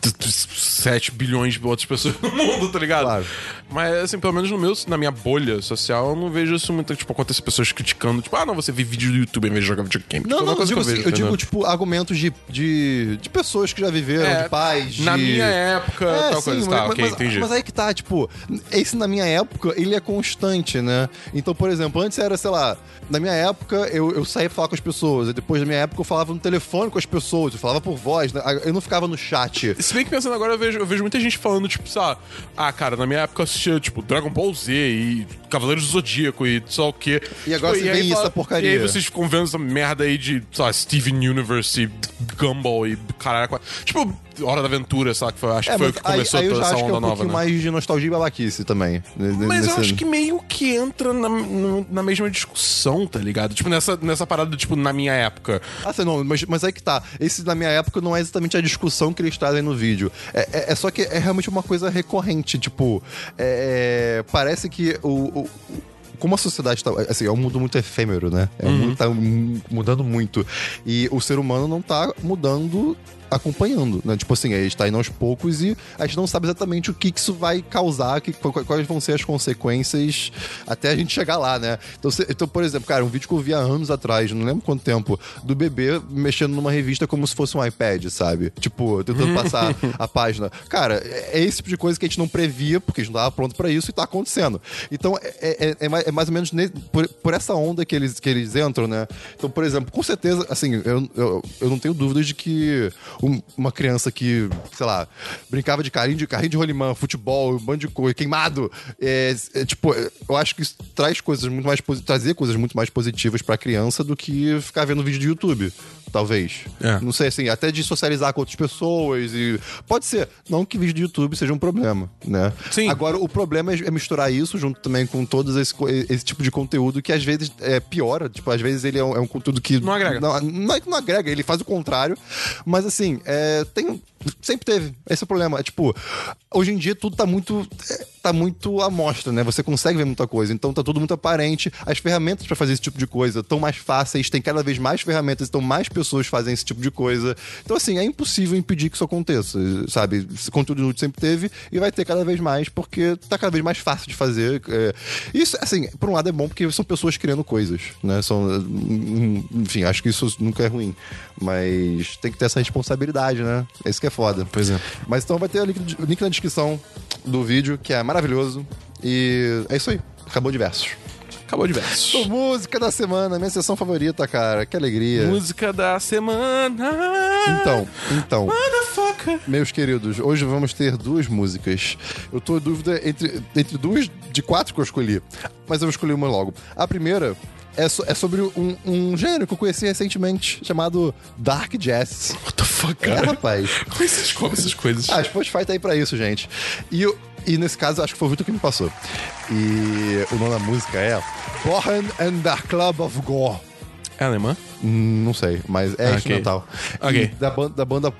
[SPEAKER 1] t- t- 7 bilhões de outras pessoas no mundo, tá ligado?
[SPEAKER 2] Claro.
[SPEAKER 1] Mas, assim, pelo menos no meu, na minha bolha social, eu não vejo isso muito. Tipo, acontecer pessoas criticando, tipo, ah, não, você vê vídeo do YouTube em vez de jogar videogame. Tipo,
[SPEAKER 2] Não,
[SPEAKER 1] é uma
[SPEAKER 2] não, eu
[SPEAKER 1] coisa que
[SPEAKER 2] digo, assim,
[SPEAKER 1] vejo,
[SPEAKER 2] eu digo,
[SPEAKER 1] entendeu?
[SPEAKER 2] tipo, argumentos de, de, de pessoas que já viveram,
[SPEAKER 1] É,
[SPEAKER 2] de pais,
[SPEAKER 1] na
[SPEAKER 2] de-
[SPEAKER 1] minha época,
[SPEAKER 2] É,
[SPEAKER 1] tal
[SPEAKER 2] sim,
[SPEAKER 1] coisa.
[SPEAKER 2] mas,
[SPEAKER 1] Tá, ok,
[SPEAKER 2] mas-
[SPEAKER 1] entendi.
[SPEAKER 2] mas aí que tá, tipo, esse na minha época, ele é constante, né? Então, por exemplo, antes era, sei lá, na minha época eu, eu saía pra falar com as pessoas, e depois da minha época eu falava no telefone com as pessoas, eu falava por voz, né? eu não ficava no chat.
[SPEAKER 1] Se bem que pensando agora, eu vejo, eu vejo muita gente falando, tipo, sei lá, ah, cara, na minha época eu assistia, tipo, Dragon Ball Z e Cavaleiros do Zodíaco e só o quê.
[SPEAKER 2] E agora
[SPEAKER 1] tipo,
[SPEAKER 2] você vem
[SPEAKER 1] aí
[SPEAKER 2] isso, essa porcaria.
[SPEAKER 1] E aí vocês ficam vendo essa merda aí de, sei lá, Steven Universe e Gumball e caralho. a quatro. Tipo,
[SPEAKER 11] Hora da Aventura, sabe? Que foi, acho que foi o
[SPEAKER 2] É, mas
[SPEAKER 11] que começou
[SPEAKER 2] aí, aí eu
[SPEAKER 11] toda
[SPEAKER 2] já
[SPEAKER 11] essa
[SPEAKER 2] acho que é
[SPEAKER 11] onda
[SPEAKER 2] um
[SPEAKER 11] nova,
[SPEAKER 2] pouquinho
[SPEAKER 11] né?
[SPEAKER 2] mais de nostalgia e balaquice também. né,
[SPEAKER 11] Mas eu acho que meio que entra na, no- na mesma discussão, tá ligado? Tipo, nessa, nessa parada, tipo, na minha época.
[SPEAKER 2] Ah, sei não, mas, mas aí que tá. Esse, na minha época, não é exatamente a discussão que eles trazem no vídeo. É, é- é só que é realmente uma coisa recorrente. Tipo, é, é, parece que o. o- como a sociedade tá. Assim, é um mundo muito efêmero, né? É um
[SPEAKER 12] Uhum.
[SPEAKER 2] mundo que tá mu- mudando muito. E o ser humano não tá mudando acompanhando, né? Tipo assim, a gente tá indo aos poucos e a gente não sabe exatamente o que que isso vai causar, que, qu- qu- quais vão ser as consequências até a gente chegar lá, né? Então, se- então, por exemplo, cara, um vídeo que eu vi há anos atrás, não lembro quanto tempo, do bebê mexendo numa revista como se fosse um iPad, sabe? Tipo, tentando passar a página. Cara, é é esse tipo de coisa que a gente não previa, porque a gente não tava pronto pra isso e tá acontecendo. Então, é, é- é mais, é mais ou menos ne- por, por essa onda que eles, que eles entram, né? Então, por exemplo, com certeza, assim, eu, eu, eu não tenho dúvidas de que um- uma criança que, sei lá, brincava de carrinho de, carrinho de rolimã, futebol, um bando de coisa, queimado, é, é, tipo, é, eu acho que isso traz coisas muito mais, posi- trazia coisas muito mais positivas pra criança do que ficar vendo vídeo de YouTube, talvez. Não sei, assim, até de socializar com outras pessoas e... Pode ser. Não que vídeo do YouTube seja um problema, né? Sim. Agora, o problema é é misturar isso junto também com todos esse, co- esse tipo de conteúdo que às vezes é, piora. Tipo, às vezes ele é um, é um conteúdo que... Não agrega. Não, não é que não agrega, ele faz o contrário. Mas, assim, é, tem... Sempre teve. Esse é o problema. É tipo, hoje em dia tudo tá muito... é, Tá muito à mostra, né? Você consegue ver muita coisa. Então tá tudo muito aparente. As ferramentas pra fazer esse tipo de coisa estão mais fáceis, tem cada vez mais ferramentas, então mais pessoas fazem esse tipo de coisa. Então, assim, é impossível impedir que isso aconteça, sabe? Esse conteúdo inútil sempre teve e vai ter cada vez mais, porque tá cada vez mais fácil de fazer. é. Isso, assim, por um lado é bom porque são pessoas criando coisas, né? São, hum, enfim, acho que isso nunca é ruim. Mas tem que ter essa responsabilidade, né? Esse que é foda. Pois é. Mas então vai ter o link, o link na descrição do vídeo, que é maravilhoso. E é isso aí. Acabou de versos.
[SPEAKER 11] Acabou de versos.
[SPEAKER 2] Então, Música da semana, minha sessão favorita, cara. Que alegria.
[SPEAKER 11] Música da semana.
[SPEAKER 2] Então, então. Meus queridos, hoje vamos ter duas músicas. Eu tô em dúvida entre, entre duas de quatro que eu escolhi, mas eu vou escolher uma logo. A primeira é, so- é sobre um, um gênero que eu conheci recentemente, chamado Dark Jazz. What the fuck,
[SPEAKER 11] cara?
[SPEAKER 2] É, rapaz.
[SPEAKER 11] Como é que você descobre essas coisas?
[SPEAKER 2] Ah, Spotify tá aí pra isso, gente. E, eu- e nesse caso, acho que foi o Vitor que me passou. E o nome da música é Born and the Club of Gore.
[SPEAKER 11] É alemã?
[SPEAKER 2] Não sei, mas é
[SPEAKER 11] Ah, ok.
[SPEAKER 2] instrumental. E
[SPEAKER 11] Ok.
[SPEAKER 2] Da, ban- da banda.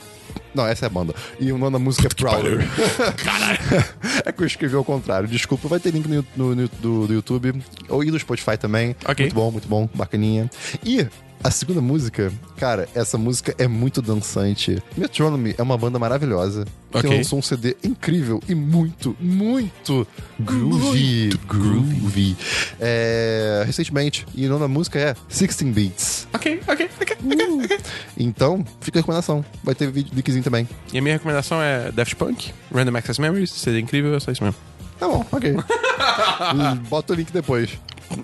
[SPEAKER 2] Não, essa é a banda. E o nome da música é Prowler. é que eu escrevi ao contrário. Desculpa, vai ter link no, no- no- do, do YouTube ou e do Spotify também. Muito bom, muito bom, bacaninha. E a segunda música, cara, essa música é muito dançante. Metronomy é uma banda maravilhosa.
[SPEAKER 11] Ok.
[SPEAKER 2] Que lançou um CD incrível e muito, muito groovy. groovy. É, recentemente. E o nome da música é 16 Beats.
[SPEAKER 11] Ok, ok, ok,
[SPEAKER 2] ok. Então, fica a recomendação. Vai ter vídeo linkzinho também.
[SPEAKER 11] E a minha recomendação é Daft Punk, Random Access Memories, CD incrível, é só isso mesmo.
[SPEAKER 2] Tá bom, ok. Bota o link depois.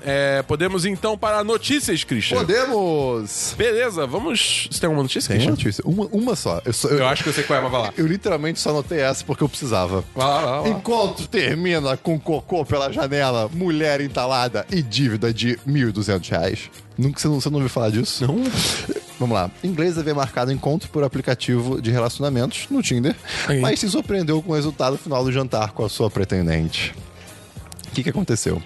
[SPEAKER 11] É, podemos então para notícias, Christian?
[SPEAKER 2] Podemos!
[SPEAKER 11] Beleza, vamos. Você tem alguma notícia,
[SPEAKER 2] Tem uma
[SPEAKER 11] Christian?
[SPEAKER 2] notícia. Uma, uma só. Eu, só- eu-
[SPEAKER 11] Eu acho que eu sei qual é, mas vai lá.
[SPEAKER 2] eu literalmente só anotei essa porque eu precisava.
[SPEAKER 11] Vai lá, vai lá. vai lá.
[SPEAKER 2] Encontro termina com cocô pela janela, mulher entalada e dívida de 1.200 reais. Nunca você não, você não ouviu falar disso? Não. Vamos lá. Inglês havia marcado encontro por aplicativo de relacionamentos no Tinder, mas se surpreendeu com o resultado final do jantar com a sua pretendente. O que, que aconteceu?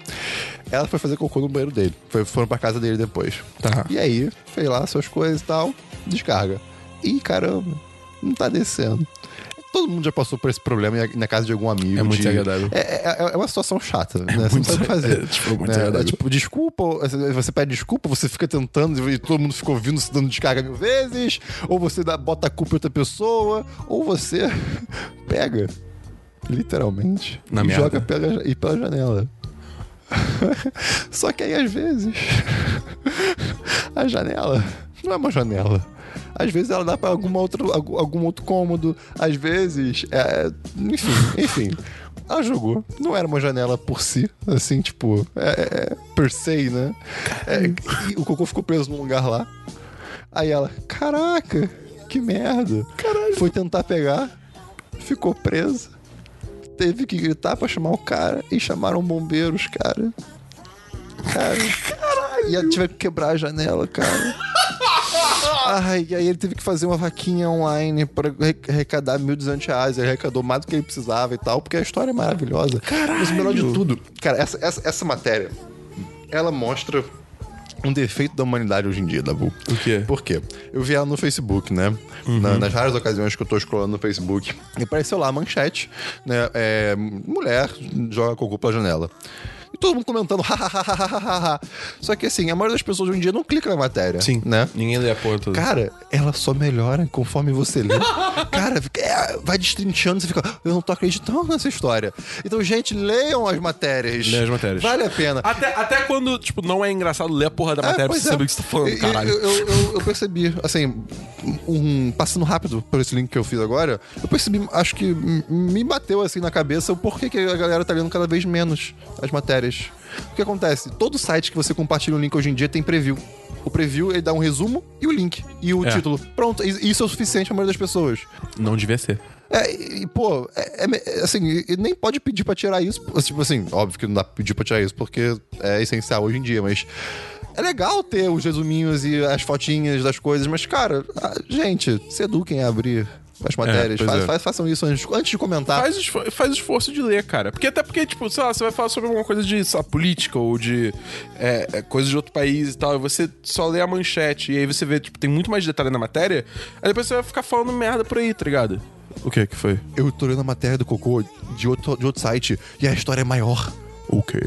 [SPEAKER 2] Ela foi fazer cocô no banheiro dele. Foi, foram pra casa dele depois. Tá. E aí, fez lá suas coisas e tal, descarga. Ih, caramba, não tá descendo. Todo mundo já passou por esse problema em- na casa de algum amigo.
[SPEAKER 11] É muito
[SPEAKER 2] de...
[SPEAKER 11] desagradável.
[SPEAKER 2] É, é, é uma situação chata, né? você não
[SPEAKER 11] muito-
[SPEAKER 2] sabe o que fazer.
[SPEAKER 11] é, tipo, muito
[SPEAKER 2] né?
[SPEAKER 11] desagradável.
[SPEAKER 2] tipo, desculpa, você pede desculpa, você fica tentando e todo mundo fica ouvindo, se dando descarga mil vezes, ou você dá, bota a culpa em outra pessoa, ou você pega, literalmente,
[SPEAKER 11] Na
[SPEAKER 2] e
[SPEAKER 11] merda.
[SPEAKER 2] joga pela, e pela janela. Só que aí, às vezes, a janela não é uma janela. Às vezes ela dá pra alguma outra, algum algum outro cômodo, às vezes. é- enfim, enfim. Ela jogou. Não era uma janela por si, assim, tipo, é, é- é per se, né? É, e o cocô ficou preso num lugar lá. Aí ela, caraca, que merda. Caralho. Foi tentar pegar, ficou presa. Teve que gritar pra chamar o cara e chamaram bombeiros, cara. Cara. Caralho. E ela tiver que quebrar a janela, cara. Ai, e aí ele teve que fazer uma vaquinha online pra re- arrecadar 1.200 reais. Ele arrecadou mais do que ele precisava e tal, porque a história é maravilhosa. Caralho! Mas o melhor de tudo, cara, essa, essa, essa matéria, ela mostra um defeito da humanidade hoje em dia, Dabu.
[SPEAKER 1] O quê? Uhum.
[SPEAKER 2] Por quê? Eu vi ela no Facebook, né? Na- nas raras ocasiões que eu tô scrollando no Facebook. E apareceu lá a manchete, né? É, mulher joga cocô pela janela. E todo mundo comentando, hahaha. Só que assim, a maioria das pessoas hoje em dia não clica na matéria.
[SPEAKER 1] Sim.
[SPEAKER 2] Né?
[SPEAKER 1] Ninguém lê a porra toda.
[SPEAKER 2] Cara, ela só melhora conforme você lê. Cara, fica- é, vai destrinchando, você fica, eu não tô acreditando nessa história. Então, gente, leiam as matérias.
[SPEAKER 1] Lê as matérias.
[SPEAKER 2] Vale a pena.
[SPEAKER 1] Até, até quando, tipo, não é engraçado ler a porra da
[SPEAKER 2] É,
[SPEAKER 1] matéria pra
[SPEAKER 2] pois
[SPEAKER 1] você
[SPEAKER 2] é.
[SPEAKER 1] saber o que você tá falando,
[SPEAKER 2] E- e-
[SPEAKER 1] caralho.
[SPEAKER 2] Eu, eu- eu- eu percebi, assim, um- passando rápido por esse link que eu fiz agora, eu percebi, acho que m- me bateu assim na cabeça o porquê que a galera tá lendo cada vez menos as matérias. O que acontece? Todo site que você compartilha um link hoje em dia tem preview. O preview, ele dá um resumo e o link. E o
[SPEAKER 1] É.
[SPEAKER 2] título. Pronto, e- isso é o suficiente pra maioria das pessoas.
[SPEAKER 1] Não devia ser.
[SPEAKER 2] É, e, e, pô, é, é me- é, assim, e- e nem pode pedir pra tirar isso. pô, Tipo assim, óbvio que não dá pra pedir pra tirar isso, porque é essencial hoje em dia, mas. É legal ter os resuminhos e as fotinhas das coisas, mas, cara, a- gente, se eduquem a abrir as matérias.
[SPEAKER 1] pois
[SPEAKER 2] Faz-
[SPEAKER 1] é.
[SPEAKER 2] faz- façam isso antes, antes de comentar.
[SPEAKER 1] Faz, o esfor- faz o esforço de ler, cara. Porque até porque, tipo, sei lá, você vai falar sobre alguma coisa de sei lá, política ou de é, é, coisa de outro país e tal, e você só lê a manchete e aí você vê, tipo, tem muito mais detalhe na matéria, aí depois você vai ficar falando merda por aí, tá ligado? O que que foi?
[SPEAKER 2] Eu tô lendo a matéria do Cocô de outro, de outro site e a história é maior.
[SPEAKER 1] O quê?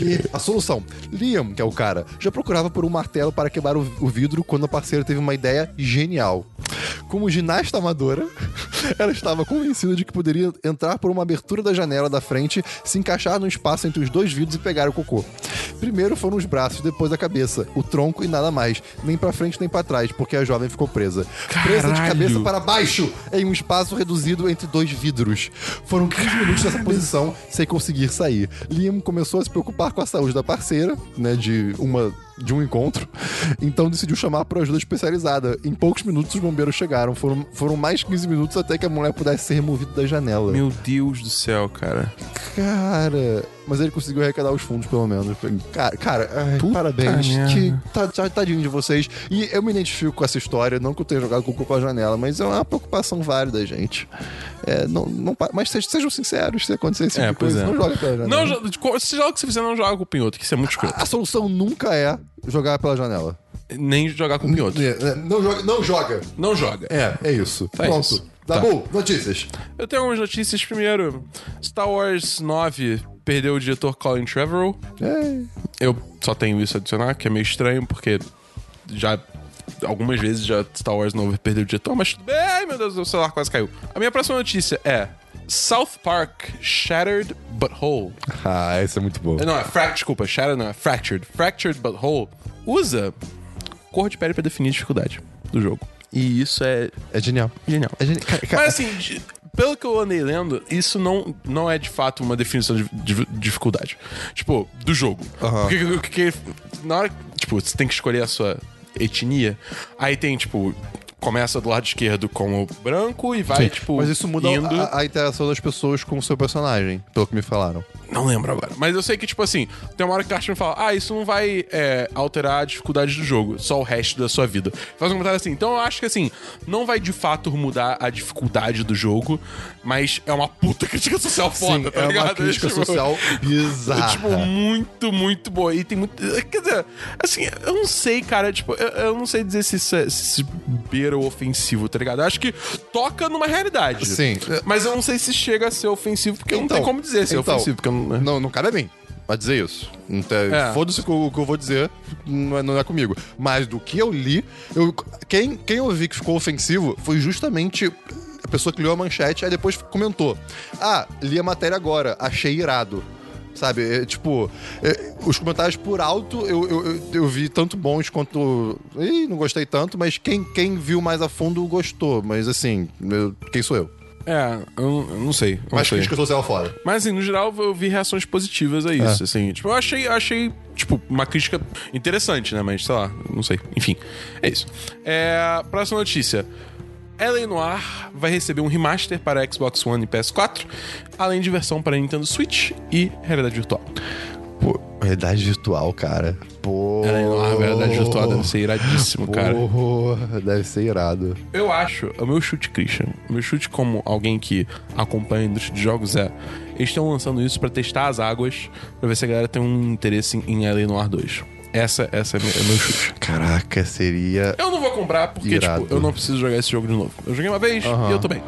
[SPEAKER 2] E a solução. Liam, que é o cara, já procurava por um martelo para quebrar o, o vidro quando a parceira teve uma ideia genial. Como ginasta amadora, ela estava convencida de que poderia entrar por uma abertura da janela da frente, se encaixar no espaço entre os dois vidros e pegar o cocô. Primeiro foram os braços, depois a cabeça, o tronco e nada mais. Nem pra frente nem pra trás, porque a jovem ficou presa. Presa de
[SPEAKER 1] Caralho.
[SPEAKER 2] cabeça para baixo, em um espaço reduzido entre dois vidros. Foram 15 minutos nessa posição sem conseguir sair. Liam começou a se preocupar com a saúde da parceira, né, de uma de um encontro, então decidiu chamar por ajuda especializada. Em poucos minutos os bombeiros chegaram, foram, foram mais 15 minutos até que a mulher pudesse ser removida da janela.
[SPEAKER 1] Meu Deus do céu, cara.
[SPEAKER 2] Cara, mas ele conseguiu arrecadar os fundos, pelo menos. Cara, cara ai, parabéns.
[SPEAKER 1] merda.
[SPEAKER 2] Que tá, tá- tadinho de vocês. E eu me identifico com essa história, não que eu tenha jogado com culpa à janela, mas é uma preocupação válida, gente. É, não, não, pa- mas sejam, sejam sinceros, se acontecer esse tipo
[SPEAKER 1] É,
[SPEAKER 2] de
[SPEAKER 1] pois
[SPEAKER 2] coisa,
[SPEAKER 1] é.
[SPEAKER 2] não joga pela janela.
[SPEAKER 1] Não, jo- de co- seja lá o que você fizer, não joga com o pinhoto, que isso é muito escroto.
[SPEAKER 2] A solução nunca é jogar pela janela.
[SPEAKER 1] Nem jogar com o pinhoto.
[SPEAKER 2] É, é, Não joga. Não joga.
[SPEAKER 1] Não joga.
[SPEAKER 2] É, é isso.
[SPEAKER 1] Tá
[SPEAKER 2] Pronto.
[SPEAKER 1] isso.
[SPEAKER 2] Tá bom, notícias.
[SPEAKER 1] Eu tenho algumas notícias. Primeiro, Star Wars 9 perdeu o diretor Colin Trevorrow. Eu só tenho isso a adicionar, que é meio estranho, porque já. Algumas vezes já Star Wars novo perdeu o diretor, mas tudo bem, Ai, meu Deus, o celular quase caiu. A minha próxima notícia é South Park Shattered But Whole.
[SPEAKER 2] Ah, essa é muito boa.
[SPEAKER 1] Não, é fract, desculpa, shattered não, é fractured. Fractured But Whole usa cor de pele pra definir a dificuldade do jogo. E isso é
[SPEAKER 2] É genial.
[SPEAKER 1] genial.
[SPEAKER 2] É geni- cara, cara,
[SPEAKER 1] Mas assim, de- pelo que eu andei lendo, isso não, não é de fato uma definição de, de- dificuldade. Tipo, do jogo. Porque, porque- porque na hora. que- Tipo, você tem que escolher a sua etnia. Aí tem, tipo. Começa do lado esquerdo com o branco e vai,
[SPEAKER 2] Sim,
[SPEAKER 1] tipo.
[SPEAKER 2] Mas isso muda
[SPEAKER 1] indo.
[SPEAKER 2] a, a interação das pessoas com o seu personagem, pelo que me falaram.
[SPEAKER 1] Não lembro agora. Mas eu sei que, tipo assim, tem uma hora que o Cartman fala: Ah, isso não vai é, alterar a dificuldade do jogo, só o resto da sua vida. Faz um comentário assim. Então eu acho que, assim, não vai de fato mudar a dificuldade do jogo, mas é uma puta crítica social foda,
[SPEAKER 2] Sim,
[SPEAKER 1] tá
[SPEAKER 2] é
[SPEAKER 1] ligado?
[SPEAKER 2] uma crítica
[SPEAKER 1] Tipo,
[SPEAKER 2] social Ah, é.
[SPEAKER 1] é,
[SPEAKER 2] bizarra.
[SPEAKER 1] Tipo, muito, muito boa. E tem muito. Quer dizer, assim, eu não sei, cara. Tipo, eu, eu não sei dizer se isso é se isso beira o ofensivo, tá ligado? Eu acho que toca numa realidade.
[SPEAKER 2] Sim.
[SPEAKER 1] Mas eu não sei se chega a ser ofensivo, porque eu não tenho como dizer se é
[SPEAKER 2] então,
[SPEAKER 1] ofensivo, porque eu não.
[SPEAKER 2] Não, não cabe a mim. Vai dizer isso. Não tem-
[SPEAKER 1] É.
[SPEAKER 2] Foda-se o que eu- o que eu vou dizer, não é, não é comigo. Mas do que eu li, eu, quem, quem eu vi que ficou ofensivo foi justamente a pessoa que leu a manchete, aí depois comentou. Ah, li a matéria agora, achei irado. Sabe, é, tipo, é, os comentários por alto eu, eu, eu, eu vi tanto bons quanto. Ih, não gostei tanto, mas quem, quem viu mais a fundo gostou. Mas assim, eu- quem sou eu?
[SPEAKER 1] É, eu, não- eu não sei. eu não
[SPEAKER 2] Mas
[SPEAKER 1] sei.
[SPEAKER 2] crítica social fora.
[SPEAKER 1] Mas assim, no geral eu vi reações positivas a isso, assim. Tipo, eu achei, eu achei, tipo, uma crítica interessante, né? Mas sei lá, não sei. Enfim, é isso. É, próxima notícia. L.A. Noir vai receber um remaster para Xbox One e PS4, além de versão para Nintendo Switch e realidade virtual.
[SPEAKER 2] Pô, Realidade virtual, cara. Pô.
[SPEAKER 1] Ela é enorme, a realidade virtual deve ser iradíssimo, cara.
[SPEAKER 2] Pô, Deve ser irado.
[SPEAKER 1] Eu acho, o meu chute, Christian, o meu chute como alguém que acompanha a indústria de jogos é: eles estão lançando isso pra testar as águas, pra ver se a galera tem um interesse em, em Alien Noir 2. Essa, essa é, meu, é meu chute.
[SPEAKER 2] Caraca, seria.
[SPEAKER 1] Eu não vou comprar porque,
[SPEAKER 2] Irado.
[SPEAKER 1] tipo, eu não preciso jogar esse jogo de novo. Eu joguei uma vez
[SPEAKER 2] Aham.
[SPEAKER 1] e eu tô bem.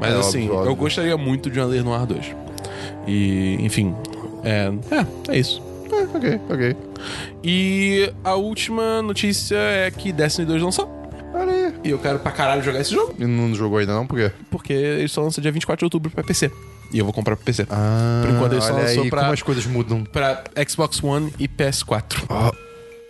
[SPEAKER 1] Mas
[SPEAKER 2] É,
[SPEAKER 1] assim,
[SPEAKER 2] óbvio, óbvio.
[SPEAKER 1] eu gostaria muito de um Alien Noir 2. E, enfim, é, é, é isso.
[SPEAKER 2] É, ok, ok.
[SPEAKER 1] E a última notícia é que Destiny 2 lançou.
[SPEAKER 2] Olha aí.
[SPEAKER 1] E eu quero pra caralho jogar esse jogo.
[SPEAKER 2] E não jogou ainda não? Por quê?
[SPEAKER 1] Porque ele só lança dia 24 de outubro pra PC. E eu vou comprar pra PC.
[SPEAKER 2] Ah,
[SPEAKER 1] Por enquanto ele só
[SPEAKER 2] olha
[SPEAKER 1] lançou
[SPEAKER 2] aí,
[SPEAKER 1] pra-
[SPEAKER 2] como as coisas mudam.
[SPEAKER 1] Pra Xbox One e PS4.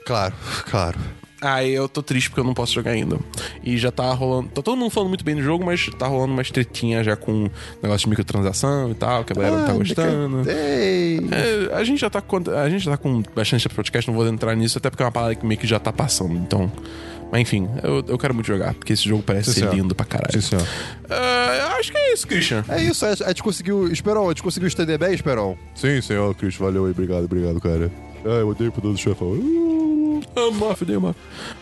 [SPEAKER 2] Claro, claro.
[SPEAKER 1] Aí eu tô triste porque eu não posso jogar ainda. E já tá rolando. Tá todo mundo falando muito bem do jogo, mas tá rolando umas tretinhas já com negócio de microtransação e tal, que a galera não
[SPEAKER 2] Ah,
[SPEAKER 1] tá gostando.
[SPEAKER 2] Ei.
[SPEAKER 1] É, a, gente já tá com, a gente já tá com bastante podcast, não vou entrar nisso, até porque é uma parada que meio que já tá passando, então. Mas enfim, eu, eu quero muito jogar, porque esse jogo parece
[SPEAKER 2] Sim,
[SPEAKER 1] ser
[SPEAKER 2] senhor.
[SPEAKER 1] lindo pra caralho.
[SPEAKER 2] Sim, senhor.
[SPEAKER 1] Ah, acho que é isso, Christian.
[SPEAKER 2] É isso, a a gente conseguiu. Esperão, a gente conseguiu estender bem, Esperão? Sim, senhor, Cris, valeu aí, obrigado, obrigado, cara. Ah, eu odeio o poder do chefão.
[SPEAKER 1] Amor, fudeu, amor. um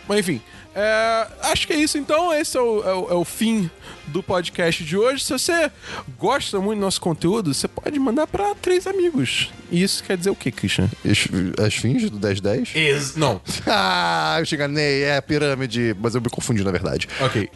[SPEAKER 1] Mas enfim, é, acho que é isso então. Esse é o, é o- é o fim do podcast de hoje. Se você gosta muito do nosso conteúdo, você pode mandar pra três amigos. E isso quer dizer o que, Christian?
[SPEAKER 2] As, as fins do 1010?
[SPEAKER 1] não.
[SPEAKER 2] Ah, eu te enganei, é a pirâmide, mas eu me confundi na verdade.
[SPEAKER 1] Ok.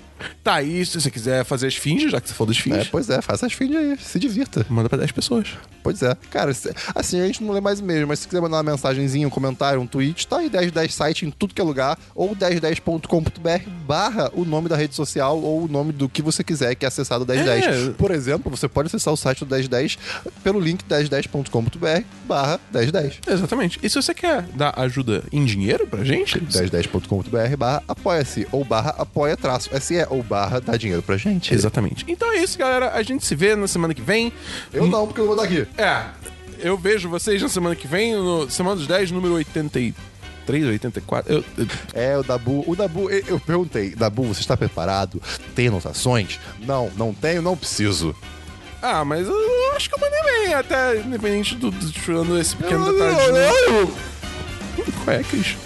[SPEAKER 1] Tá, e se você quiser fazer as finges, já que você falou das
[SPEAKER 2] É,
[SPEAKER 1] finges,
[SPEAKER 2] pois é, faça as fins aí, se divirta.
[SPEAKER 1] manda pra 10 pessoas.
[SPEAKER 2] Pois é. Cara, se- assim, a gente não lê mais e-mail, mas se quiser mandar uma mensagenzinha, um comentário, um tweet, tá aí 1010 site em tudo que é lugar, ou 1010.com.br barra o nome da rede social ou o nome do que você quiser que é acessado 1010.
[SPEAKER 1] É.
[SPEAKER 2] Por exemplo, você pode acessar o site do 1010 pelo link 1010.com.br barra 1010.
[SPEAKER 1] Exatamente. E se você quer dar ajuda em dinheiro pra gente,
[SPEAKER 2] 1010.com.br barra apoia-se ou barra apoia traço SE ou barra dá dinheiro pra gente.
[SPEAKER 1] Exatamente. Então é isso, galera. A gente se vê na semana que vem.
[SPEAKER 2] Eu não, porque eu vou daqui.
[SPEAKER 1] É, eu vejo vocês na semana que vem, no Semana dos 10, número 83, 84. Eu, eu,
[SPEAKER 2] É, o Dabu. O Dabu, e- eu perguntei, Dabu, você está preparado? Tem anotações? Não, não tenho, não preciso.
[SPEAKER 1] ah, mas eu, acho que eu mandei bem, até independente do, do tirando esse pequeno detalhe. de Qual é, Cris?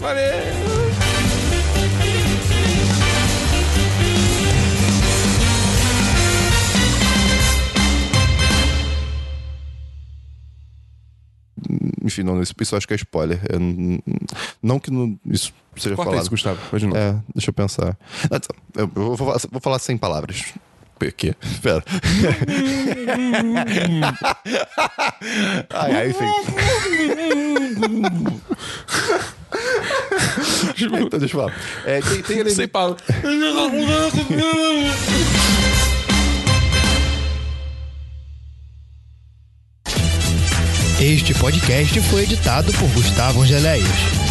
[SPEAKER 1] Valeu!
[SPEAKER 2] Enfim, não, isso, isso eu acho que é spoiler. Eu n- n- não que não- isso seja
[SPEAKER 1] Corta
[SPEAKER 2] falado.
[SPEAKER 1] isso, Gustavo. Vai de novo.
[SPEAKER 2] É, deixa eu pensar. Ah, tá. Eu vou, vou falar- vou falar sem palavras. Por quê? Pera. ai, ai, enfim. então, deixa eu falar. É, tem, tem
[SPEAKER 1] Sem Paulo.
[SPEAKER 8] Este podcast foi editado por Gustavo Angeléias.